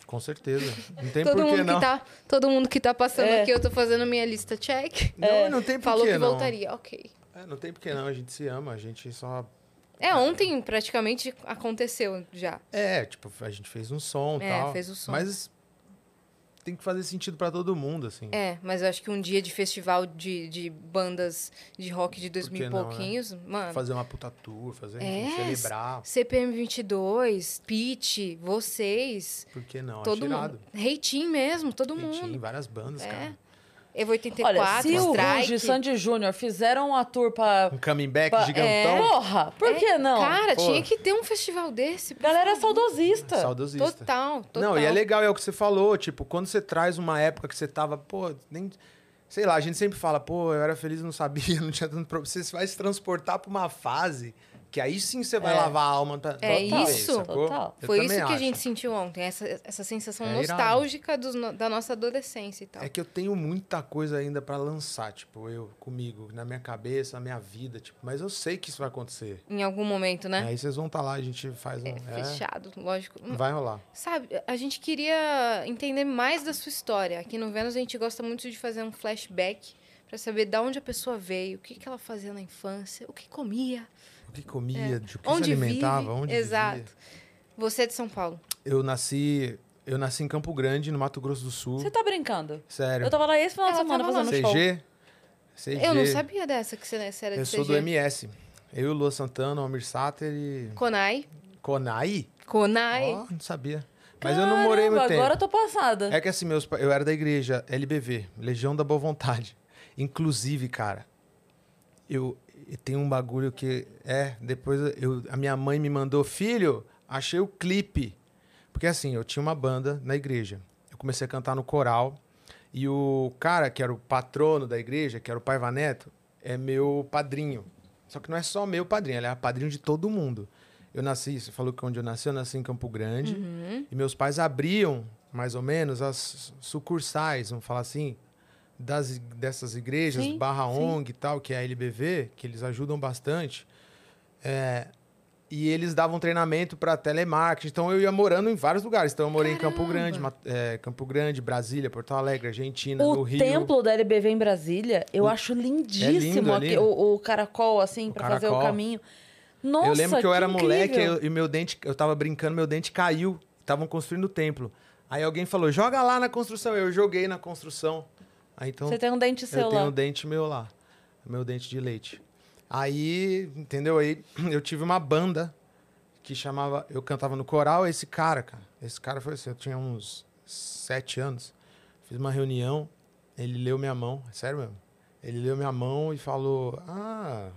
Speaker 3: Com certeza. Não tem
Speaker 2: todo
Speaker 3: por que
Speaker 2: mundo
Speaker 3: não.
Speaker 2: que tá, todo mundo que tá passando
Speaker 4: É.
Speaker 2: aqui, eu tô fazendo minha lista check.
Speaker 3: Não, não tem por
Speaker 2: é, Falou que
Speaker 3: não.
Speaker 2: voltaria, ok.
Speaker 3: É, não tem por que não. A gente se ama, a gente só
Speaker 2: É, ontem praticamente aconteceu já.
Speaker 3: É, tipo, a gente fez um som e
Speaker 2: É,
Speaker 3: tal.
Speaker 2: fez o som.
Speaker 3: Mas tem que fazer sentido pra todo mundo, assim.
Speaker 2: É, mas eu acho que um dia de festival de, de bandas de rock de dois
Speaker 3: Por que
Speaker 2: mil e
Speaker 3: não, né?
Speaker 2: pouquinhos, mano.
Speaker 3: Fazer uma puta tour, fazer,
Speaker 2: É,
Speaker 3: enfim, celebrar.
Speaker 2: CPM 22, Pete, vocês,
Speaker 3: Por que não?
Speaker 2: todo
Speaker 3: é
Speaker 2: mundo. Reitinho mesmo, todo
Speaker 3: Gente,
Speaker 2: mundo.
Speaker 3: várias bandas,
Speaker 2: É.
Speaker 3: cara.
Speaker 2: Evo 84,
Speaker 4: Olha, se o Ruge
Speaker 2: Strike.
Speaker 4: e Sandy Júnior fizeram uma tour pra...
Speaker 3: Um comeback
Speaker 4: pra-
Speaker 3: gigantão.
Speaker 4: Porra, por
Speaker 2: É,
Speaker 4: que não?
Speaker 2: Cara,
Speaker 3: Pô.
Speaker 2: tinha que ter um festival desse. por
Speaker 4: Galera
Speaker 2: favor.
Speaker 4: saudosista.
Speaker 3: Saudosista.
Speaker 2: Total, total.
Speaker 3: Não, e é legal, é o que você falou. Tipo, quando você traz uma época que você tava, pô, nem. Sei [LAUGHS] lá, a gente sempre fala, pô, eu era feliz e não sabia, não tinha tanto problema. Você vai se transportar pra uma fase Que aí sim você vai lavar a alma. Pra...
Speaker 2: É
Speaker 3: Total,
Speaker 2: isso.
Speaker 3: sacou?
Speaker 1: Total.
Speaker 3: Eu
Speaker 2: Foi isso
Speaker 3: também
Speaker 2: que a
Speaker 3: acho.
Speaker 2: gente sentiu ontem, essa, essa sensação
Speaker 3: É irado.
Speaker 2: nostálgica dos no- da nossa adolescência e tal.
Speaker 3: É que eu tenho muita coisa ainda pra lançar, tipo, eu comigo, na minha cabeça, na minha vida, tipo, mas eu sei que isso vai acontecer.
Speaker 2: Em algum momento, né?
Speaker 3: Aí vocês vão estar lá, a gente faz um.
Speaker 2: É,
Speaker 3: é,
Speaker 2: Fechado, lógico.
Speaker 3: vai rolar.
Speaker 2: Sabe, a gente queria entender mais da sua história. Aqui no Vênus a gente gosta muito de fazer um flashback pra saber de onde a pessoa veio, o que, que ela fazia na infância, o que comia,
Speaker 3: O que comia, de o que
Speaker 2: É. onde
Speaker 3: se alimentava,
Speaker 2: vive.
Speaker 3: onde
Speaker 2: Exato.
Speaker 3: vivia.
Speaker 2: Você é de São Paulo.
Speaker 3: Eu nasci, eu nasci em Campo Grande, no Mato Grosso do Sul.
Speaker 1: Você tá brincando?
Speaker 3: Sério.
Speaker 1: Eu tava lá esse final de
Speaker 2: Ela
Speaker 1: semana
Speaker 2: É, tava lá.
Speaker 1: fazendo show.
Speaker 3: CG? CG.
Speaker 2: Eu não sabia dessa que você você era de
Speaker 3: Eu sou
Speaker 2: CG.
Speaker 3: do MS. Eu, o Lua Santana, o Almir Sater e
Speaker 2: Conai.
Speaker 3: Conai?
Speaker 2: Conai.
Speaker 3: Ó, não sabia. Mas eu não morei muito
Speaker 1: Caramba,
Speaker 3: tempo.
Speaker 1: Agora eu tô passada.
Speaker 3: É que assim, meus, pa- eu era da igreja LBV, Legião da Boa Vontade. Inclusive, cara, eu, eu tenho um bagulho que é, depois eu, a minha mãe me mandou, filho, achei o clipe. Porque assim, eu tinha uma banda na igreja. Eu comecei a cantar no coral e o cara que era o patrono da igreja, que era o Paiva Neto, é meu padrinho. Só que não é só meu padrinho, ele é padrinho de todo mundo. Eu nasci, você falou que onde eu nasci, eu nasci em Campo Grande. E meus pais abriam, mais ou menos, as sucursais, vamos falar assim, das, dessas igrejas,
Speaker 1: Sim,
Speaker 3: barra
Speaker 1: sim.
Speaker 3: ONG e tal, que é a LBV, que eles ajudam bastante. É, e eles davam treinamento para telemarketing. Então eu ia morando em vários lugares. Então eu morei em Campo
Speaker 2: Caramba!
Speaker 3: Grande, Ma- é, Campo Grande, Brasília, Porto Alegre, Argentina, no
Speaker 1: O
Speaker 3: Rio.
Speaker 1: templo da LBV em Brasília, eu acho lindíssimo
Speaker 3: lindo, é
Speaker 1: aqui,
Speaker 3: lindo.
Speaker 1: o, o caracol, assim, pra fazer o
Speaker 3: caracol.
Speaker 1: caminho. Nossa,
Speaker 3: eu lembro que eu era
Speaker 1: incrível.
Speaker 3: moleque eu- e meu dente, eu tava brincando, meu dente caiu. Estavam construindo o templo. Aí alguém falou: joga lá na construção. Eu joguei na construção. Aí então
Speaker 1: Você tem um dente seu
Speaker 3: eu
Speaker 1: lá.
Speaker 3: tenho um dente meu lá. Meu dente de leite. Aí, entendeu? Aí [CLEARS THROAT] eu tive uma banda que chamava. Eu cantava no coral, esse cara, cara. Esse cara foi assim, eu tinha uns sete anos. Fiz uma reunião, ele leu minha mão, sério mesmo. Ele leu minha mão e falou: Ah,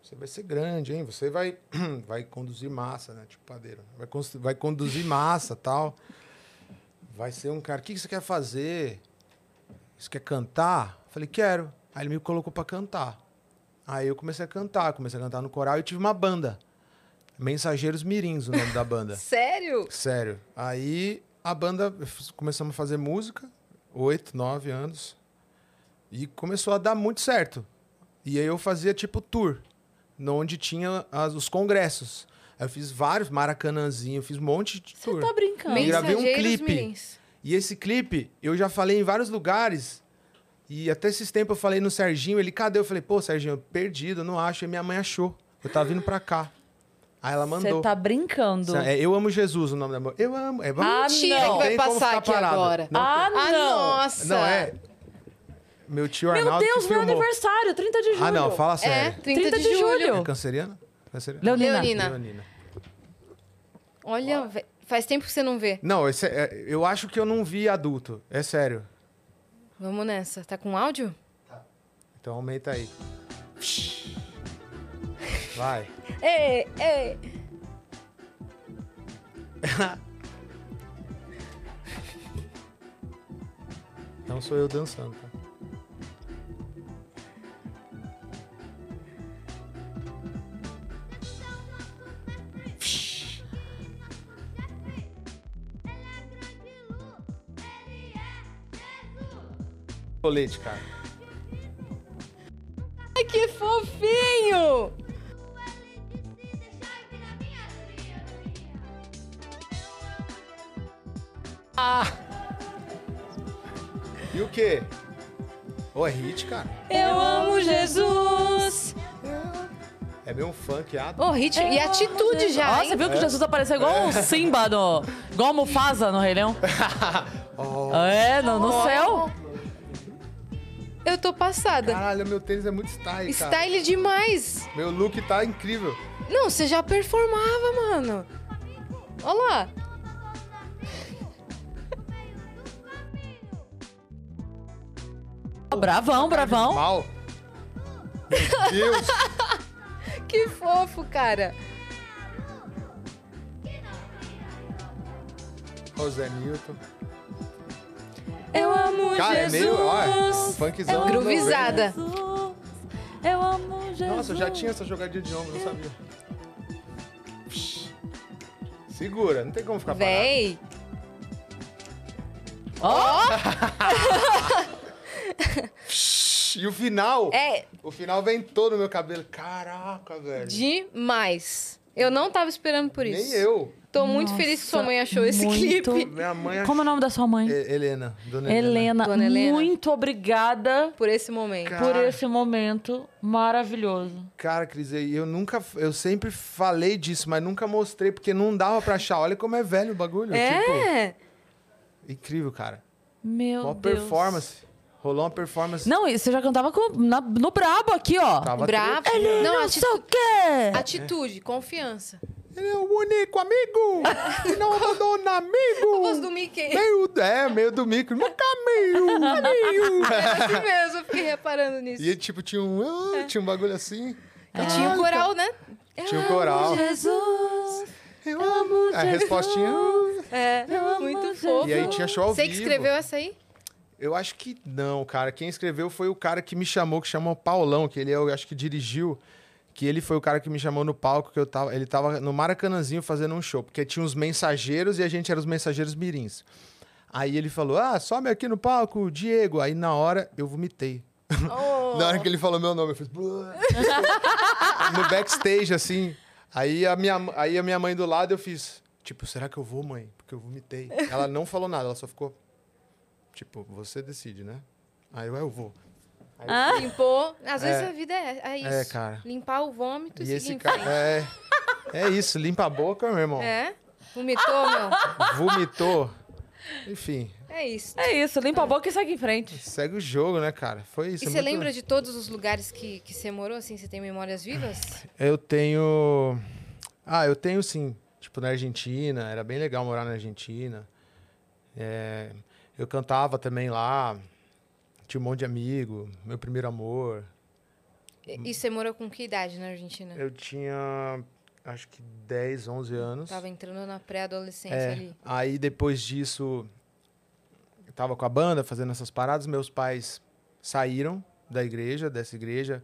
Speaker 3: você vai ser grande, hein? Você vai, [CLEARS THROAT] vai conduzir massa, né? Tipo padeiro. Vai, cons- vai conduzir massa tal. Vai ser um cara. O que que você quer fazer? Você quer cantar? Eu Falei, quero. Aí ele me colocou pra cantar. Aí eu comecei a cantar, comecei a cantar no coral e tive uma banda. Mensageiros Mirins, o nome
Speaker 1: [LAUGHS]
Speaker 3: da banda.
Speaker 2: Sério?
Speaker 3: Sério. Aí a banda f- começamos a fazer música, oito, nove anos. E começou a dar muito certo. E aí eu fazia tipo tour, no- onde tinha as- os congressos. Aí eu fiz vários maracanãzinho, fiz um monte de
Speaker 1: Você
Speaker 3: tour.
Speaker 1: tá brincando.
Speaker 3: Eu gravei um
Speaker 2: Mensageiros
Speaker 3: clipe.
Speaker 2: mirins.
Speaker 3: E esse clipe, eu já falei em vários lugares. E até esses tempos eu falei no Serginho, ele, cadê? Eu falei, pô, Serginho, eu perdido, não acho. E minha mãe achou. Eu tava vindo pra cá. Aí ela mandou.
Speaker 1: Você tá brincando.
Speaker 3: É, eu amo Jesus, o nome da música. Eu amo. É
Speaker 1: Ah,
Speaker 2: Mentira
Speaker 1: não.
Speaker 2: que vai
Speaker 3: tem como
Speaker 2: passar
Speaker 3: ficar
Speaker 2: aqui
Speaker 3: parado.
Speaker 2: agora.
Speaker 3: Não
Speaker 1: ah,
Speaker 2: Ah,
Speaker 1: não.
Speaker 2: nossa!
Speaker 3: Não, é. Meu tio
Speaker 1: Meu
Speaker 3: Arnaldo. que
Speaker 1: Deus, meu
Speaker 3: filmou.
Speaker 1: aniversário, 30 de julho.
Speaker 3: Ah, não, fala
Speaker 2: É,
Speaker 3: sério.
Speaker 2: 30, de, julho.
Speaker 3: É canceriana? Canceriana?
Speaker 1: Leonina.
Speaker 2: Leonina.
Speaker 3: Leonina.
Speaker 2: Olha, vé- faz tempo que você não vê.
Speaker 3: Não, esse é- é- eu acho que eu não vi adulto. É sério.
Speaker 2: Vamos nessa. Tá com áudio?
Speaker 3: Então aumenta aí. Vai.
Speaker 2: Ei, ei.
Speaker 3: Não sou eu dançando, tá? Colete, cara.
Speaker 2: Ai, que fofinho!
Speaker 3: E o quê? Ô, é hit, cara.
Speaker 1: Eu amo Jesus.
Speaker 3: É meio um funkeado.
Speaker 2: Ô, Hit, e atitude já,
Speaker 1: Nossa,
Speaker 2: hein?
Speaker 1: você viu que
Speaker 3: É.
Speaker 1: Jesus apareceu igual um Simba no... Igual o Mufasa no Rei
Speaker 3: [LAUGHS]
Speaker 1: Leão?
Speaker 3: Oh,
Speaker 1: É, no, no céu.
Speaker 2: Eu tô passada.
Speaker 3: caralho, meu tênis é muito style, cara.
Speaker 2: Style demais.
Speaker 3: Meu look tá incrível.
Speaker 2: Não, você já performava, mano. Olha lá.
Speaker 1: Bravão, bravão.
Speaker 3: Mal. Meu Deus.
Speaker 2: Que fofo, cara.
Speaker 3: Ó, o Zé Newton.
Speaker 1: Eu amo
Speaker 3: Cara, é meio, ó, é
Speaker 1: É
Speaker 3: funkzão. dos
Speaker 2: Groovizada.
Speaker 1: Eu amo Jesus.
Speaker 3: Nossa, eu já tinha essa jogadinha de ombro, não sabia. Segura, não tem como ficar Tá parado.
Speaker 2: Véi.
Speaker 3: E o final,
Speaker 2: É
Speaker 3: o final vem todo no meu cabelo. Caraca, velho.
Speaker 2: demais. Eu não tava esperando por isso.
Speaker 3: Nem eu.
Speaker 2: Tô muito feliz que sua mãe achou esse
Speaker 1: muito.
Speaker 2: clipe.
Speaker 3: Minha mãe...
Speaker 1: Como é o nome da sua mãe?
Speaker 3: E- Helena. né? Dona
Speaker 1: Helena.
Speaker 2: Dona Helena.
Speaker 1: Muito obrigada
Speaker 2: Por esse momento.
Speaker 3: Cara,
Speaker 1: por esse momento maravilhoso.
Speaker 3: Cara, Cris, eu nunca. Eu sempre falei disso, mas nunca mostrei, porque não dava pra achar. Olha como é velho o bagulho. Tipo,
Speaker 2: É.
Speaker 3: incrível, cara.
Speaker 1: Meu
Speaker 3: Uma
Speaker 1: Deus.
Speaker 3: performance. Rolou uma performance.
Speaker 1: Não, e você já cantava com- na- no brabo aqui, ó.
Speaker 3: Tava
Speaker 2: Bravo.
Speaker 3: treta.
Speaker 2: Não,
Speaker 1: Não
Speaker 2: ati-
Speaker 1: sei o quê.
Speaker 2: atitude, confiança.
Speaker 3: Ele é o
Speaker 2: [LAUGHS]
Speaker 3: único amigo! que não abandona
Speaker 2: A voz
Speaker 3: amigo!
Speaker 2: do Mickey.
Speaker 3: Meio, é, meio do micro. No caminho!
Speaker 2: [LAUGHS]
Speaker 3: caminho.
Speaker 2: É [LAUGHS] assim mesmo, eu fiquei reparando nisso.
Speaker 3: E tipo, tinha um.
Speaker 2: É.
Speaker 3: ah, tinha um bagulho assim.
Speaker 2: E tinha o coral, né?
Speaker 3: Tinha o coral.
Speaker 1: Jesus.
Speaker 3: Eu amo. A respostinha.
Speaker 2: É, muito fofo.
Speaker 3: E aí tinha show ao
Speaker 2: Você que
Speaker 3: vivo.
Speaker 2: escreveu essa aí?
Speaker 3: [LAUGHS] Eu acho que não, cara. Quem escreveu foi o cara que me chamou, que chamou Paulão, que ele é, eu acho que dirigiu. Que ele foi o cara que me chamou no palco, que eu tava. Ele tava no Maracanãzinho fazendo um show, porque tinha os mensageiros e a gente era os mensageiros mirins. Aí ele falou: Ah, sobe aqui no palco, Diego. Aí na hora eu vomitei. Na hora que ele falou meu nome, eu fiz. "Bua". no backstage, assim. Aí a, minha, aí a minha mãe do lado, eu fiz. Tipo, será que eu vou, mãe? Porque eu vomitei. Ela não falou nada, ela só ficou. Tipo, você decide, né? Aí eu, "Ah, eu vou.
Speaker 1: Ah,
Speaker 2: Limpou. Às vezes a vida é, é isso.
Speaker 3: É, cara.
Speaker 2: Limpar o vômito e,
Speaker 3: E
Speaker 2: seguir
Speaker 3: esse
Speaker 2: em
Speaker 3: cara.
Speaker 2: frente.
Speaker 3: É, é isso, limpa a boca, meu irmão.
Speaker 2: É. Vomitou, meu.
Speaker 3: Vomitou. Enfim,
Speaker 2: É isso.
Speaker 1: É isso, limpa a boca e segue em frente.
Speaker 3: segue o jogo, né, cara? Foi isso.
Speaker 2: E
Speaker 3: é
Speaker 2: você
Speaker 3: muito-
Speaker 2: lembra de todos os lugares que, que você morou, assim? Você tem memórias vivas?
Speaker 3: Eu tenho. Ah, eu tenho sim. Tipo, na Argentina, era bem legal morar na Argentina. É, Eu cantava também lá, tinha um monte de amigo, meu primeiro amor.
Speaker 2: E, e você morou com que idade na Argentina?
Speaker 3: Eu tinha, acho que 10, 11 anos.
Speaker 2: Tava entrando na pré-adolescência
Speaker 3: É,
Speaker 2: ali.
Speaker 3: Aí depois disso, eu tava com a banda fazendo essas paradas, meus pais saíram da igreja, dessa igreja.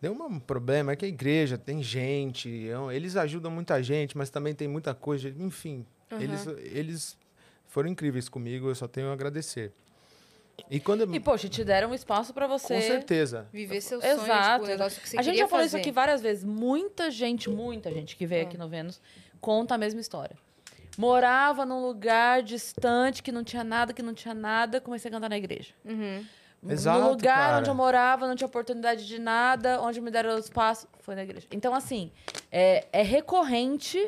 Speaker 3: Deu um problema, é que a igreja tem gente, é um- eles ajudam muita gente, mas também tem muita coisa, enfim.
Speaker 2: Aham.
Speaker 3: Eles, eles foram incríveis comigo, eu só tenho a agradecer. E quando...
Speaker 1: E, poxa, te deram um espaço pra você.
Speaker 3: com certeza.
Speaker 2: Viver seu sonho,
Speaker 1: Exato.
Speaker 2: tipo, o negócio que você
Speaker 1: a gente
Speaker 2: queria
Speaker 1: já falou
Speaker 2: fazer.
Speaker 1: isso aqui várias vezes. Muita gente, muita gente que veio
Speaker 2: Ah.
Speaker 1: aqui no Vênus conta a mesma história. Morava num lugar distante, que não tinha nada, que não tinha nada, comecei a cantar na igreja.
Speaker 2: Uhum.
Speaker 3: Exato,
Speaker 1: no lugar
Speaker 3: cara.
Speaker 1: onde eu morava, não tinha oportunidade de nada, onde me deram espaço, foi na igreja. Então, assim, é, é recorrente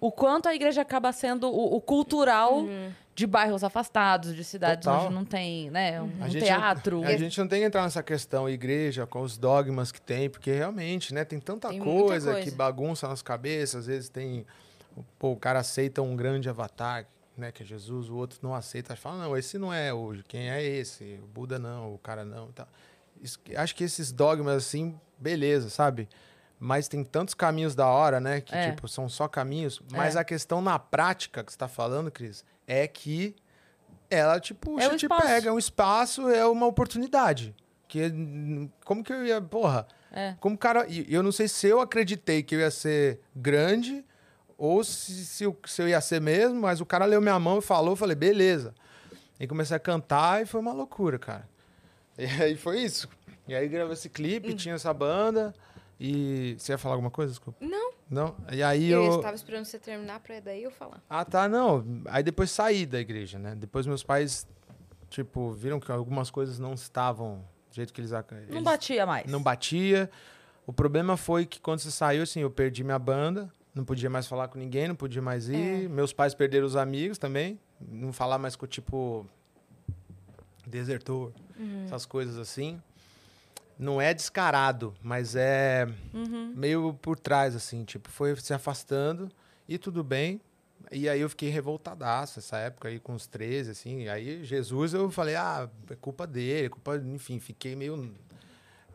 Speaker 1: o quanto a igreja acaba sendo o, o cultural
Speaker 2: Uhum.
Speaker 1: de bairros afastados, de cidades
Speaker 3: Total.
Speaker 1: onde não tem, né, um,
Speaker 3: A
Speaker 1: um
Speaker 3: gente não-
Speaker 1: teatro.
Speaker 3: A gente não tem que entrar nessa questão igreja, com os dogmas que tem, porque realmente, né, tem tanta
Speaker 2: Tem muita
Speaker 3: coisa, que
Speaker 2: coisa.
Speaker 3: bagunça nas cabeças, às vezes tem. Pô, o cara aceita um grande avatar, né, que é Jesus, o outro não aceita, fala, não, esse não é hoje, quem é esse? O Buda não, o cara não, e tal. Isso- acho que esses dogmas, assim, beleza, sabe? Mas tem tantos caminhos da hora, né? Que,
Speaker 1: É.
Speaker 3: tipo, são só caminhos. Mas a questão na prática que você tá falando, Cris, é que ela te puxa,
Speaker 1: o
Speaker 3: te
Speaker 1: espaço.
Speaker 3: pega. É um espaço, é uma oportunidade. Que, hum, como que eu ia. Porra.
Speaker 1: É.
Speaker 3: Como cara. e Eu não sei se eu acreditei que eu ia ser grande ou se, se, eu, se eu ia ser mesmo, mas o cara leu minha mão e falou, eu falei, beleza. E comecei a cantar e foi uma loucura, cara. E [LAUGHS] aí foi isso. E aí gravei esse clipe, tinha essa banda. E. Você ia falar alguma coisa? Desculpa.
Speaker 2: Não,
Speaker 3: Não? E aí
Speaker 2: eu...
Speaker 3: eu.
Speaker 2: tava esperando você terminar pra daí eu falar.
Speaker 3: Ah, tá, não. Aí depois saí da igreja, né? Depois meus pais, tipo, viram que algumas coisas não estavam do jeito que eles... ac-
Speaker 1: Não
Speaker 3: eles-
Speaker 1: batia mais.
Speaker 3: Não batia. O problema foi que quando você saiu, assim, eu perdi minha banda. Não podia mais falar com ninguém, não podia mais ir. Meus pais perderam os amigos também. Não falar mais com, tipo, desertor. Essas coisas assim. Não é descarado, mas é meio por trás, assim. Tipo, foi se afastando e tudo bem. E aí eu fiquei revoltadaço essa época aí, com os 13, assim. Aí Jesus, eu falei, ah, é culpa dele, é culpa... Enfim, fiquei meio...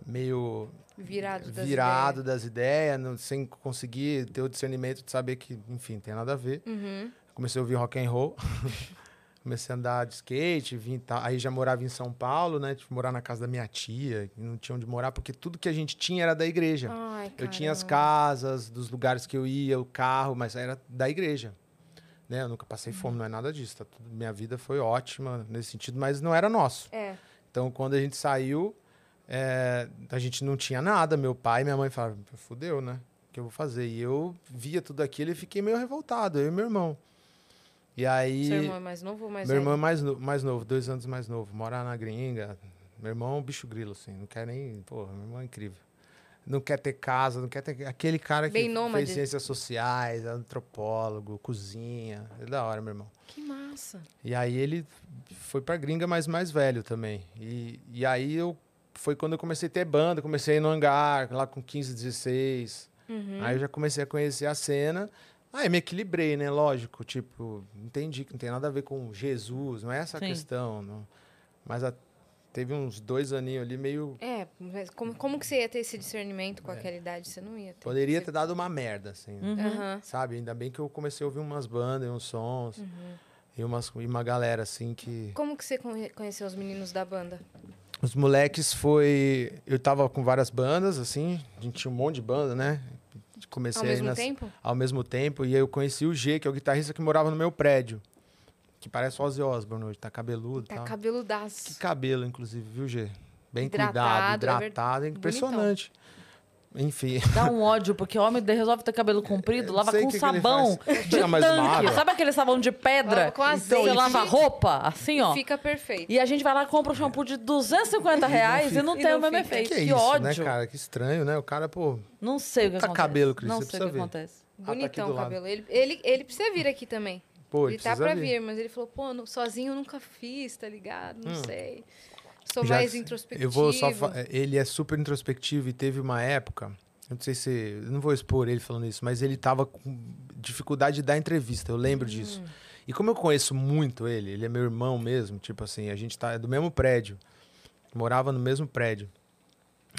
Speaker 3: Meio
Speaker 2: Virado das
Speaker 3: virado das ideias, não- sem conseguir ter o discernimento de saber que, enfim, tem nada a ver.
Speaker 2: Uhum.
Speaker 3: Comecei a ouvir rock and roll. [LAUGHS] Comecei a andar de skate, vim, tá, aí já morava em São Paulo, né? Tipo, morar na casa da minha tia, que não tinha onde morar, porque tudo que a gente tinha era da igreja.
Speaker 2: Ai,
Speaker 3: eu tinha as
Speaker 2: caramba.
Speaker 3: casas, dos lugares que eu ia, o carro, mas era da igreja. né? Eu nunca passei
Speaker 2: Uhum.
Speaker 3: fome, não é nada disso. tá tudo- minha vida foi ótima nesse sentido, mas não era nosso.
Speaker 2: É.
Speaker 3: Então, quando a gente saiu, é, a gente não tinha nada. Meu pai e minha mãe falaram, fudeu, né? O que eu vou fazer? E eu via tudo aquilo e fiquei meio revoltado, eu e meu irmão. E aí...
Speaker 2: Seu irmão é mais novo ou mais
Speaker 3: Meu
Speaker 2: velho?
Speaker 3: irmão é mais, no- mais novo, dois anos mais novo, mora na gringa. Meu irmão é um bicho grilo, assim, não quer nem. Porra, meu irmão é incrível. Não quer ter casa, não quer ter. Aquele cara que
Speaker 2: Bem nômade.
Speaker 3: fez ciências sociais, é antropólogo, cozinha. É da hora, meu irmão.
Speaker 2: Que massa.
Speaker 3: E aí ele foi pra gringa, mas mais velho também. E, e aí eu. Foi quando eu comecei a ter banda, comecei a ir no hangar, lá com 15, 16. Aí eu já comecei a conhecer a cena. Aí me equilibrei, né? Lógico, tipo, entendi que não tem nada a ver com Jesus, não é essa a
Speaker 1: Sim.
Speaker 3: questão. Não. Mas a- teve uns dois aninhos ali meio.
Speaker 2: É, mas como, como que você ia ter esse discernimento com aquela idade? Você não ia ter.
Speaker 3: É. Poderia
Speaker 2: Você-
Speaker 3: ter dado uma merda, assim. né?
Speaker 2: Aham.
Speaker 1: Uhum.
Speaker 3: Sabe? Ainda bem que eu comecei a ouvir umas bandas, uns sons. E, umas, e uma galera, assim, que.
Speaker 2: Como que você conhe- conheceu os meninos da banda?
Speaker 3: Os moleques foi. Eu tava com várias bandas, assim. A gente tinha um monte de banda, né? Comecei
Speaker 2: Ao
Speaker 3: aí
Speaker 2: mesmo
Speaker 3: é nas-
Speaker 2: tempo?
Speaker 3: Ao mesmo tempo. E aí eu conheci o G, que é o guitarrista que morava no meu prédio. Que parece o Ozzy Osbourne hoje. Tá cabeludo e
Speaker 2: Tá
Speaker 3: tal. Que
Speaker 2: cabeludaço.
Speaker 3: cabelo, inclusive, viu, G? Bem
Speaker 2: Hidratado, é
Speaker 3: cuidado,
Speaker 2: ver-
Speaker 3: hidratado. Impressionante. Enfim.
Speaker 1: Dá um ódio, porque homem de- resolve ter cabelo comprido,
Speaker 3: Eu
Speaker 1: [LAUGHS] lava
Speaker 3: sei
Speaker 1: com
Speaker 3: o que que ele
Speaker 1: sabão [LAUGHS]
Speaker 3: faz.
Speaker 1: de
Speaker 3: Pega mais uma
Speaker 1: tanque.
Speaker 3: água.
Speaker 1: Sabe aquele sabão de pedra? Então,
Speaker 2: Lava com azeite.
Speaker 1: Você lava a roupa, assim, ó.
Speaker 2: Fica perfeito.
Speaker 1: E a gente vai lá, compra um shampoo de 250 reais e não, tem
Speaker 2: fica. E
Speaker 1: o
Speaker 2: não
Speaker 1: mesmo
Speaker 2: fica.
Speaker 1: efeito.
Speaker 3: que
Speaker 1: Que,
Speaker 3: é isso,
Speaker 1: ódio.
Speaker 3: né, cara? Que estranho, né? O cara, pô.
Speaker 1: Não sei o que
Speaker 3: Tá
Speaker 1: acontece.
Speaker 3: cabelo, Cris,
Speaker 1: Não sei
Speaker 3: você precisa
Speaker 1: o que
Speaker 3: ver.
Speaker 1: acontece.
Speaker 3: tá aqui
Speaker 2: Bonitão
Speaker 3: do
Speaker 2: o
Speaker 3: lado.
Speaker 2: cabelo. Ele, ele, ele precisa vir aqui também.
Speaker 3: Pô,
Speaker 2: ele
Speaker 3: ele
Speaker 2: tá
Speaker 3: precisa
Speaker 2: pra
Speaker 3: vir.
Speaker 2: vir, mas ele falou, pô, não, sozinho eu nunca fiz, tá ligado? Não sei. Sou
Speaker 3: Hum. Já
Speaker 2: mais
Speaker 3: que-
Speaker 2: introspectivo.
Speaker 3: Eu vou só fa- ele é super introspectivo e teve uma época, eu não sei se, eu não vou expor ele falando isso, mas ele tava com dificuldade de dar entrevista, eu lembro disso.
Speaker 2: Hum.
Speaker 3: E como eu conheço muito ele, ele é meu irmão mesmo, tipo assim, a gente tá é do mesmo prédio. Morava no mesmo prédio.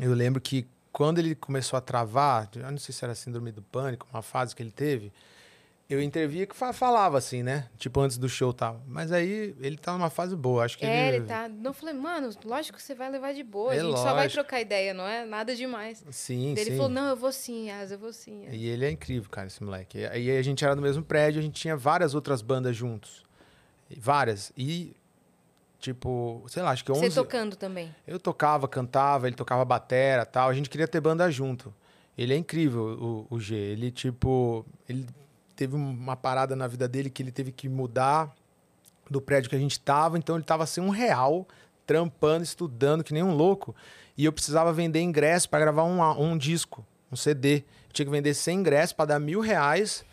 Speaker 3: Eu lembro que quando ele começou a travar, eu não sei se era síndrome do pânico, uma fase que ele teve, eu intervia que fa- falava assim, né? Tipo antes do show e tal. Mas aí ele tá numa fase boa, acho que
Speaker 2: É, ele tá. Não, eu falei, mano, lógico que você vai levar de boa. a
Speaker 3: É
Speaker 2: gente só vai
Speaker 3: lógico.
Speaker 2: trocar ideia, não é? Nada demais.
Speaker 3: Sim,
Speaker 2: Daí
Speaker 3: sim.
Speaker 2: ele falou, não, eu vou sim, Yas, eu vou sim. Yas."
Speaker 3: E ele é incrível, cara, esse moleque. E aí a gente era no mesmo prédio, a gente tinha várias outras bandas juntos. E Várias. E, tipo, sei lá, acho que 11...
Speaker 2: Você tocando também.
Speaker 3: Eu tocava, cantava, ele tocava batera tal. A gente queria ter banda junto. Ele é incrível, o, o G. Ele, tipo, ele teve uma parada na vida dele que ele teve que mudar do prédio que a gente tava. Então ele tava sem um real, trampando, estudando, que nem um louco. E eu precisava vender ingresso para gravar um, á- um disco, um CD. Eu tinha que vender 100 ingressos para dar mil reais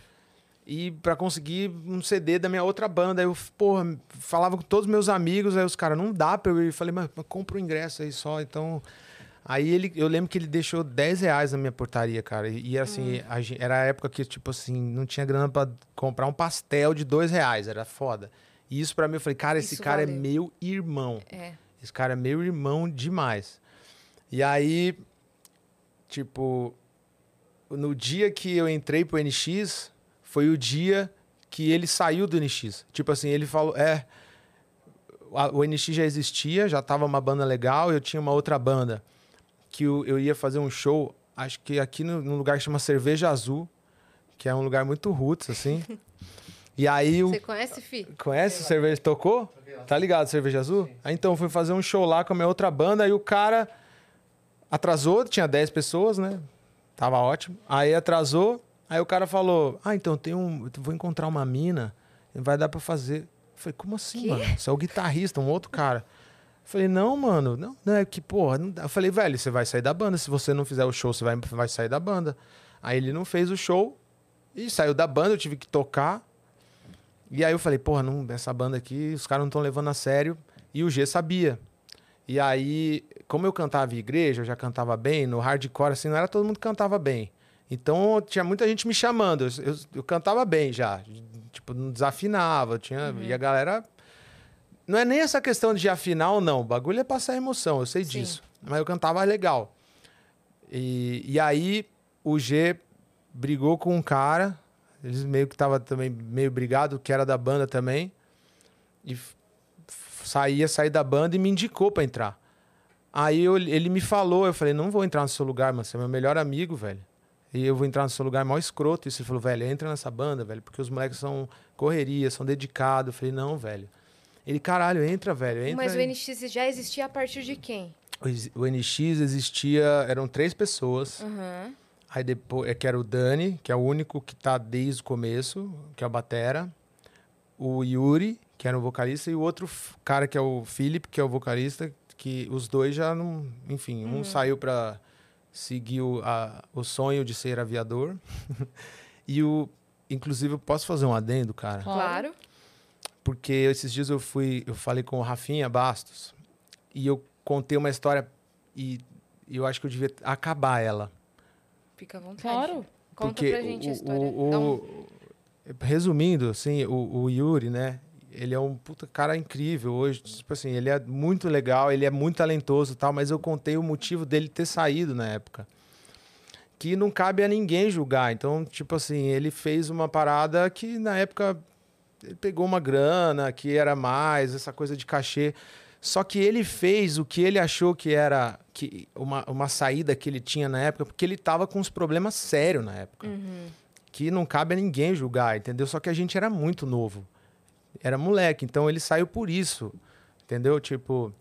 Speaker 3: e para conseguir um CD da minha outra banda. Aí eu, porra, falava com todos os meus amigos, aí os caras, não dá pra eu ir. Eu falei, mas, mas compra o ingresso aí só, então... Aí ele, eu lembro que ele deixou 10 reais na minha portaria, cara. E, e, assim,
Speaker 2: Hum.
Speaker 3: a gen- era a época que, tipo assim, não tinha grana pra comprar um pastel de 2 reais, era foda. E isso pra mim, eu falei, cara, esse
Speaker 2: Isso
Speaker 3: cara é
Speaker 2: valeu.
Speaker 3: meu irmão.
Speaker 2: É.
Speaker 3: Esse cara é meu irmão demais. E aí, tipo, no dia que eu entrei pro NX, foi o dia que ele saiu do NX. Tipo assim, ele falou, é, a- o NX já existia, já tava uma banda legal, eu tinha uma outra banda que eu, eu ia fazer um show, acho que aqui no, num lugar que chama Cerveja Azul, que é um lugar muito roots, assim. E aí um o
Speaker 2: Você conhece, Fi?
Speaker 3: Conhece o cerveja? Tocou? Tá ligado, cerveja azul? Aí então, fui fazer um show lá com a minha outra banda, aí o cara atrasou, tinha 10 pessoas, né? Tava ótimo. Aí atrasou, aí o cara falou: Ah, então tem um. eu Vou encontrar uma mina, vai dar pra fazer. Eu falei, como assim, mano? Você é o guitarrista, um outro cara. Eu falei, não, mano, não, não é que, porra, não dá. Eu falei, velho, você vai sair da banda. Se você não fizer o show, você vai, vai sair da banda. Aí ele não fez o show e saiu da banda, eu tive que tocar. E aí eu falei, porra, não, essa banda aqui, os caras não estão levando a sério. E o G sabia. E aí, como eu cantava em igreja, eu já cantava bem, no hardcore, assim, não era todo mundo que cantava bem. Então, tinha muita gente me chamando. Eu, eu- eu cantava bem já. Tipo, não desafinava. eu Tinha, E a galera. Não é nem essa questão de afinar ou não. O bagulho é passar emoção, eu sei
Speaker 2: Sim.
Speaker 3: disso. Mas eu cantava legal. E, e aí, o G brigou com um cara. Eles meio que tava também meio brigado, que era da banda também. E f- f- saía, saí da banda e me indicou pra entrar. Aí eu- ele me falou, eu falei, não vou entrar no seu lugar, mano. Você é meu melhor amigo, velho. E eu vou entrar no seu lugar mó escroto. E você falou, velho, entra nessa banda, velho, porque os moleques são correria, são dedicados. Eu falei, não, velho. Ele, caralho, entra, velho, entra.
Speaker 2: Mas o
Speaker 3: aí."
Speaker 2: NX já existia a partir de quem?
Speaker 3: O NX existia, eram três pessoas.
Speaker 2: Aham.
Speaker 3: Aí depois, é que era o Dani, que é o único que tá desde o começo, que é o batera. O Yuri, que era o vocalista, e o outro f- cara que é o Philip, que é o vocalista, que os dois já não, enfim, um saiu para seguir o, a- o sonho de ser aviador. [LAUGHS] e o inclusive eu posso fazer um adendo, cara?
Speaker 2: Claro.
Speaker 3: porque esses dias eu fui, eu falei com o Rafinha Bastos e eu contei uma história e eu acho que eu devia acabar ela.
Speaker 2: Fica à vontade.
Speaker 1: Claro.
Speaker 2: Conta
Speaker 3: porque
Speaker 2: pra gente
Speaker 3: o-
Speaker 2: a história.
Speaker 3: o-
Speaker 2: Dá um-
Speaker 3: o- Resumindo, assim, o, o Yuri, né? Ele é um puta cara incrível hoje. Tipo assim, ele é muito legal, ele é muito talentoso e tal, mas eu contei o motivo dele ter saído na época. Que não cabe a ninguém julgar. Então, tipo assim, ele fez uma parada que na época ele pegou uma grana, que era mais, essa coisa de cachê. Só que ele fez o que ele achou que era que uma, uma saída que ele tinha na época, porque ele tava com uns problemas sérios na época.
Speaker 2: Uhum.
Speaker 3: Que não cabe a ninguém julgar, entendeu? Só que a gente era muito novo. Era moleque, então ele saiu por isso. Entendeu? Tipo,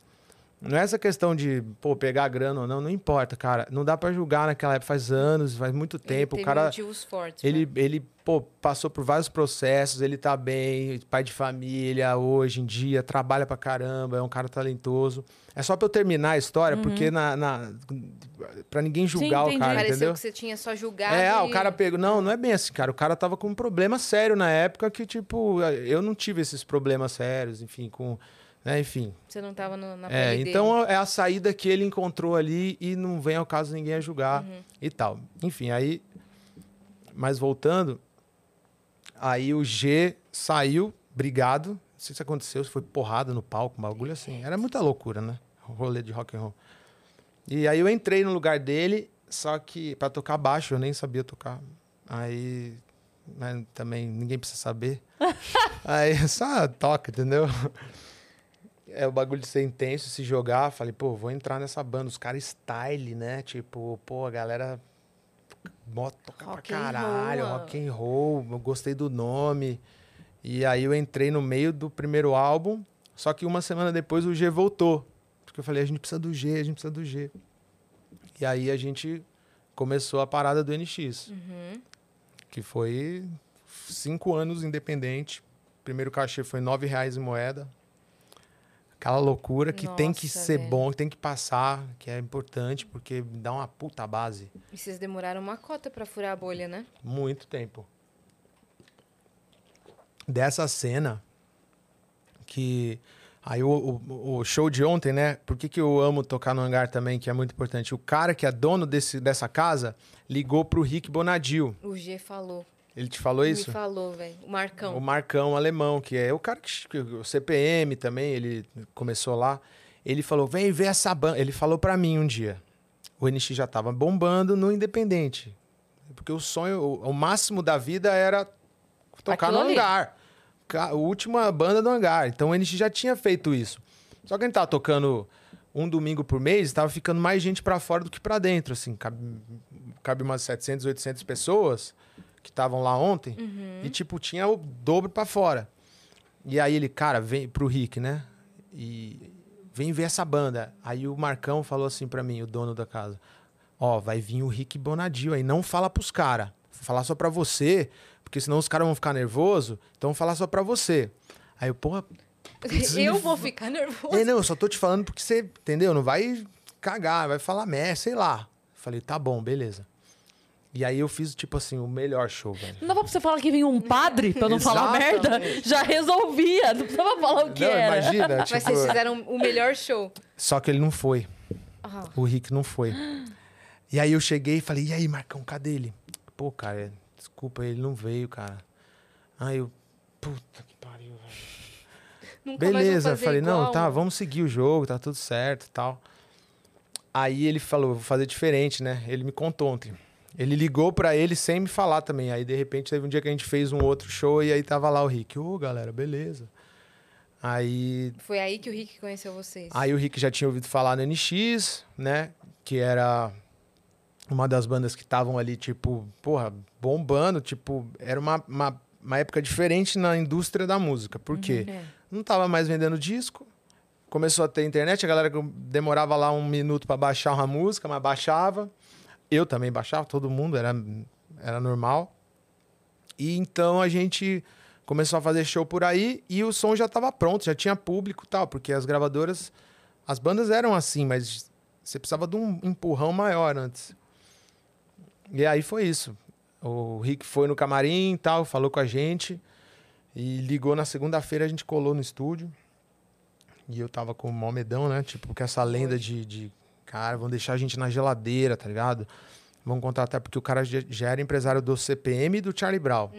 Speaker 3: não é essa questão de, pô, pegar grana ou não, não importa, cara. Não dá pra julgar naquela época, faz anos, faz muito
Speaker 2: ele
Speaker 3: tempo.
Speaker 2: teve
Speaker 3: o cara
Speaker 2: motivos fortes.
Speaker 3: ele,
Speaker 2: né?
Speaker 3: ele pô, passou por vários processos, ele tá bem, pai de família hoje em dia, trabalha pra caramba, é um cara talentoso. É só pra eu terminar a história,
Speaker 2: Uhum.
Speaker 3: porque na, na, pra ninguém julgar o
Speaker 1: entendi.
Speaker 3: cara,
Speaker 2: Pareceu
Speaker 3: entendeu?
Speaker 2: que você tinha só julgado.
Speaker 3: É, ah, o
Speaker 2: e-
Speaker 3: cara pegou. Não, não é bem assim, cara. O cara tava com um problema sério na época que, tipo, eu não tive esses problemas sérios, enfim, com. né, enfim.
Speaker 2: Você não tava no- na
Speaker 3: É,
Speaker 2: pele dele.
Speaker 3: então é a saída que ele encontrou ali e não vem ao caso ninguém a julgar
Speaker 2: Uhum.
Speaker 3: e tal. Enfim, aí. Mas voltando, aí o G saiu, brigado. Não sei se aconteceu, se foi porrada no palco, um bagulho assim. Era muita loucura, né? O rolê de rock and roll. E aí eu entrei no lugar dele, só que pra tocar baixo, eu nem sabia tocar. Aí. né, também ninguém precisa saber. [LAUGHS] aí é só toca, entendeu? É o bagulho de ser intenso, se jogar. Falei, pô, vou entrar nessa banda. Os caras style, né? Tipo, pô, a galera. Mó toca pra
Speaker 1: Rock and roll,
Speaker 3: caralho,
Speaker 1: mano.
Speaker 3: rock and roll. Eu gostei do nome. E aí eu entrei no meio do primeiro álbum. Só que uma semana depois o G voltou. Porque eu falei, a gente precisa do G, a gente precisa do G. E aí a gente começou a parada do NX.
Speaker 2: Uhum.
Speaker 3: Que foi cinco anos independente. Primeiro cachê foi nove reais em moeda. Aquela loucura que tem que
Speaker 2: Nossa,
Speaker 3: ser
Speaker 2: velho.
Speaker 3: bom, que tem que passar, que é importante, porque dá uma puta base.
Speaker 2: E vocês demoraram uma cota pra furar a bolha, né?
Speaker 3: Muito tempo. Dessa cena que. Aí o, o- o show de ontem, né? Por que, que eu amo tocar no hangar também, que é muito importante? O cara que é dono desse, dessa casa ligou pro Rick Bonadil.
Speaker 2: O G falou.
Speaker 3: Ele te falou isso?
Speaker 2: Me falou, velho. O Marcão.
Speaker 3: O Marcão alemão, que é o cara que, que o CPM também, ele começou lá. Ele falou: "Vem ver essa banda". Ele falou pra mim um dia. O NX já tava bombando no independente. Porque o sonho, o, o máximo da vida era tocar
Speaker 1: Aquilo
Speaker 3: no
Speaker 1: ali.
Speaker 3: hangar. Ca- A última banda do hangar. Então o NX já tinha feito isso. Só que a gente tava tocando um domingo por mês, tava ficando mais gente pra fora do que pra dentro, assim, cabe, cabe umas 700, 800 pessoas que estavam lá ontem.
Speaker 1: Uhum.
Speaker 3: E, tipo, tinha o dobro pra fora. E aí ele, cara, vem pro Rick, né? E vem ver essa banda. Aí o Marcão falou assim pra mim, o dono da casa: Ó, vai vir o Rick Bonadio aí. Não fala pros caras. Falar só pra você, porque senão os caras vão ficar nervosos. Então fala só pra você. Aí eu, porra.
Speaker 2: [LAUGHS]
Speaker 3: putz,
Speaker 2: Eu vou ficar nervoso.
Speaker 3: é, não, eu só tô te falando porque você, entendeu? Não vai cagar, vai falar merda, sei lá. Falei, tá bom, beleza. E aí eu fiz, tipo assim, o melhor show, velho.
Speaker 1: Não dava pra você falar que vinha um padre
Speaker 3: [LAUGHS]
Speaker 1: pra não falar
Speaker 3: Exatamente.
Speaker 1: merda? Já resolvia. Não precisava falar o que
Speaker 3: Não,
Speaker 1: era.
Speaker 3: imagina,
Speaker 2: [LAUGHS] Mas
Speaker 3: tipo...
Speaker 2: vocês fizeram o melhor show.
Speaker 3: Só que ele não foi.
Speaker 2: Ah.
Speaker 3: O Rick não foi. E aí eu cheguei e falei, e aí, Marcão, cadê ele? Pô, cara, desculpa, ele não veio, cara. Aí eu, puta que pariu, velho.
Speaker 2: Nunca mais é vou
Speaker 3: Beleza, eu
Speaker 2: fazer
Speaker 3: falei, não,
Speaker 2: igual. um."
Speaker 3: tá, vamos seguir o jogo, tá tudo certo e tal. Aí ele falou, vou fazer diferente, né? Ele me contou ontem. Ele ligou pra ele sem me falar também. Aí, de repente, teve um dia que a gente fez um outro show e aí tava lá o Rick. Ô, galera, beleza. Aí
Speaker 2: Foi aí que o Rick conheceu vocês.
Speaker 3: Aí o Rick já tinha ouvido falar no NX, né? Que era uma das bandas que estavam ali, tipo, porra, bombando, tipo, era uma, uma, uma época diferente na indústria da música. Por quê?
Speaker 2: Uhum. É,
Speaker 3: Não tava mais vendendo disco, começou a ter internet, a galera que demorava lá um minuto para baixar uma música, mas baixava. Eu também baixava, todo mundo, era, era normal. E então a gente começou a fazer show por aí e o som já estava pronto, já tinha público e tal, porque as gravadoras, as bandas eram assim, mas você precisava de um empurrão maior antes. E aí foi isso. O Rick foi no camarim e tal, falou com a gente e ligou na segunda-feira, a gente colou no estúdio. E eu tava com o maior medão, né? Tipo, com essa lenda de, de, cara, vão deixar a gente na geladeira, tá ligado? Vão contratar, porque o cara já- já era empresário do CPM e do Charlie Brown.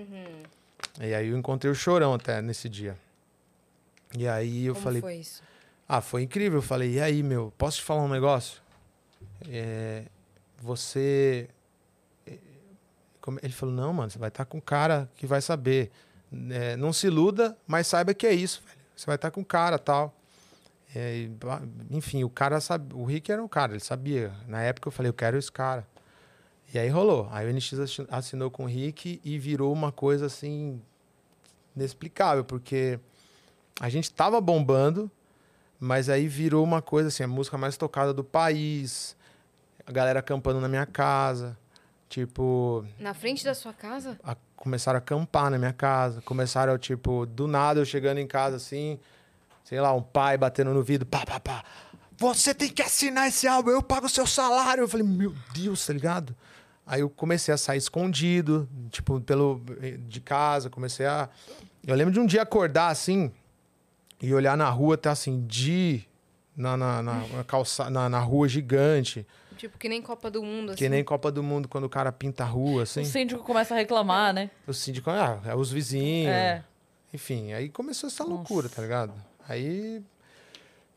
Speaker 3: E aí eu encontrei o Chorão até nesse dia. E aí eu
Speaker 2: Como
Speaker 3: falei,
Speaker 2: foi isso?
Speaker 3: ah, foi incrível. Eu falei, e aí, meu, posso te falar um negócio? É, você. é, como- Ele falou, não, mano, você vai estar com um cara que vai saber. É, não se iluda, mas saiba que é isso, velho. Você vai estar com um cara tal. É, e, ba- enfim, o cara sabe. O Rick era um cara, ele sabia. Na época eu falei, eu quero esse cara. E aí rolou. Aí o NX assi- assinou com o Rick e virou uma coisa assim. inexplicável, porque a gente tava bombando. Mas aí virou uma coisa assim, a música mais tocada do país, a galera acampando na minha casa, tipo,
Speaker 2: Na frente da sua casa?
Speaker 3: a- começaram a acampar na minha casa, começaram, tipo, do nada eu chegando em casa assim, sei lá, um pai batendo no vidro, pá, pá, pá, você tem que assinar esse álbum, eu pago o seu salário. Eu falei, meu Deus, tá ligado? Aí eu comecei a sair escondido, tipo, pelo, de casa, comecei a... Eu lembro de um dia acordar assim e olhar na rua, tá assim, de... Na, na, na, na calça, na, na rua gigante,
Speaker 2: Tipo, que nem Copa do Mundo,
Speaker 3: que
Speaker 2: assim.
Speaker 3: nem Copa do Mundo, quando o cara pinta a rua, assim.
Speaker 1: O síndico começa a reclamar, né?
Speaker 3: O síndico, ah, é os vizinhos.
Speaker 1: É.
Speaker 3: Enfim, aí começou essa loucura, tá ligado? Aí.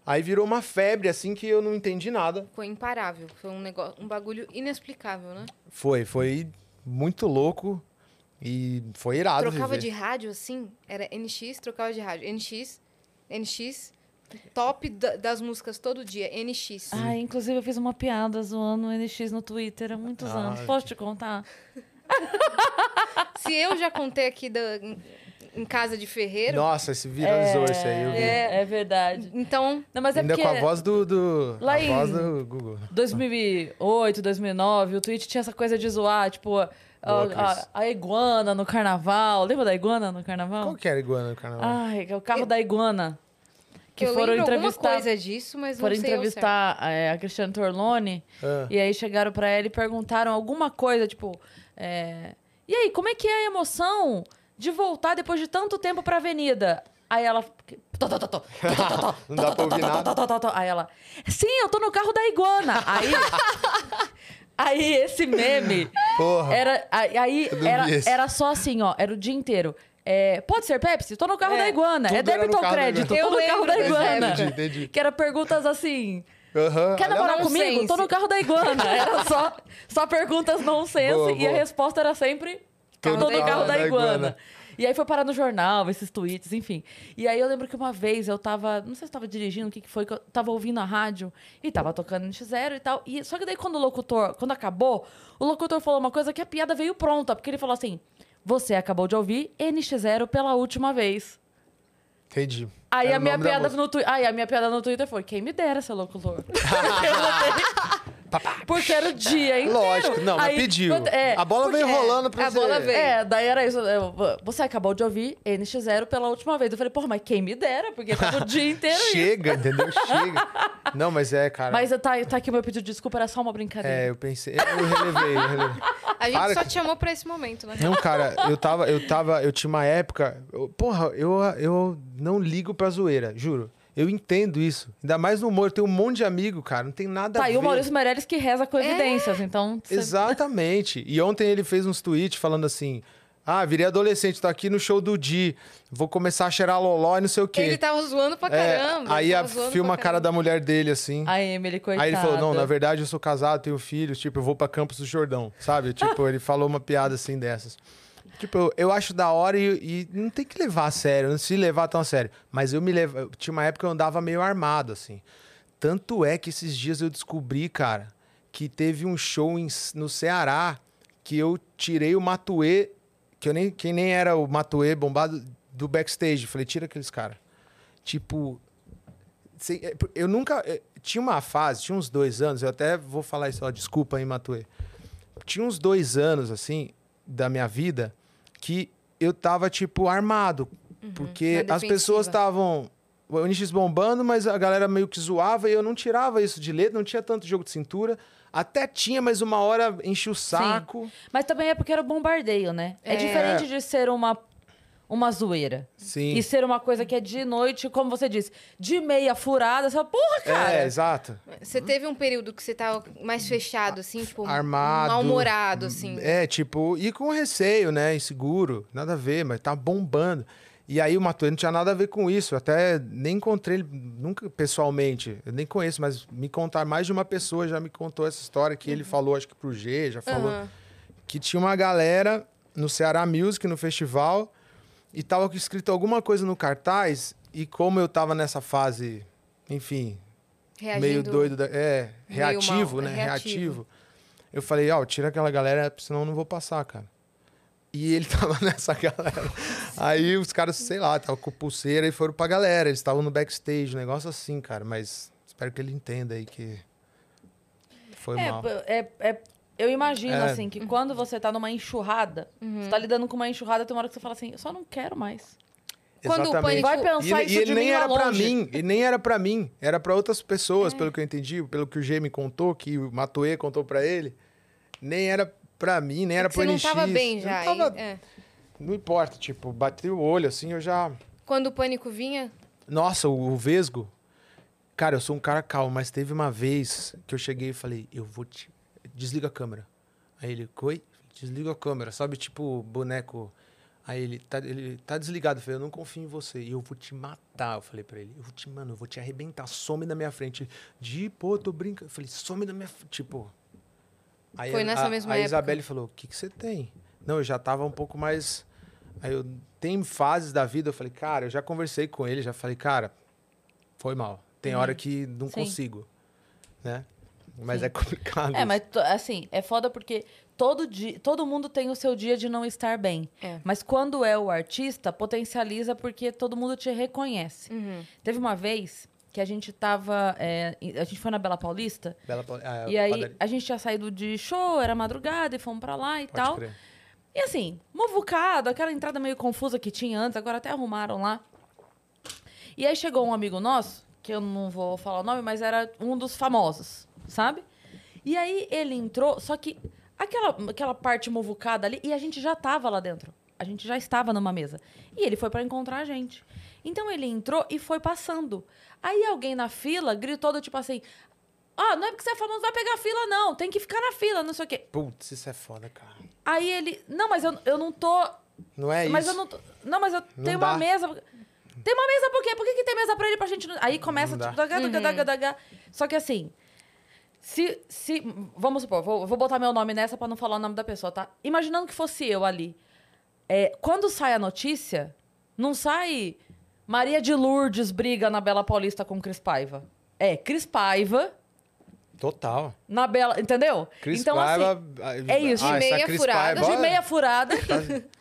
Speaker 3: Aí virou uma febre, assim, que eu não entendi nada.
Speaker 2: Foi imparável. Foi um negócio, um bagulho inexplicável, né?
Speaker 3: Foi, foi muito louco e foi irado.
Speaker 2: trocava
Speaker 3: viver.
Speaker 2: de rádio, assim. Era NX, trocava de rádio. NX, NX, top da- das músicas todo dia. NX.
Speaker 1: Ah, inclusive eu fiz uma piada zoando o NX no Twitter há muitos
Speaker 3: Ah,
Speaker 1: anos. Posso te contar?
Speaker 2: Se eu já contei aqui da, em, em casa de Ferreiro,
Speaker 3: Nossa, esse viralizou esse aí. Eu vi.
Speaker 1: É, é verdade.
Speaker 2: então
Speaker 1: Não, mas é
Speaker 3: Ainda
Speaker 1: porque
Speaker 3: com a voz do. do
Speaker 1: Lá
Speaker 3: a
Speaker 1: em-
Speaker 3: voz do Google.
Speaker 1: 2008, 2009, o Twitch tinha essa coisa de zoar, tipo, a, a-
Speaker 3: Cris.
Speaker 1: a iguana no carnaval. Lembra da iguana no carnaval?
Speaker 3: Qual que era a iguana no carnaval?
Speaker 1: Ai, que é o carro da iguana. Que
Speaker 2: eu
Speaker 1: foram
Speaker 2: lembro
Speaker 1: entrevistar,
Speaker 2: alguma coisa disso, mas
Speaker 1: foram
Speaker 2: não sei ao certo.
Speaker 1: entrevistar é, a Cristiane Torlone.
Speaker 3: Ah.
Speaker 1: E aí chegaram pra ela e perguntaram alguma coisa, tipo... é, e aí, como é que é a emoção de voltar depois de tanto tempo pra avenida? Aí ela... Tó, tó, tó, tó, tó, tó, tó,
Speaker 3: Ah. [LAUGHS] Não dá pra ouvir nada.
Speaker 1: tó, tó, tó, tó. Aí ela... Sim, eu tô no carro da iguana.
Speaker 3: [LAUGHS]
Speaker 1: Aí... aí esse meme...
Speaker 3: Porra.
Speaker 1: Era, aí- aí
Speaker 3: Eu não
Speaker 1: era,
Speaker 3: vi esse.
Speaker 1: era só assim, ó. Era o dia inteiro. É, pode ser Pepsi? Tô no carro
Speaker 2: É.
Speaker 1: da iguana.
Speaker 3: Tudo
Speaker 1: é
Speaker 3: era no
Speaker 1: débito ou
Speaker 3: carro da
Speaker 1: crédito?
Speaker 3: iguana.
Speaker 1: Tô
Speaker 2: Eu
Speaker 1: no carro da
Speaker 2: lembro dessa
Speaker 1: iguana.
Speaker 3: época. Entendi, entendi.
Speaker 1: Que era perguntas assim.
Speaker 3: Aham,
Speaker 1: Quer
Speaker 3: olha
Speaker 1: namorar
Speaker 3: lá.
Speaker 2: nonsense.
Speaker 1: comigo? Tô no carro da iguana. Era só, só perguntas nonsense
Speaker 3: Boa,
Speaker 1: e a
Speaker 3: boa.
Speaker 1: resposta era sempre tô no carro, da, iguana. E aí foi parar no jornal, esses tweets, enfim. E aí eu lembro que uma vez eu tava, não sei se eu tava dirigindo, o que que foi, que eu tava ouvindo a rádio e tava tocando NX0 e tal. E, só que daí quando o locutor, quando acabou, o locutor falou uma coisa que a piada veio pronta, porque ele falou assim: Você acabou de ouvir NX0 pela última vez.
Speaker 3: Entendi.
Speaker 1: Aí
Speaker 3: Era
Speaker 1: a
Speaker 3: o
Speaker 1: minha
Speaker 3: nome da
Speaker 1: piada
Speaker 3: música.
Speaker 1: no Twitter. Aí a minha piada no Twitter foi: quem me dera, seu locutor.
Speaker 3: [LAUGHS]
Speaker 1: Porque era o dia inteiro.
Speaker 3: Lógico, não, mas
Speaker 1: então, Aí,
Speaker 3: pediu.
Speaker 1: quando- é,
Speaker 3: a bola
Speaker 1: porque-
Speaker 3: veio rolando pra
Speaker 2: a
Speaker 3: você.
Speaker 2: bola veio.
Speaker 1: É, daí era isso. eu- Você acabou de ouvir NX0 pela última vez. Eu falei, porra, mas quem me dera, porque tava o dia inteiro aí.
Speaker 3: Chega, entendeu? Chega.
Speaker 1: [LAUGHS]
Speaker 3: Não, mas é, cara.
Speaker 1: Mas tá, tá aqui o meu pedido de desculpa, era só uma brincadeira.
Speaker 3: É, eu pensei, eu relevei, eu relevei.
Speaker 2: A gente
Speaker 3: Para
Speaker 2: só
Speaker 3: que-
Speaker 2: te chamou pra esse momento, né?
Speaker 3: [LAUGHS] Não, cara, eu tava, eu tava, eu tinha uma época, eu- porra, eu, eu não ligo pra zoeira, juro. Eu entendo isso. Ainda mais no humor, eu tenho um monte de amigo, cara, não tem nada
Speaker 1: tá
Speaker 3: a ver.
Speaker 1: aí o Maurício Meirelles que reza com evidências, então... cê-
Speaker 3: Exatamente. E ontem ele fez uns tweets falando assim: "Ah, virei adolescente, tô aqui no show do Di, vou começar a cheirar loló e não sei o quê".
Speaker 2: Ele tava zoando pra
Speaker 3: É,
Speaker 2: caramba.
Speaker 3: aí
Speaker 2: ele
Speaker 3: a,
Speaker 2: tava zoando
Speaker 3: filma a
Speaker 2: pra caramba.
Speaker 3: cara da mulher dele assim.
Speaker 1: A Emily, coitada.
Speaker 3: Aí ele falou, não, na verdade eu sou casado, tenho filhos, tipo, eu vou pra Campos do Jordão, sabe? Tipo, ele falou uma piada assim dessas. Tipo, eu, eu acho da hora e, e não tem que levar a sério, não se levar tão a sério. Mas eu me levo. eu- Tinha uma época que eu andava meio armado, assim. Tanto é que esses dias eu descobri, cara, que teve um show em- no Ceará que eu tirei o Matuê, que eu nem, quem nem era o Matuê bombado, do backstage. Falei, tira aqueles caras. Tipo, sei- é, por- eu nunca. é, Tinha uma fase, tinha uns dois anos, eu até vou falar isso, ó, desculpa aí, Matuê. Tinha uns dois anos, assim, da minha vida, que eu tava, tipo, armado. porque
Speaker 2: Uhum. na
Speaker 3: as pessoas
Speaker 2: defensiva.
Speaker 3: estavam. O Onix bombando, mas a galera meio que zoava e eu não tirava isso de letra, não tinha tanto jogo de cintura. Até tinha, mas uma hora enchi o saco.
Speaker 1: Mas também é porque era bombardeio, né? É,
Speaker 2: É.
Speaker 1: diferente de ser uma, uma zoeira.
Speaker 3: Sim.
Speaker 1: E ser uma coisa que é de noite, como você disse, de meia furada, você fala, porra, cara!
Speaker 3: É, exato.
Speaker 2: Você teve um período que você tava mais fechado, assim, tipo,
Speaker 3: Armado.
Speaker 2: mal-humorado, assim.
Speaker 3: É, tipo, e com receio, né? Inseguro, nada a ver, mas tá bombando. E aí o Matuê não tinha nada a ver com isso. Eu até nem encontrei ele nunca pessoalmente. Eu nem conheço, mas me contar mais de uma pessoa já me contou essa história que ele falou, acho que pro G, já falou.
Speaker 2: Aham.
Speaker 3: que tinha uma galera no Ceará Music, no festival, e tava escrito alguma coisa no cartaz, e como eu tava nessa fase, enfim,
Speaker 2: Reagindo.
Speaker 3: meio doido, da- é,
Speaker 2: Meio
Speaker 3: reativo,
Speaker 2: mal,
Speaker 3: né?
Speaker 2: é,
Speaker 3: Reativo.
Speaker 2: reativo.
Speaker 3: Eu falei, ó, tira aquela galera, senão eu não vou passar, cara. E ele [LAUGHS] tava nessa galera. Aí os caras, sei lá, tava com pulseira e foram pra galera. Eles estavam no backstage, um negócio assim, cara. Mas espero que ele entenda aí que foi
Speaker 1: É,
Speaker 3: mal.
Speaker 1: p- é- é- eu imagino,
Speaker 3: É.
Speaker 1: assim, que quando você tá numa enxurrada, você tá lidando com uma enxurrada, tem uma hora que você fala assim, eu só não quero mais.
Speaker 2: Quando o
Speaker 3: Exatamente.
Speaker 2: pânico-
Speaker 1: Vai pensar
Speaker 3: E,
Speaker 1: isso
Speaker 3: e ele
Speaker 1: de
Speaker 3: nem
Speaker 1: mim
Speaker 3: era
Speaker 1: lá
Speaker 3: pra
Speaker 1: longe.
Speaker 3: mim, ele nem era pra mim, era pra outras pessoas, pelo que eu entendi, pelo que o G me contou, que o Matoê contou pra ele. Nem era pra mim, nem era pro
Speaker 2: É Você não
Speaker 3: NX.
Speaker 2: tava bem
Speaker 3: Eu
Speaker 2: já.
Speaker 3: Não, tava-
Speaker 2: hein? É.
Speaker 3: não importa, tipo, bati o olho assim, eu já.
Speaker 2: Quando o pânico vinha,
Speaker 3: Nossa, o, o Vesgo. Cara, eu sou um cara calmo, mas teve uma vez que eu cheguei e falei, eu vou te. Desliga a câmera. Aí ele, coi, desliga a câmera, sabe? Tipo, boneco. Aí ele tá, ele tá desligado. Eu falei, eu não confio em você. E eu vou te matar. Eu falei pra ele, eu vou te, mano, eu vou te arrebentar. Some da minha frente. De, pô, tô brincando. Eu falei, some da minha frente. Tipo. Aí
Speaker 2: Foi
Speaker 3: a-
Speaker 2: nessa
Speaker 3: a,
Speaker 2: mesma
Speaker 3: a
Speaker 2: época?
Speaker 3: Isabelle falou, o que, que você tem? Não, eu já tava um pouco mais. Aí eu tem fases da vida, eu falei, cara, eu já conversei com ele, já falei, cara, foi mal. Tem hora que não
Speaker 1: Uhum. Sim.
Speaker 3: consigo, né? Mas é complicado.
Speaker 1: É, mas t- assim, é foda porque todo, dia, todo mundo tem o seu dia de não estar bem.
Speaker 2: É.
Speaker 1: Mas quando é o artista, potencializa porque todo mundo te reconhece. Teve uma vez que a gente tava. é, em- a gente foi na Bela Paulista.
Speaker 3: Bela Paul- ah,
Speaker 1: e aí
Speaker 3: padaria.
Speaker 1: a gente tinha saído de show, era madrugada e fomos pra lá e
Speaker 3: Pode
Speaker 1: tal.
Speaker 3: crer.
Speaker 1: E assim, movucado, aquela entrada meio confusa que tinha antes, agora até arrumaram lá. E aí chegou um amigo nosso, que eu não vou falar o nome, mas era um dos famosos, sabe? E aí ele entrou, só que aquela, aquela parte movucada ali, e a gente já tava lá dentro. A gente já estava numa mesa. E ele foi pra encontrar a gente. Então ele entrou e foi passando. Aí alguém na fila gritou do tipo assim: Ah, não é porque você é famoso, vai pegar fila, não. Tem que ficar na fila, não sei o quê.
Speaker 3: Putz, isso é foda, cara.
Speaker 1: Aí ele. Não, mas eu, eu não tô.
Speaker 3: Não é
Speaker 1: Mas
Speaker 3: isso.
Speaker 1: eu não tô... Não, mas eu tenho
Speaker 3: dá.
Speaker 1: uma mesa. Tem uma mesa por quê? Por que, que tem mesa pra ele e pra gente? não- Aí começa,
Speaker 3: dá.
Speaker 1: tipo, daga, daga, daga, daga. Só que assim. Se, se. Vamos supor, vou, vou botar meu nome nessa pra não falar o nome da pessoa, tá? Imaginando que fosse eu ali. É, quando sai a notícia, não sai. Maria de Lourdes briga na Bela Paulista com Cris Paiva. É, Cris Paiva
Speaker 3: Total.
Speaker 1: na Bela. Entendeu?
Speaker 3: Cris
Speaker 1: então,
Speaker 3: Paiva.
Speaker 1: assim.
Speaker 3: ah,
Speaker 1: é isso.
Speaker 3: ah,
Speaker 2: De
Speaker 3: essa
Speaker 2: meia
Speaker 3: Cris
Speaker 2: furada.
Speaker 3: Paiva, tá
Speaker 1: De meia furada.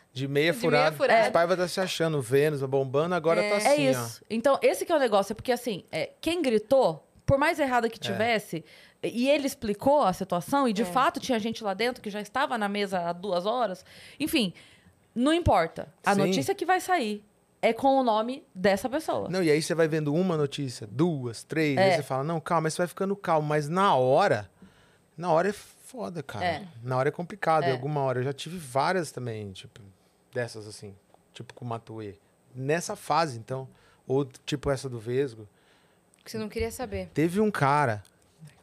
Speaker 1: [LAUGHS]
Speaker 3: De meia
Speaker 2: meia
Speaker 3: furada.
Speaker 2: furada.
Speaker 3: Cris Paiva tá se achando, Vênus bombando, agora tá assim,
Speaker 1: É isso. Então, esse que é o negócio. É porque, assim, é, quem gritou, por mais errada
Speaker 3: É.
Speaker 1: que tivesse, e ele explicou a situação, e
Speaker 2: É.
Speaker 1: de fato tinha gente lá dentro que já estava na mesa há duas horas. Enfim, não importa. A
Speaker 3: Sim.
Speaker 1: notícia que vai sair é com o nome dessa pessoa.
Speaker 3: ó. Não, e aí você vai vendo uma notícia, duas, três, aí
Speaker 1: É.
Speaker 3: você fala, não, calma, aí você vai ficando calmo, mas na hora, na hora é foda, cara.
Speaker 1: É.
Speaker 3: Na hora é complicado, em
Speaker 1: É.
Speaker 3: alguma hora. Eu já tive várias também, tipo, dessas assim, tipo com o Matuê. Nessa fase, então, ou tipo essa do Vesgo.
Speaker 2: que você não queria saber.
Speaker 3: Teve um cara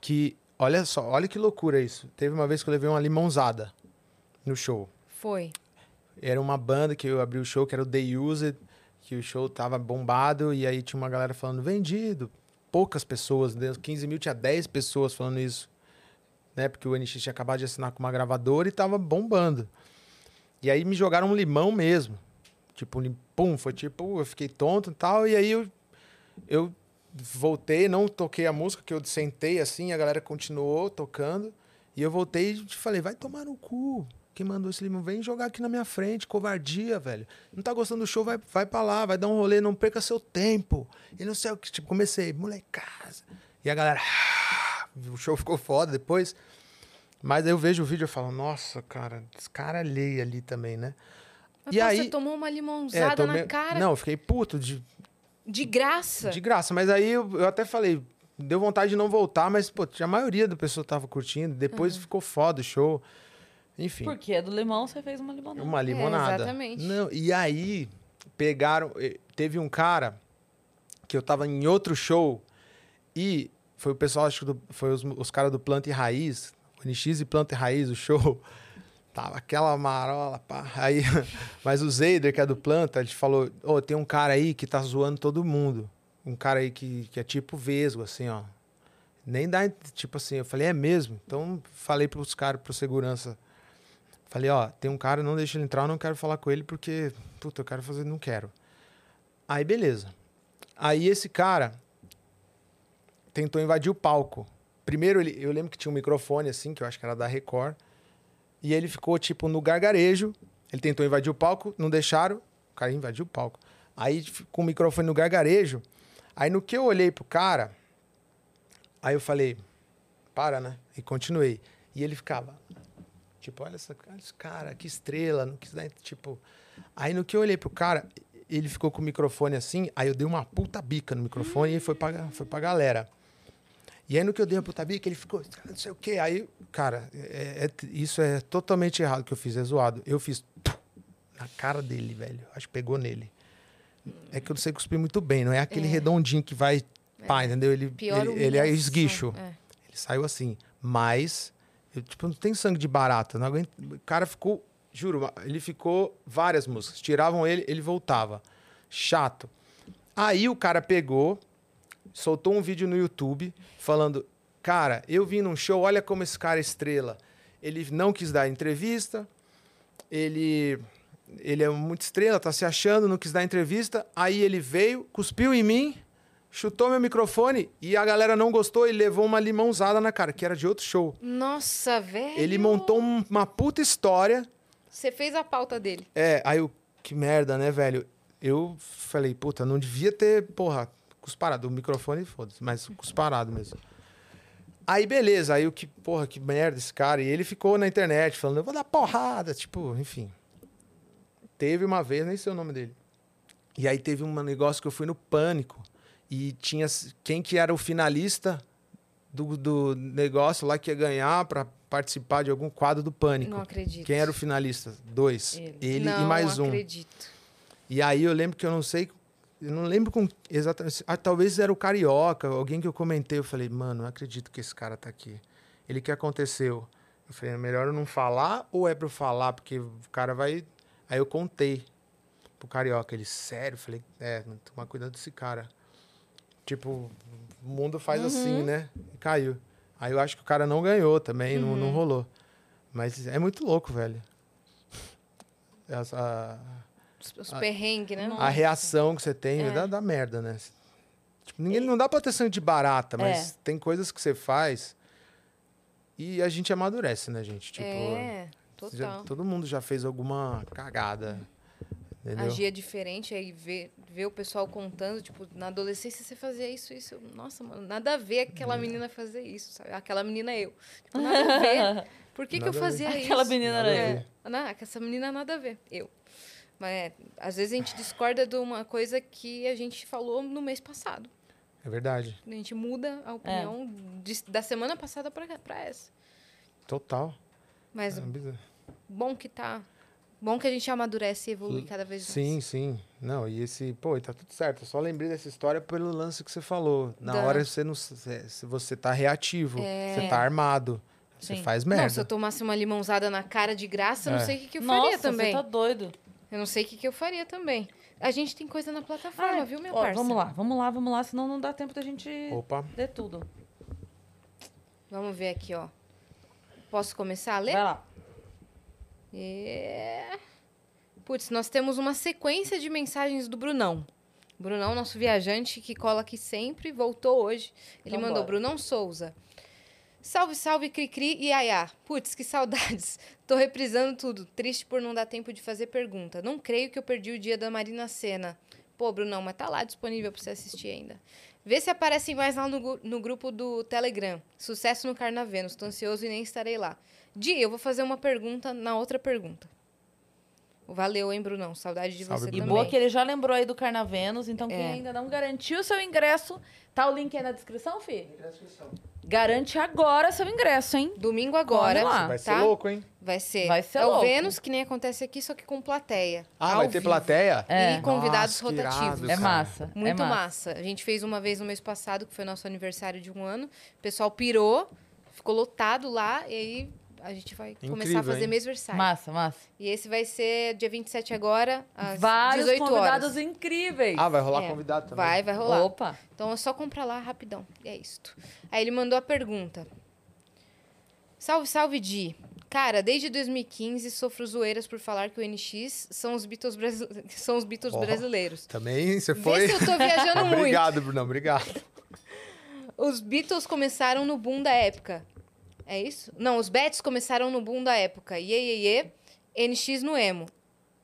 Speaker 3: que, olha só, olha que loucura isso. Teve uma vez que eu levei uma limonzada no show.
Speaker 2: Foi.
Speaker 3: Era uma banda que eu abri o show, que era o The Used, que o show tava bombado, e aí tinha uma galera falando, vendido. Poucas pessoas, dentro 15 mil tinha 10 pessoas falando isso. Né? Porque o NX tinha acabado de assinar com uma gravadora e tava bombando. E aí me jogaram um limão mesmo. Tipo, um lim- pum, foi tipo, eu fiquei tonto e tal, e aí eu, eu voltei, não toquei a música, que eu sentei assim, a galera continuou tocando. E eu voltei e te falei, vai tomar no cu. Quem mandou esse limão, vem jogar aqui na minha frente, covardia, velho. Não tá gostando do show, vai, vai pra lá, vai dar um rolê, não perca seu tempo. E não sei o que, tipo, comecei, molecada. E a galera, "Ah", o show ficou foda depois. Mas aí eu vejo o vídeo e falo, nossa, cara, descaralhei ali também, né?
Speaker 2: Mas, pô, você tomou uma
Speaker 3: é,
Speaker 2: limonzada
Speaker 3: tomei-
Speaker 2: na cara,
Speaker 3: Não, eu fiquei puto de,
Speaker 2: de graça.
Speaker 3: de graça. Mas aí eu, eu até falei, deu vontade de não voltar, mas, pô, a maioria do pessoal tava curtindo. Depois ficou foda o show. Enfim.
Speaker 4: Porque é do limão, você fez uma limonada.
Speaker 2: [LAUGHS]
Speaker 3: Uma limonada.
Speaker 2: exatamente.
Speaker 3: Não, e aí pegaram. eh, Teve um cara que eu tava em outro show e foi o pessoal, acho que do- foi os, os caras do Planta e Raiz, o NX e Planta e Raiz, o show. [LAUGHS] Tava aquela marola, pá. Aí, [LAUGHS] mas o Zeider, que é do Planta, ele falou: Ô, tem um cara aí que tá zoando todo mundo. Um cara aí que, que é tipo vesgo, assim, ó. Nem dá, tipo assim, eu falei, é mesmo? Então falei pros caras, pro segurança. Falei, ó, tem um cara, não deixa ele entrar, eu não quero falar com ele porque, puta, eu quero fazer, não quero. Aí, beleza. Aí esse cara tentou invadir o palco. Primeiro, ele, eu lembro que tinha um microfone assim, que eu acho que era da Record, e ele ficou, tipo, no gargarejo. Ele tentou invadir o palco, não deixaram, o cara invadiu o palco. Aí, com o microfone no gargarejo, aí no que eu olhei pro cara, aí eu falei, para, né? E continuei. E ele ficava, Tipo, olha, essa, olha esse cara, que estrela, não quis dar. Tipo. Aí no que eu olhei pro cara, ele ficou com o microfone assim, aí eu dei uma puta bica no microfone e foi pra, foi pra galera. E aí no que eu dei a puta bica, ele ficou, "Cara, não sei o quê. Aí, cara, é- é- isso é totalmente errado que eu fiz, é zoado. Eu fiz na cara dele, velho. Acho que pegou nele. É que eu não sei cuspir muito bem, não é aquele redondinho que vai. Pá, entendeu? Ele,
Speaker 2: Pior
Speaker 3: ele, ele é
Speaker 2: humilhação.
Speaker 3: esguicho.
Speaker 2: É.
Speaker 3: Ele saiu assim. Mas, eu, tipo, não tem sangue de barata. Não aguento. O cara ficou, juro, ele ficou várias músicas. Tiravam ele, ele voltava. Chato. Aí o cara pegou, soltou um vídeo no YouTube falando: Cara, eu vim num show, olha como esse cara é estrela. Ele não quis dar entrevista, ele. Ele é muito estrela, tá se achando, não quis dar entrevista. Aí ele veio, cuspiu em mim, chutou meu microfone e a galera não gostou e levou uma limãozada na cara, que era de outro show.
Speaker 2: Nossa, velho.
Speaker 3: Ele montou um- uma puta história.
Speaker 2: Você fez a pauta dele.
Speaker 3: É, aí eu, que merda, né, velho? Eu falei, puta, não devia ter, porra, cusparado. O microfone, foda-se, mas cusparado mesmo. Aí, beleza, aí o que, porra, que merda esse cara. E ele ficou na internet falando, eu vou dar porrada, tipo, enfim. Teve uma vez, nem sei o nome dele. E aí teve um negócio que eu fui no pânico. E tinha s- quem que era o finalista do, do negócio lá que ia ganhar pra participar de algum quadro do pânico.
Speaker 2: Não acredito.
Speaker 3: Quem era o finalista? Dois. Ele,
Speaker 2: Não
Speaker 3: e mais um.
Speaker 2: acredito.
Speaker 3: E aí eu lembro que eu não sei. Eu não lembro com exatamente. ah, talvez era o Carioca, alguém que eu comentei. Eu falei, mano, não acredito que esse cara tá aqui. Ele que aconteceu. Eu falei, é melhor eu não falar ou é pra eu falar? Porque o cara vai. Aí eu contei pro Carioca. Ele, sério? Eu falei, é, mano, tomar cuidado desse cara. Tipo, o mundo faz assim, né? E caiu. Aí eu acho que o cara não ganhou também, não- não, rolou. Mas é muito louco, velho. Essa,
Speaker 2: Os, os perrengues, né?
Speaker 3: a reação que você tem
Speaker 2: É.
Speaker 3: dá, dá merda, né? Tipo, ninguém, não dá pra ter sangue de
Speaker 2: É.
Speaker 3: barata, mas tem coisas que você faz e a gente amadurece, né, gente? Tipo,
Speaker 2: é,
Speaker 3: você já-
Speaker 2: total. Uhum.
Speaker 3: todo mundo já fez alguma cagada, entendeu?
Speaker 2: Agia diferente, aí ver, ver o pessoal contando, tipo, na adolescência você fazia isso, isso. Nossa, mano, nada a ver aquela
Speaker 3: Uhum.
Speaker 2: menina fazer isso, sabe? Aquela menina eu. Tipo, nada a
Speaker 3: [LAUGHS]
Speaker 2: ver. Por que, que eu
Speaker 3: Nada a ver.
Speaker 2: fazia
Speaker 1: [LAUGHS]
Speaker 2: isso?
Speaker 4: Aquela menina
Speaker 3: Nada a
Speaker 4: era
Speaker 3: ver.
Speaker 4: eu.
Speaker 2: É, não, essa menina nada a ver. Eu. Mas é, às vezes a gente discorda de uma coisa que a gente falou no mês passado.
Speaker 3: É verdade,
Speaker 2: A gente muda a opinião
Speaker 4: É.
Speaker 2: de- da semana passada pra, pra essa.
Speaker 3: total.
Speaker 2: Mas
Speaker 3: É bizarro.
Speaker 2: bom que tá. Bom que a gente amadurece e evolui cada vez mais.
Speaker 3: Sim, sim. Não, e esse, pô, e tá tudo certo. Eu só lembrei dessa história pelo lance que você falou. Na
Speaker 2: Da-
Speaker 3: hora você não você você tá reativo, você tá armado, você
Speaker 4: Sim.
Speaker 3: faz
Speaker 2: Não,
Speaker 3: merda.
Speaker 2: se eu tomasse uma limãozada na cara de graça, eu
Speaker 3: É.
Speaker 2: não sei o que, que eu faria
Speaker 4: Nossa,
Speaker 2: também.
Speaker 4: você tá doido.
Speaker 2: Eu não sei o que, que eu faria também. A gente tem coisa na plataforma,
Speaker 4: Ai,
Speaker 2: viu, meu
Speaker 4: ó,
Speaker 2: parça?
Speaker 4: Vamos lá, vamos lá, vamos lá, senão não dá tempo da gente
Speaker 3: Opa.
Speaker 4: ler tudo.
Speaker 2: Vamos ver aqui, ó. Posso começar a ler?
Speaker 4: Vai lá.
Speaker 2: É. Putz, nós temos uma sequência de mensagens do Brunão. Brunão, nosso viajante que cola aqui sempre, voltou hoje. Ele
Speaker 4: Então
Speaker 2: mandou:
Speaker 4: bora.
Speaker 2: Brunão Souza. Salve, salve, Cricri e Ayá. Putz, que saudades. [LAUGHS] Tô reprisando tudo. Triste por não dar tempo de fazer pergunta. Não creio que eu perdi o dia da Marina Senna. Pô, Brunão, mas tá lá disponível pra você assistir ainda. Vê se aparecem mais lá no, gru- no grupo do Telegram. Sucesso no Carnavenos. Tô ansioso e nem estarei lá. Di, eu vou fazer uma pergunta na outra pergunta. Valeu, hein, Brunão? Saudade de
Speaker 3: Salve,
Speaker 2: você
Speaker 3: Brunão.
Speaker 4: E
Speaker 2: também.
Speaker 4: boa que ele já lembrou aí do Carnavenos, então quem
Speaker 2: É.
Speaker 4: ainda não garantiu seu ingresso, tá o link aí na descrição, fi? Garante agora seu ingresso, hein?
Speaker 2: Domingo agora,
Speaker 4: Vamos lá.
Speaker 3: Vai ser
Speaker 2: tá?
Speaker 3: louco, hein?
Speaker 2: Vai ser.
Speaker 4: Vai ser
Speaker 2: é o
Speaker 4: louco.
Speaker 2: Vênus, que nem acontece aqui, só que com plateia.
Speaker 3: Ah,
Speaker 2: Ao
Speaker 3: vai ter
Speaker 2: vivo.
Speaker 3: plateia?
Speaker 4: É.
Speaker 2: E convidados
Speaker 3: Nossa, que irado,
Speaker 2: rotativos.
Speaker 4: É
Speaker 3: Cara,
Speaker 4: massa. é
Speaker 2: Muito
Speaker 4: massa.
Speaker 2: massa. A gente fez uma vez no mês passado, que foi nosso aniversário de um ano. O pessoal pirou, ficou lotado lá, e aí a gente vai começar a
Speaker 3: Incrível,
Speaker 2: fazer
Speaker 3: hein?
Speaker 2: mês aniversário.
Speaker 4: Massa, massa.
Speaker 2: E esse vai ser dia 27 agora, às
Speaker 4: Vários
Speaker 2: 18
Speaker 4: convidados
Speaker 2: horas.
Speaker 4: incríveis.
Speaker 3: Ah, vai rolar
Speaker 2: É.
Speaker 3: convidado também.
Speaker 2: Vai, vai rolar.
Speaker 4: Opa.
Speaker 2: Então é só comprar lá rapidão. E é isto. Aí ele mandou a pergunta. Salve, salve, Di. Cara, desde 2015 sofro zoeiras por falar que o NX são os Beatles, brasi- [LAUGHS] são os Beatles
Speaker 3: Ó.
Speaker 2: brasileiros.
Speaker 3: Também, você
Speaker 2: Vê
Speaker 3: foi? Ah,
Speaker 2: se eu tô viajando muito.
Speaker 3: [LAUGHS] Obrigado, Brunão, obrigado.
Speaker 2: Os Beatles começaram no boom da época. É isso? Não, os Bats começaram no boom da época. Iê, iê, iê, NX no emo.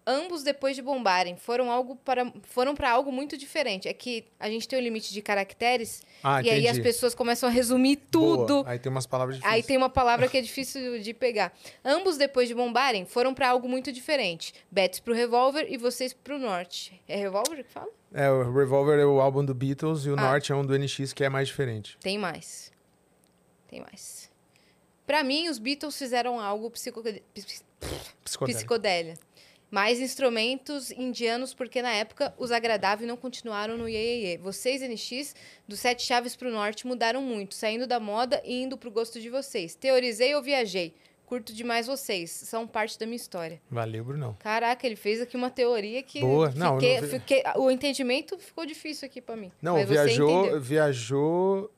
Speaker 2: Ambos, depois de bombarem, foram algo para foram para algo muito diferente. É que a gente tem um limite de caracteres [LAUGHS]
Speaker 3: Ah,
Speaker 2: e aí as pessoas começam a resumir tudo.
Speaker 3: Boa. É Aí tem umas palavras difíceis.
Speaker 2: Aí tem uma palavra que é difícil de pegar. Ambos, depois de bombarem, foram para algo muito diferente. Bats pro revólver e vocês pro norte. É revólver que fala?
Speaker 3: É, o Revolver é o álbum do Beatles e o
Speaker 2: Ah.
Speaker 3: Norte é um do NX que é mais diferente.
Speaker 2: Tem mais. Tem mais. Pra mim, os Beatles fizeram algo psicode- ps-
Speaker 3: Psicodélico.
Speaker 2: psicodélia. Mais instrumentos indianos, porque na época os agradáveis não continuaram no Iê. Vocês, NX, dos Sete Chaves pro Norte, mudaram muito, saindo da moda e indo pro gosto de vocês. Teorizei ou viajei? Curto demais vocês, são parte da minha história.
Speaker 3: Valeu, Brunão.
Speaker 2: Caraca, ele fez aqui uma teoria que.
Speaker 3: Boa. Não, eu não
Speaker 2: fiquei-
Speaker 3: vi-
Speaker 2: fiquei- o entendimento ficou difícil aqui pra mim.
Speaker 3: Não,
Speaker 2: Mas você
Speaker 3: viajou,
Speaker 2: entendeu,
Speaker 3: viajou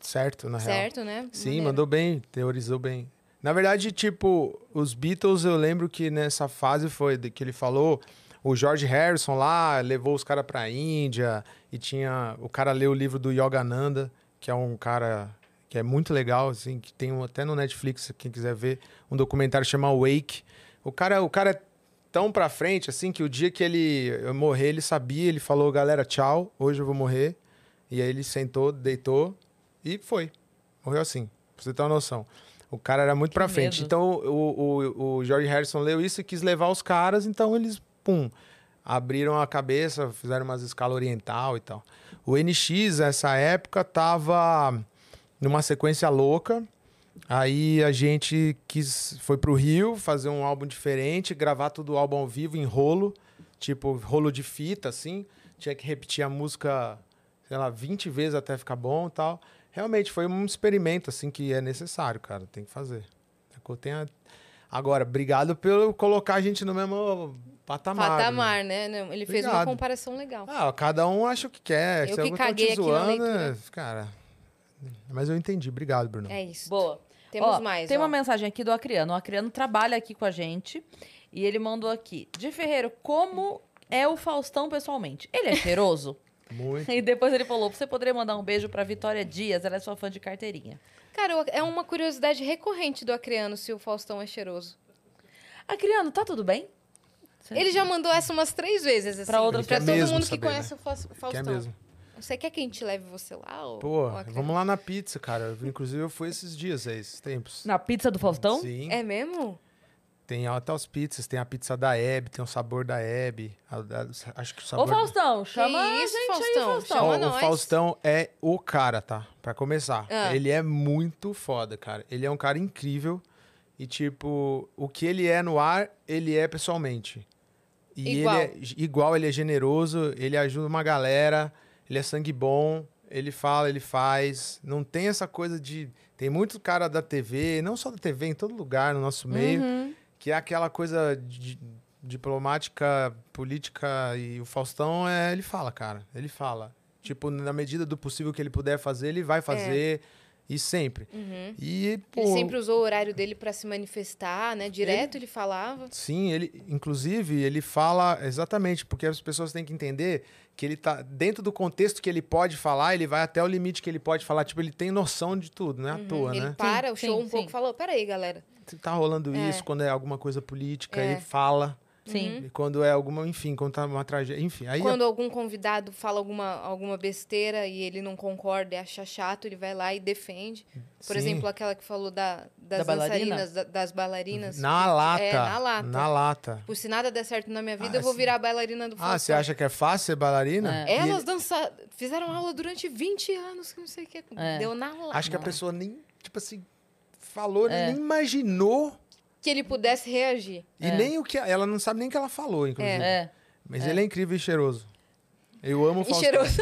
Speaker 3: certo, na real.
Speaker 2: certo, né?
Speaker 3: Sim,
Speaker 2: Maneiro.
Speaker 3: mandou bem, teorizou bem. Na verdade, tipo, os Beatles, eu lembro que nessa fase foi de que ele falou, o George Harrison lá levou os caras pra Índia e tinha. O cara leu o livro do Yogananda, que é um cara que é muito legal, assim, que tem um, até no Netflix, quem quiser ver, um documentário chamado Wake. O cara, o cara é tão pra frente, assim, que o dia que ele eu morrer, ele sabia, ele falou, galera, tchau, hoje eu vou morrer. E aí ele sentou, deitou e foi. Morreu assim, pra você ter uma noção. O cara era muito pra frente.
Speaker 4: medo.
Speaker 3: Então o, o, o George Harrison leu isso e quis levar os caras, então eles, pum, abriram a cabeça, fizeram umas escalas oriental e tal. O NX, essa época, tava numa sequência louca. Aí a gente quis, foi pro Rio fazer um álbum diferente, gravar todo o álbum ao vivo em rolo, tipo rolo de fita, assim. Tinha que repetir a música, sei lá, 20 vezes até ficar bom e tal. Realmente foi um experimento, assim, que é necessário, cara. Tem que fazer. Sacou? Tem a- Agora, obrigado pelo colocar a gente no mesmo patamar. né?
Speaker 2: Patamar, né? Não, ele fez uma
Speaker 3: Obrigado.
Speaker 2: comparação legal.
Speaker 3: Ah, cada um acha o que quer.
Speaker 2: Eu
Speaker 3: Se
Speaker 2: que
Speaker 3: algum tá
Speaker 2: caguei
Speaker 3: te
Speaker 2: aqui na
Speaker 3: zoando,
Speaker 2: leitura.
Speaker 3: é- cara. Mas eu entendi. Obrigado, Bruno.
Speaker 2: É isso.
Speaker 4: Boa.
Speaker 2: Temos
Speaker 4: Ó,
Speaker 2: mais.
Speaker 4: Tem
Speaker 2: ó.
Speaker 4: uma mensagem aqui do Acriano. O Acriano trabalha aqui com a gente e ele mandou aqui. De Ferreiro, como é o Faustão pessoalmente? Ele é
Speaker 2: [LAUGHS]
Speaker 4: cheiroso?
Speaker 3: Muito.
Speaker 4: e depois ele falou: você poderia mandar um beijo pra Vitória Dias, ela é sua fã de carteirinha.
Speaker 2: Cara, eu- é uma curiosidade recorrente do Acreano se o Faustão é cheiroso.
Speaker 4: Acriano, tá tudo bem? Sim.
Speaker 2: Ele já mandou essa umas três vezes, assim.
Speaker 4: Pra outras
Speaker 2: pra
Speaker 3: Ele
Speaker 2: todo
Speaker 3: quer mesmo
Speaker 2: mundo que
Speaker 3: saber,
Speaker 2: conhece
Speaker 3: né?
Speaker 2: o Faus- Faustão.
Speaker 3: Que é mesmo.
Speaker 2: Você quer que a gente leve você lá? Ou,
Speaker 3: Pô,
Speaker 2: ou Acreano?
Speaker 3: vamos lá na pizza, cara. Inclusive, eu fui esses dias aí, esses tempos.
Speaker 4: Na pizza do Faustão?
Speaker 3: Sim.
Speaker 2: É mesmo?
Speaker 3: Tem até os pizzas. Tem a pizza da Hebe, tem o sabor da Hebe. a- a- Acho que o
Speaker 4: Ô,
Speaker 3: sabor...
Speaker 4: Faustão, chama
Speaker 2: Que
Speaker 4: a
Speaker 2: isso,
Speaker 4: gente
Speaker 2: Faustão?
Speaker 4: aí, Faustão.
Speaker 2: Chama
Speaker 3: Ó,
Speaker 2: nós.
Speaker 3: o Faustão é o cara, tá? Pra começar.
Speaker 2: Ah.
Speaker 3: Ele é muito foda, cara. Ele é um cara incrível. E, tipo, o que ele é no ar, ele é pessoalmente. E
Speaker 2: Igual.
Speaker 3: ele é igual, ele é generoso, ele ajuda uma galera, ele é sangue bom, ele fala, ele faz. Não tem essa coisa de. Tem muito cara da TV, não só da TV, em todo lugar, no nosso meio,
Speaker 2: Uhum.
Speaker 3: que é aquela coisa de- diplomática, política. E o Faustão, é, ele fala, cara. Ele fala. Tipo, na medida do possível que ele puder fazer, ele vai fazer. E sempre.
Speaker 2: É. Uhum.
Speaker 3: E, pô,
Speaker 2: Ele sempre usou o horário dele pra se manifestar, né? Direto ele, falava.
Speaker 3: Sim, ele, inclusive, ele fala exatamente, porque as pessoas têm que entender que ele tá dentro do contexto que ele pode falar, ele vai até o limite que ele pode falar. Tipo, ele tem noção de tudo, né? À toa,
Speaker 2: Uhum. ele
Speaker 3: né?
Speaker 2: para o
Speaker 1: sim,
Speaker 2: show um
Speaker 1: sim.
Speaker 2: pouco e falou: peraí, galera.
Speaker 3: Tá rolando
Speaker 2: É.
Speaker 3: isso quando é alguma coisa política,
Speaker 2: É. Uhum.
Speaker 3: ele fala.
Speaker 1: Sim.
Speaker 3: E quando é alguma, enfim, quando tá uma tragédia. Enfim, aí
Speaker 2: Quando algum convidado fala alguma, alguma besteira e ele não concorda e acha chato, ele vai lá e defende. Por
Speaker 3: Sim.
Speaker 2: exemplo, aquela que falou da, das
Speaker 1: Da bailarina?
Speaker 2: dançarinas, da- das bailarinas.
Speaker 3: Na lata.
Speaker 2: É, na lata.
Speaker 3: Na lata.
Speaker 2: Tipo, se nada der certo na minha vida,
Speaker 3: Ah,
Speaker 2: eu vou
Speaker 3: se-
Speaker 2: virar a bailarina do
Speaker 3: Ah,
Speaker 2: Faustão.
Speaker 3: você acha que é fácil ser
Speaker 1: É.
Speaker 3: bailarina? E
Speaker 2: Elas
Speaker 3: ele-
Speaker 2: dança- fizeram aula durante 20 anos, que não sei o que.
Speaker 1: É.
Speaker 2: Deu na lata.
Speaker 3: Acho que a pessoa nem, tipo assim, falou, nem imaginou.
Speaker 2: Que ele pudesse reagir.
Speaker 3: E nem o que. Ela não sabe nem o que ela falou, inclusive.
Speaker 1: É.
Speaker 3: Mas ele é incrível e cheiroso. Eu amo o
Speaker 2: E
Speaker 3: Faustão.
Speaker 2: cheiroso.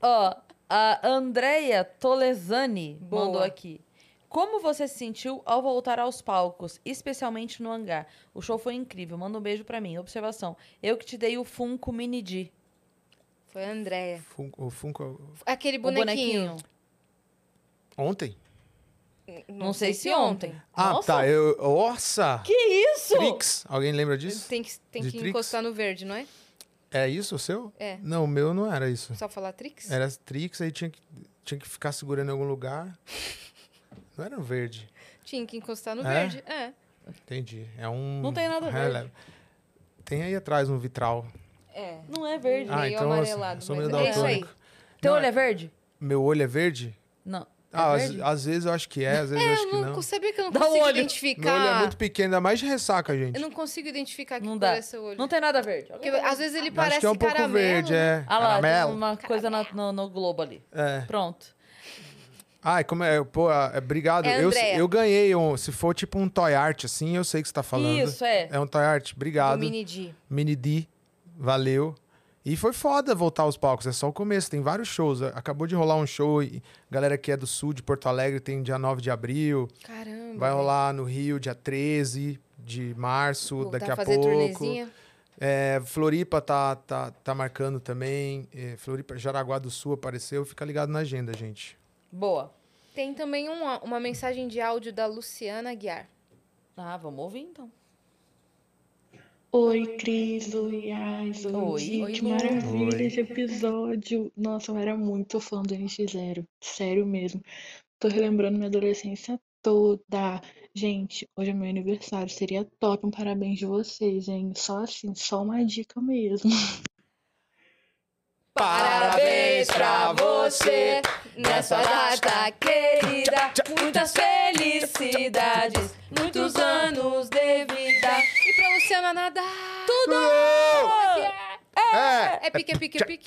Speaker 1: Ó, a Andrea Tolesani
Speaker 2: Boa.
Speaker 1: mandou aqui. Como você se sentiu ao voltar aos palcos, especialmente no hangar? O show foi incrível. Manda um beijo pra mim. Observação. Eu que te dei o Funko Mini D.
Speaker 2: Foi a Andréia.
Speaker 3: Fun- O Funko.
Speaker 2: Aquele
Speaker 1: O
Speaker 2: bonequinho.
Speaker 3: Ontem?
Speaker 1: Não, sei,
Speaker 2: é
Speaker 1: se ontem.
Speaker 3: Ah,
Speaker 1: Nossa,
Speaker 3: tá. Eu... Nossa!
Speaker 1: Que isso?
Speaker 3: Trix. Alguém lembra disso?
Speaker 2: Tem que, tem
Speaker 3: De
Speaker 2: que
Speaker 3: Trix?
Speaker 2: encostar no verde, não é?
Speaker 3: É isso o seu?
Speaker 2: É.
Speaker 3: Não, o meu não era isso.
Speaker 2: Só falar Trix?
Speaker 3: Era Trix, aí tinha que, tinha que ficar segurando em algum lugar. Não era um verde.
Speaker 2: Tinha que encostar no
Speaker 3: É?
Speaker 2: verde. É.
Speaker 3: Entendi. É um.
Speaker 1: Não tem nada a ver.
Speaker 3: relevo. Tem aí atrás um vitral. então
Speaker 2: É.
Speaker 1: Não é verde.
Speaker 2: Ah, meio
Speaker 3: eu
Speaker 2: amarelado,
Speaker 3: sou
Speaker 2: mas
Speaker 3: meio
Speaker 2: é isso aí.
Speaker 3: daltônico.
Speaker 1: Teu
Speaker 3: Não,
Speaker 1: olho é verde?
Speaker 3: Meu olho é verde?
Speaker 1: Não. É
Speaker 3: ah, às,
Speaker 1: verde?
Speaker 3: às vezes eu acho que é, às vezes eu acho
Speaker 2: Eu
Speaker 3: que
Speaker 2: não,
Speaker 3: não.
Speaker 2: sabia que eu não
Speaker 1: Dá um
Speaker 2: consigo
Speaker 1: olho.
Speaker 3: Meu olho é
Speaker 2: identificar.
Speaker 3: muito pequeno, ainda mais de ressaca, gente.
Speaker 2: Eu não consigo identificar que
Speaker 1: Não
Speaker 2: cor
Speaker 1: dá.
Speaker 2: é seu olho.
Speaker 1: Não tem nada verde.
Speaker 2: Porque às vezes ele
Speaker 3: Eu
Speaker 2: parece
Speaker 3: acho que é um pouco
Speaker 2: caramelo.
Speaker 3: verde,
Speaker 2: né?
Speaker 3: é.
Speaker 1: Ah lá, tem
Speaker 3: Caramelo.
Speaker 1: uma coisa na- no, no globo ali.
Speaker 3: É.
Speaker 1: Pronto.
Speaker 3: Ai, como é? Pô, é, obrigado.
Speaker 2: É,
Speaker 3: eu,
Speaker 2: Andréa.
Speaker 3: eu ganhei um. Se for tipo um toy art, assim, eu sei que você tá falando.
Speaker 1: Isso, é.
Speaker 3: É um toy art,
Speaker 2: Do
Speaker 3: obrigado. Mini...
Speaker 2: mini D.
Speaker 3: D, valeu. E foi foda voltar aos palcos, é só o começo, tem vários shows. Acabou de rolar um show, e galera que é do sul, de Porto Alegre, tem dia 9 de abril.
Speaker 2: Caramba.
Speaker 3: Vai
Speaker 2: velho.
Speaker 3: rolar no Rio dia 13 de março,
Speaker 2: Voltar
Speaker 3: daqui a,
Speaker 2: a fazer
Speaker 3: pouco.
Speaker 2: turnezinha.
Speaker 3: É, Floripa tá, tá, tá marcando também. É, Floripa, Jaraguá do Sul apareceu. Fica ligado na agenda, gente.
Speaker 1: Boa.
Speaker 2: Tem também uma, uma mensagem de áudio da Luciana Aguiar.
Speaker 1: Ah, vamos ouvir então.
Speaker 5: Oi, Cris, oi, Ais, oi,
Speaker 1: Oi.
Speaker 5: Di,
Speaker 2: Oi,
Speaker 5: que
Speaker 2: Lu.
Speaker 5: maravilha
Speaker 3: Oi.
Speaker 5: esse episódio. Nossa, eu era muito fã do NX0, sério mesmo. Tô relembrando minha adolescência toda. Gente, hoje é meu aniversário, seria top um parabéns de vocês, hein? Só assim, só uma dica mesmo.
Speaker 2: Parabéns pra você
Speaker 1: nessa data
Speaker 2: querida.
Speaker 1: Muitas felicidades, muitos anos de vida.
Speaker 2: E pra Luciana nadar. Tudo!
Speaker 3: É,
Speaker 2: É pique, é pique, é pique.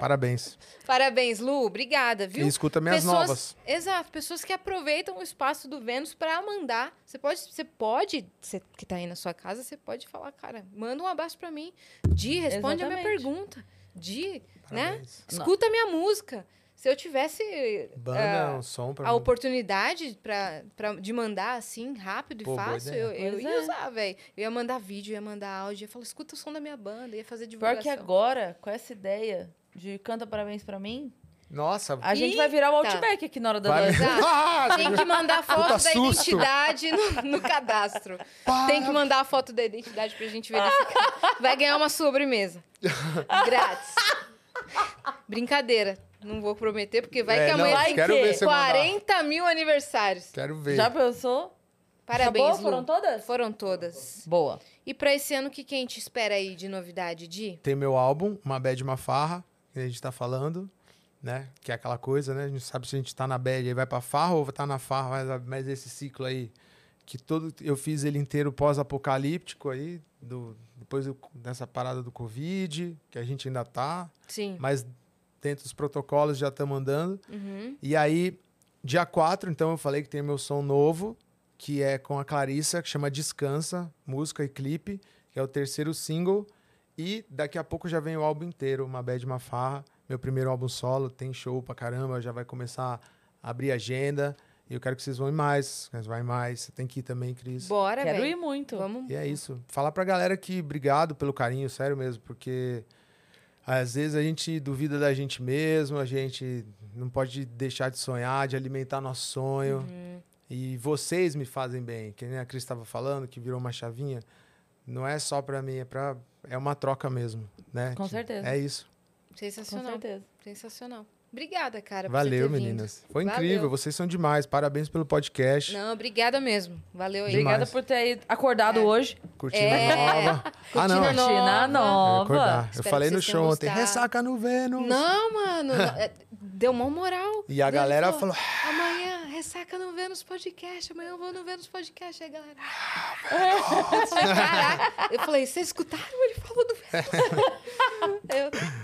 Speaker 3: parabéns.
Speaker 2: Parabéns, Lu. Obrigada, viu?
Speaker 3: E escuta minhas
Speaker 2: pessoas,
Speaker 3: novas.
Speaker 2: Exato, pessoas que aproveitam o espaço do Vênus pra mandar. Você pode, você pode, você que tá aí na sua casa, você pode falar, cara, manda um abraço pra mim. Di, responde a minha
Speaker 1: Exatamente.
Speaker 2: pergunta. Di, né?
Speaker 3: Parabéns.
Speaker 2: Escuta a minha música. Se eu tivesse eh,
Speaker 3: Banda, um som pra
Speaker 2: a
Speaker 3: mim.
Speaker 2: oportunidade pra, pra, de mandar assim, rápido
Speaker 3: Pô,
Speaker 2: e
Speaker 3: boa
Speaker 2: fácil, eu,
Speaker 3: ideia.
Speaker 2: eu
Speaker 1: Pois
Speaker 2: ia
Speaker 1: é.
Speaker 2: usar, velho. Eu ia mandar vídeo, eu ia mandar áudio, eu ia falar, escuta o som da minha banda, eu ia fazer
Speaker 1: Pior
Speaker 2: divulgação.
Speaker 1: que agora, com essa ideia de canta parabéns pra mim,
Speaker 3: Nossa, Ah,
Speaker 1: a gente vai virar o
Speaker 2: Eita.
Speaker 1: Outback aqui na hora da
Speaker 3: vai
Speaker 1: noite.
Speaker 3: [LAUGHS]
Speaker 2: Tem que mandar foto
Speaker 3: Puta
Speaker 2: da
Speaker 3: susto.
Speaker 2: identidade no, no cadastro. Tem que mandar a foto da identidade pra gente verificar. Vai ganhar uma sobremesa. Grátis. Brincadeira. Não vou prometer, porque vai
Speaker 3: É,
Speaker 2: que
Speaker 3: não,
Speaker 2: amanhã tem
Speaker 3: quero
Speaker 1: quê?
Speaker 3: ver você mandar.
Speaker 2: 40 mil aniversários.
Speaker 3: Quero ver.
Speaker 1: Já pensou?
Speaker 2: Parabéns,
Speaker 1: Acabou? Foram
Speaker 2: Lu.
Speaker 1: todas?
Speaker 2: Foram todas.
Speaker 1: Boa.
Speaker 2: E pra esse ano, o que, que a gente espera aí de novidade, Di?
Speaker 3: Tem meu álbum, Uma Bad Uma Farra, que a gente tá falando, né? Que é aquela coisa, né? A gente não sabe se a gente tá na bad e vai pra farra ou tá na farra, mas, mas esse ciclo aí, que todo eu fiz ele inteiro pós-apocalíptico aí, do, depois do- dessa parada do Covid, que a gente ainda tá,
Speaker 2: Sim.
Speaker 3: mas dentro dos protocolos já estamos andando.
Speaker 2: Uhum.
Speaker 3: E aí, dia 4, então eu falei que tem meu som novo, que é com a Clarissa, que chama Descansa, música e clipe, que é o terceiro single. E daqui a pouco já vem o álbum inteiro, Uma Bad Uma Farra, meu primeiro álbum solo, tem show pra caramba, já vai começar a abrir agenda. E eu quero que vocês vão em mais, mas vai em mais, você tem que ir também, Cris.
Speaker 2: Bora,
Speaker 1: Quero ir
Speaker 2: velho.
Speaker 1: muito.
Speaker 2: Vamos.
Speaker 3: E é isso. Falar pra galera que obrigado pelo carinho, sério mesmo, porque Às vezes a gente duvida da gente mesmo, a gente não pode deixar de sonhar, de alimentar nosso sonho.
Speaker 2: Uhum.
Speaker 3: E vocês me fazem bem, que nem a Cris estava falando, que virou uma chavinha. Não é só pra mim, é para é uma troca mesmo, né?
Speaker 1: Com
Speaker 3: Que-
Speaker 1: certeza.
Speaker 3: É isso.
Speaker 6: Com
Speaker 2: Sensacional.
Speaker 6: certeza.
Speaker 2: Sensacional. Obrigada, cara. por
Speaker 3: Valeu,
Speaker 2: você ter vindo.
Speaker 3: meninas. Foi
Speaker 2: Valeu.
Speaker 3: incrível, vocês são demais. Parabéns pelo podcast.
Speaker 2: Não, obrigada mesmo. Valeu aí.
Speaker 3: Demais.
Speaker 1: Obrigada por ter acordado hoje.
Speaker 3: Cortina
Speaker 2: É. [LAUGHS]
Speaker 3: nova. ah, não.
Speaker 2: Cortina
Speaker 3: Eu ia
Speaker 1: Tina
Speaker 2: Nova.
Speaker 1: nova.
Speaker 3: acordar. Eu
Speaker 2: Espero
Speaker 3: falei
Speaker 2: que
Speaker 3: no
Speaker 2: vocês
Speaker 3: show
Speaker 2: tenham
Speaker 3: ontem,
Speaker 2: gostado.
Speaker 3: ressaca no Vênus.
Speaker 2: Não, mano. não, é, Deu mó moral.
Speaker 3: E a
Speaker 2: Ele
Speaker 3: galera falou,
Speaker 2: Amanhã, ressaca no Vênus Podcast. Amanhã eu vou no Vênus Podcast, aí, galera.
Speaker 3: Ah,
Speaker 2: Caraca. Eu falei, vocês escutaram? Ele falou do Vênus.
Speaker 3: [LAUGHS]
Speaker 2: Eu...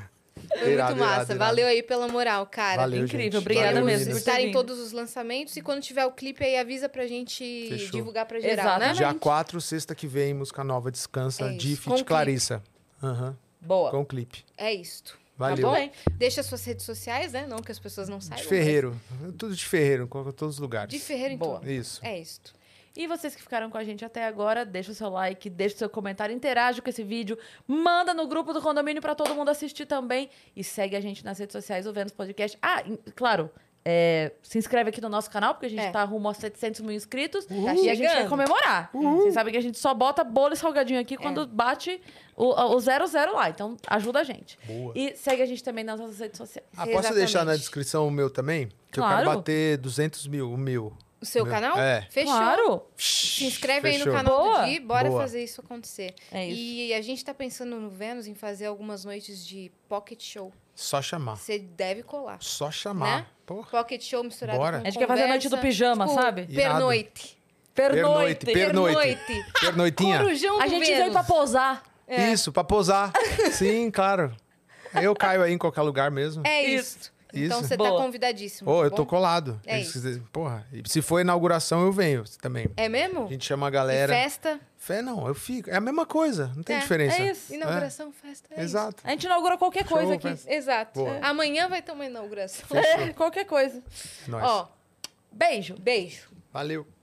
Speaker 2: Foi
Speaker 3: Irado, irado,
Speaker 2: muito massa.
Speaker 3: irado.
Speaker 2: Valeu aí pela moral, cara.
Speaker 3: Valeu,
Speaker 1: incrível,
Speaker 3: gente.
Speaker 1: obrigada
Speaker 3: Valeu,
Speaker 1: mesmo.
Speaker 2: Queremos
Speaker 3: meninas.
Speaker 1: por ter
Speaker 2: estar em
Speaker 1: vindo.
Speaker 2: todos os lançamentos e quando tiver o clipe aí avisa pra gente
Speaker 3: Fechou.
Speaker 2: divulgar pra geral,
Speaker 1: Exato.
Speaker 2: né?
Speaker 3: Dia 4, sexta que vem, música nova, Descansa,
Speaker 2: É
Speaker 3: de
Speaker 2: isso, com
Speaker 3: Fit
Speaker 2: clipe.
Speaker 3: Clarissa. Aham,
Speaker 1: Boa.
Speaker 3: com clipe.
Speaker 2: É isto.
Speaker 3: Valeu.
Speaker 2: Tá bom? Deixa suas redes sociais, né? Não que as pessoas não saibam.
Speaker 3: de
Speaker 2: mas-
Speaker 3: Ferreiro. Tudo de Ferreiro, em todos os lugares.
Speaker 2: De Ferreiro em
Speaker 1: Boa.
Speaker 2: tudo.
Speaker 3: Isso.
Speaker 2: É isto.
Speaker 1: E vocês que ficaram com a gente até agora, deixa o seu like, deixa o seu comentário, interage com esse vídeo, manda no grupo do condomínio pra todo mundo assistir também e segue a gente nas redes sociais, o Vênus Podcast. Ah, e, claro, é, se inscreve aqui no nosso canal, porque a gente
Speaker 2: É.
Speaker 1: tá rumo aos 700 mil inscritos
Speaker 2: Tá
Speaker 1: e a gente quer
Speaker 2: chegando.
Speaker 1: comemorar. Vocês sabem que a gente só bota bolo e salgadinho aqui
Speaker 2: É.
Speaker 1: quando bate o, o zero zero lá, então ajuda a gente.
Speaker 3: Boa.
Speaker 1: E segue a gente também nas nossas redes sociais.
Speaker 3: Ah, posso deixar na
Speaker 2: Exatamente.
Speaker 3: descrição o meu também? Que eu
Speaker 1: Claro.
Speaker 3: quero bater 200 mil, o meu.
Speaker 2: O seu
Speaker 3: Meu-
Speaker 2: canal?
Speaker 3: É.
Speaker 2: Fechou.
Speaker 1: Claro!
Speaker 2: Se inscreve aí
Speaker 3: Fechou.
Speaker 2: no canal
Speaker 1: Boa.
Speaker 2: do Di, bora
Speaker 3: Boa.
Speaker 2: fazer isso acontecer.
Speaker 1: É isso.
Speaker 2: E a gente tá pensando no Vênus em fazer algumas noites de pocket show.
Speaker 3: Só chamar.
Speaker 2: Você deve colar.
Speaker 3: Só chamar.
Speaker 2: Né?
Speaker 3: Porra.
Speaker 2: Pocket show misturado
Speaker 3: Bora.
Speaker 2: com
Speaker 1: A gente quer fazer a noite
Speaker 2: conversa,
Speaker 1: do pijama,
Speaker 2: tipo,
Speaker 1: sabe?
Speaker 2: Pernoite.
Speaker 3: Pernoite, Pernoite.
Speaker 2: Pernoite.
Speaker 3: Pernoitinha?
Speaker 2: Corujão do
Speaker 1: A gente veio
Speaker 2: Vênus.
Speaker 1: pra pousar.
Speaker 2: É.
Speaker 3: Isso,
Speaker 2: [LAUGHS]
Speaker 3: pra posar. Sim, claro. Eu caio aí em qualquer lugar mesmo.
Speaker 2: É isso. Então
Speaker 3: Isso.
Speaker 2: você tá
Speaker 1: Boa.
Speaker 2: convidadíssimo.
Speaker 3: Ô,
Speaker 2: tá
Speaker 3: eu tô
Speaker 2: bom?
Speaker 3: colado.
Speaker 2: É
Speaker 3: Eles quiserem- Porra, e se for inauguração, eu venho também.
Speaker 2: É mesmo?
Speaker 3: A gente chama a
Speaker 2: E
Speaker 3: galera.
Speaker 2: festa,
Speaker 3: Fé, não, eu fico. É a mesma coisa, não tem
Speaker 2: É,
Speaker 3: diferença.
Speaker 1: é isso.
Speaker 2: inauguração, festa. É
Speaker 3: Exato.
Speaker 1: A gente inaugura qualquer
Speaker 3: Show,
Speaker 1: coisa aqui.
Speaker 3: festa.
Speaker 2: Isso. Exato.
Speaker 3: Boa.
Speaker 2: Amanhã [LAUGHS] vai ter uma inauguração.
Speaker 1: É, qualquer coisa.
Speaker 3: Nós.
Speaker 2: Ó,
Speaker 1: Beijo.
Speaker 2: beijo.
Speaker 3: Valeu.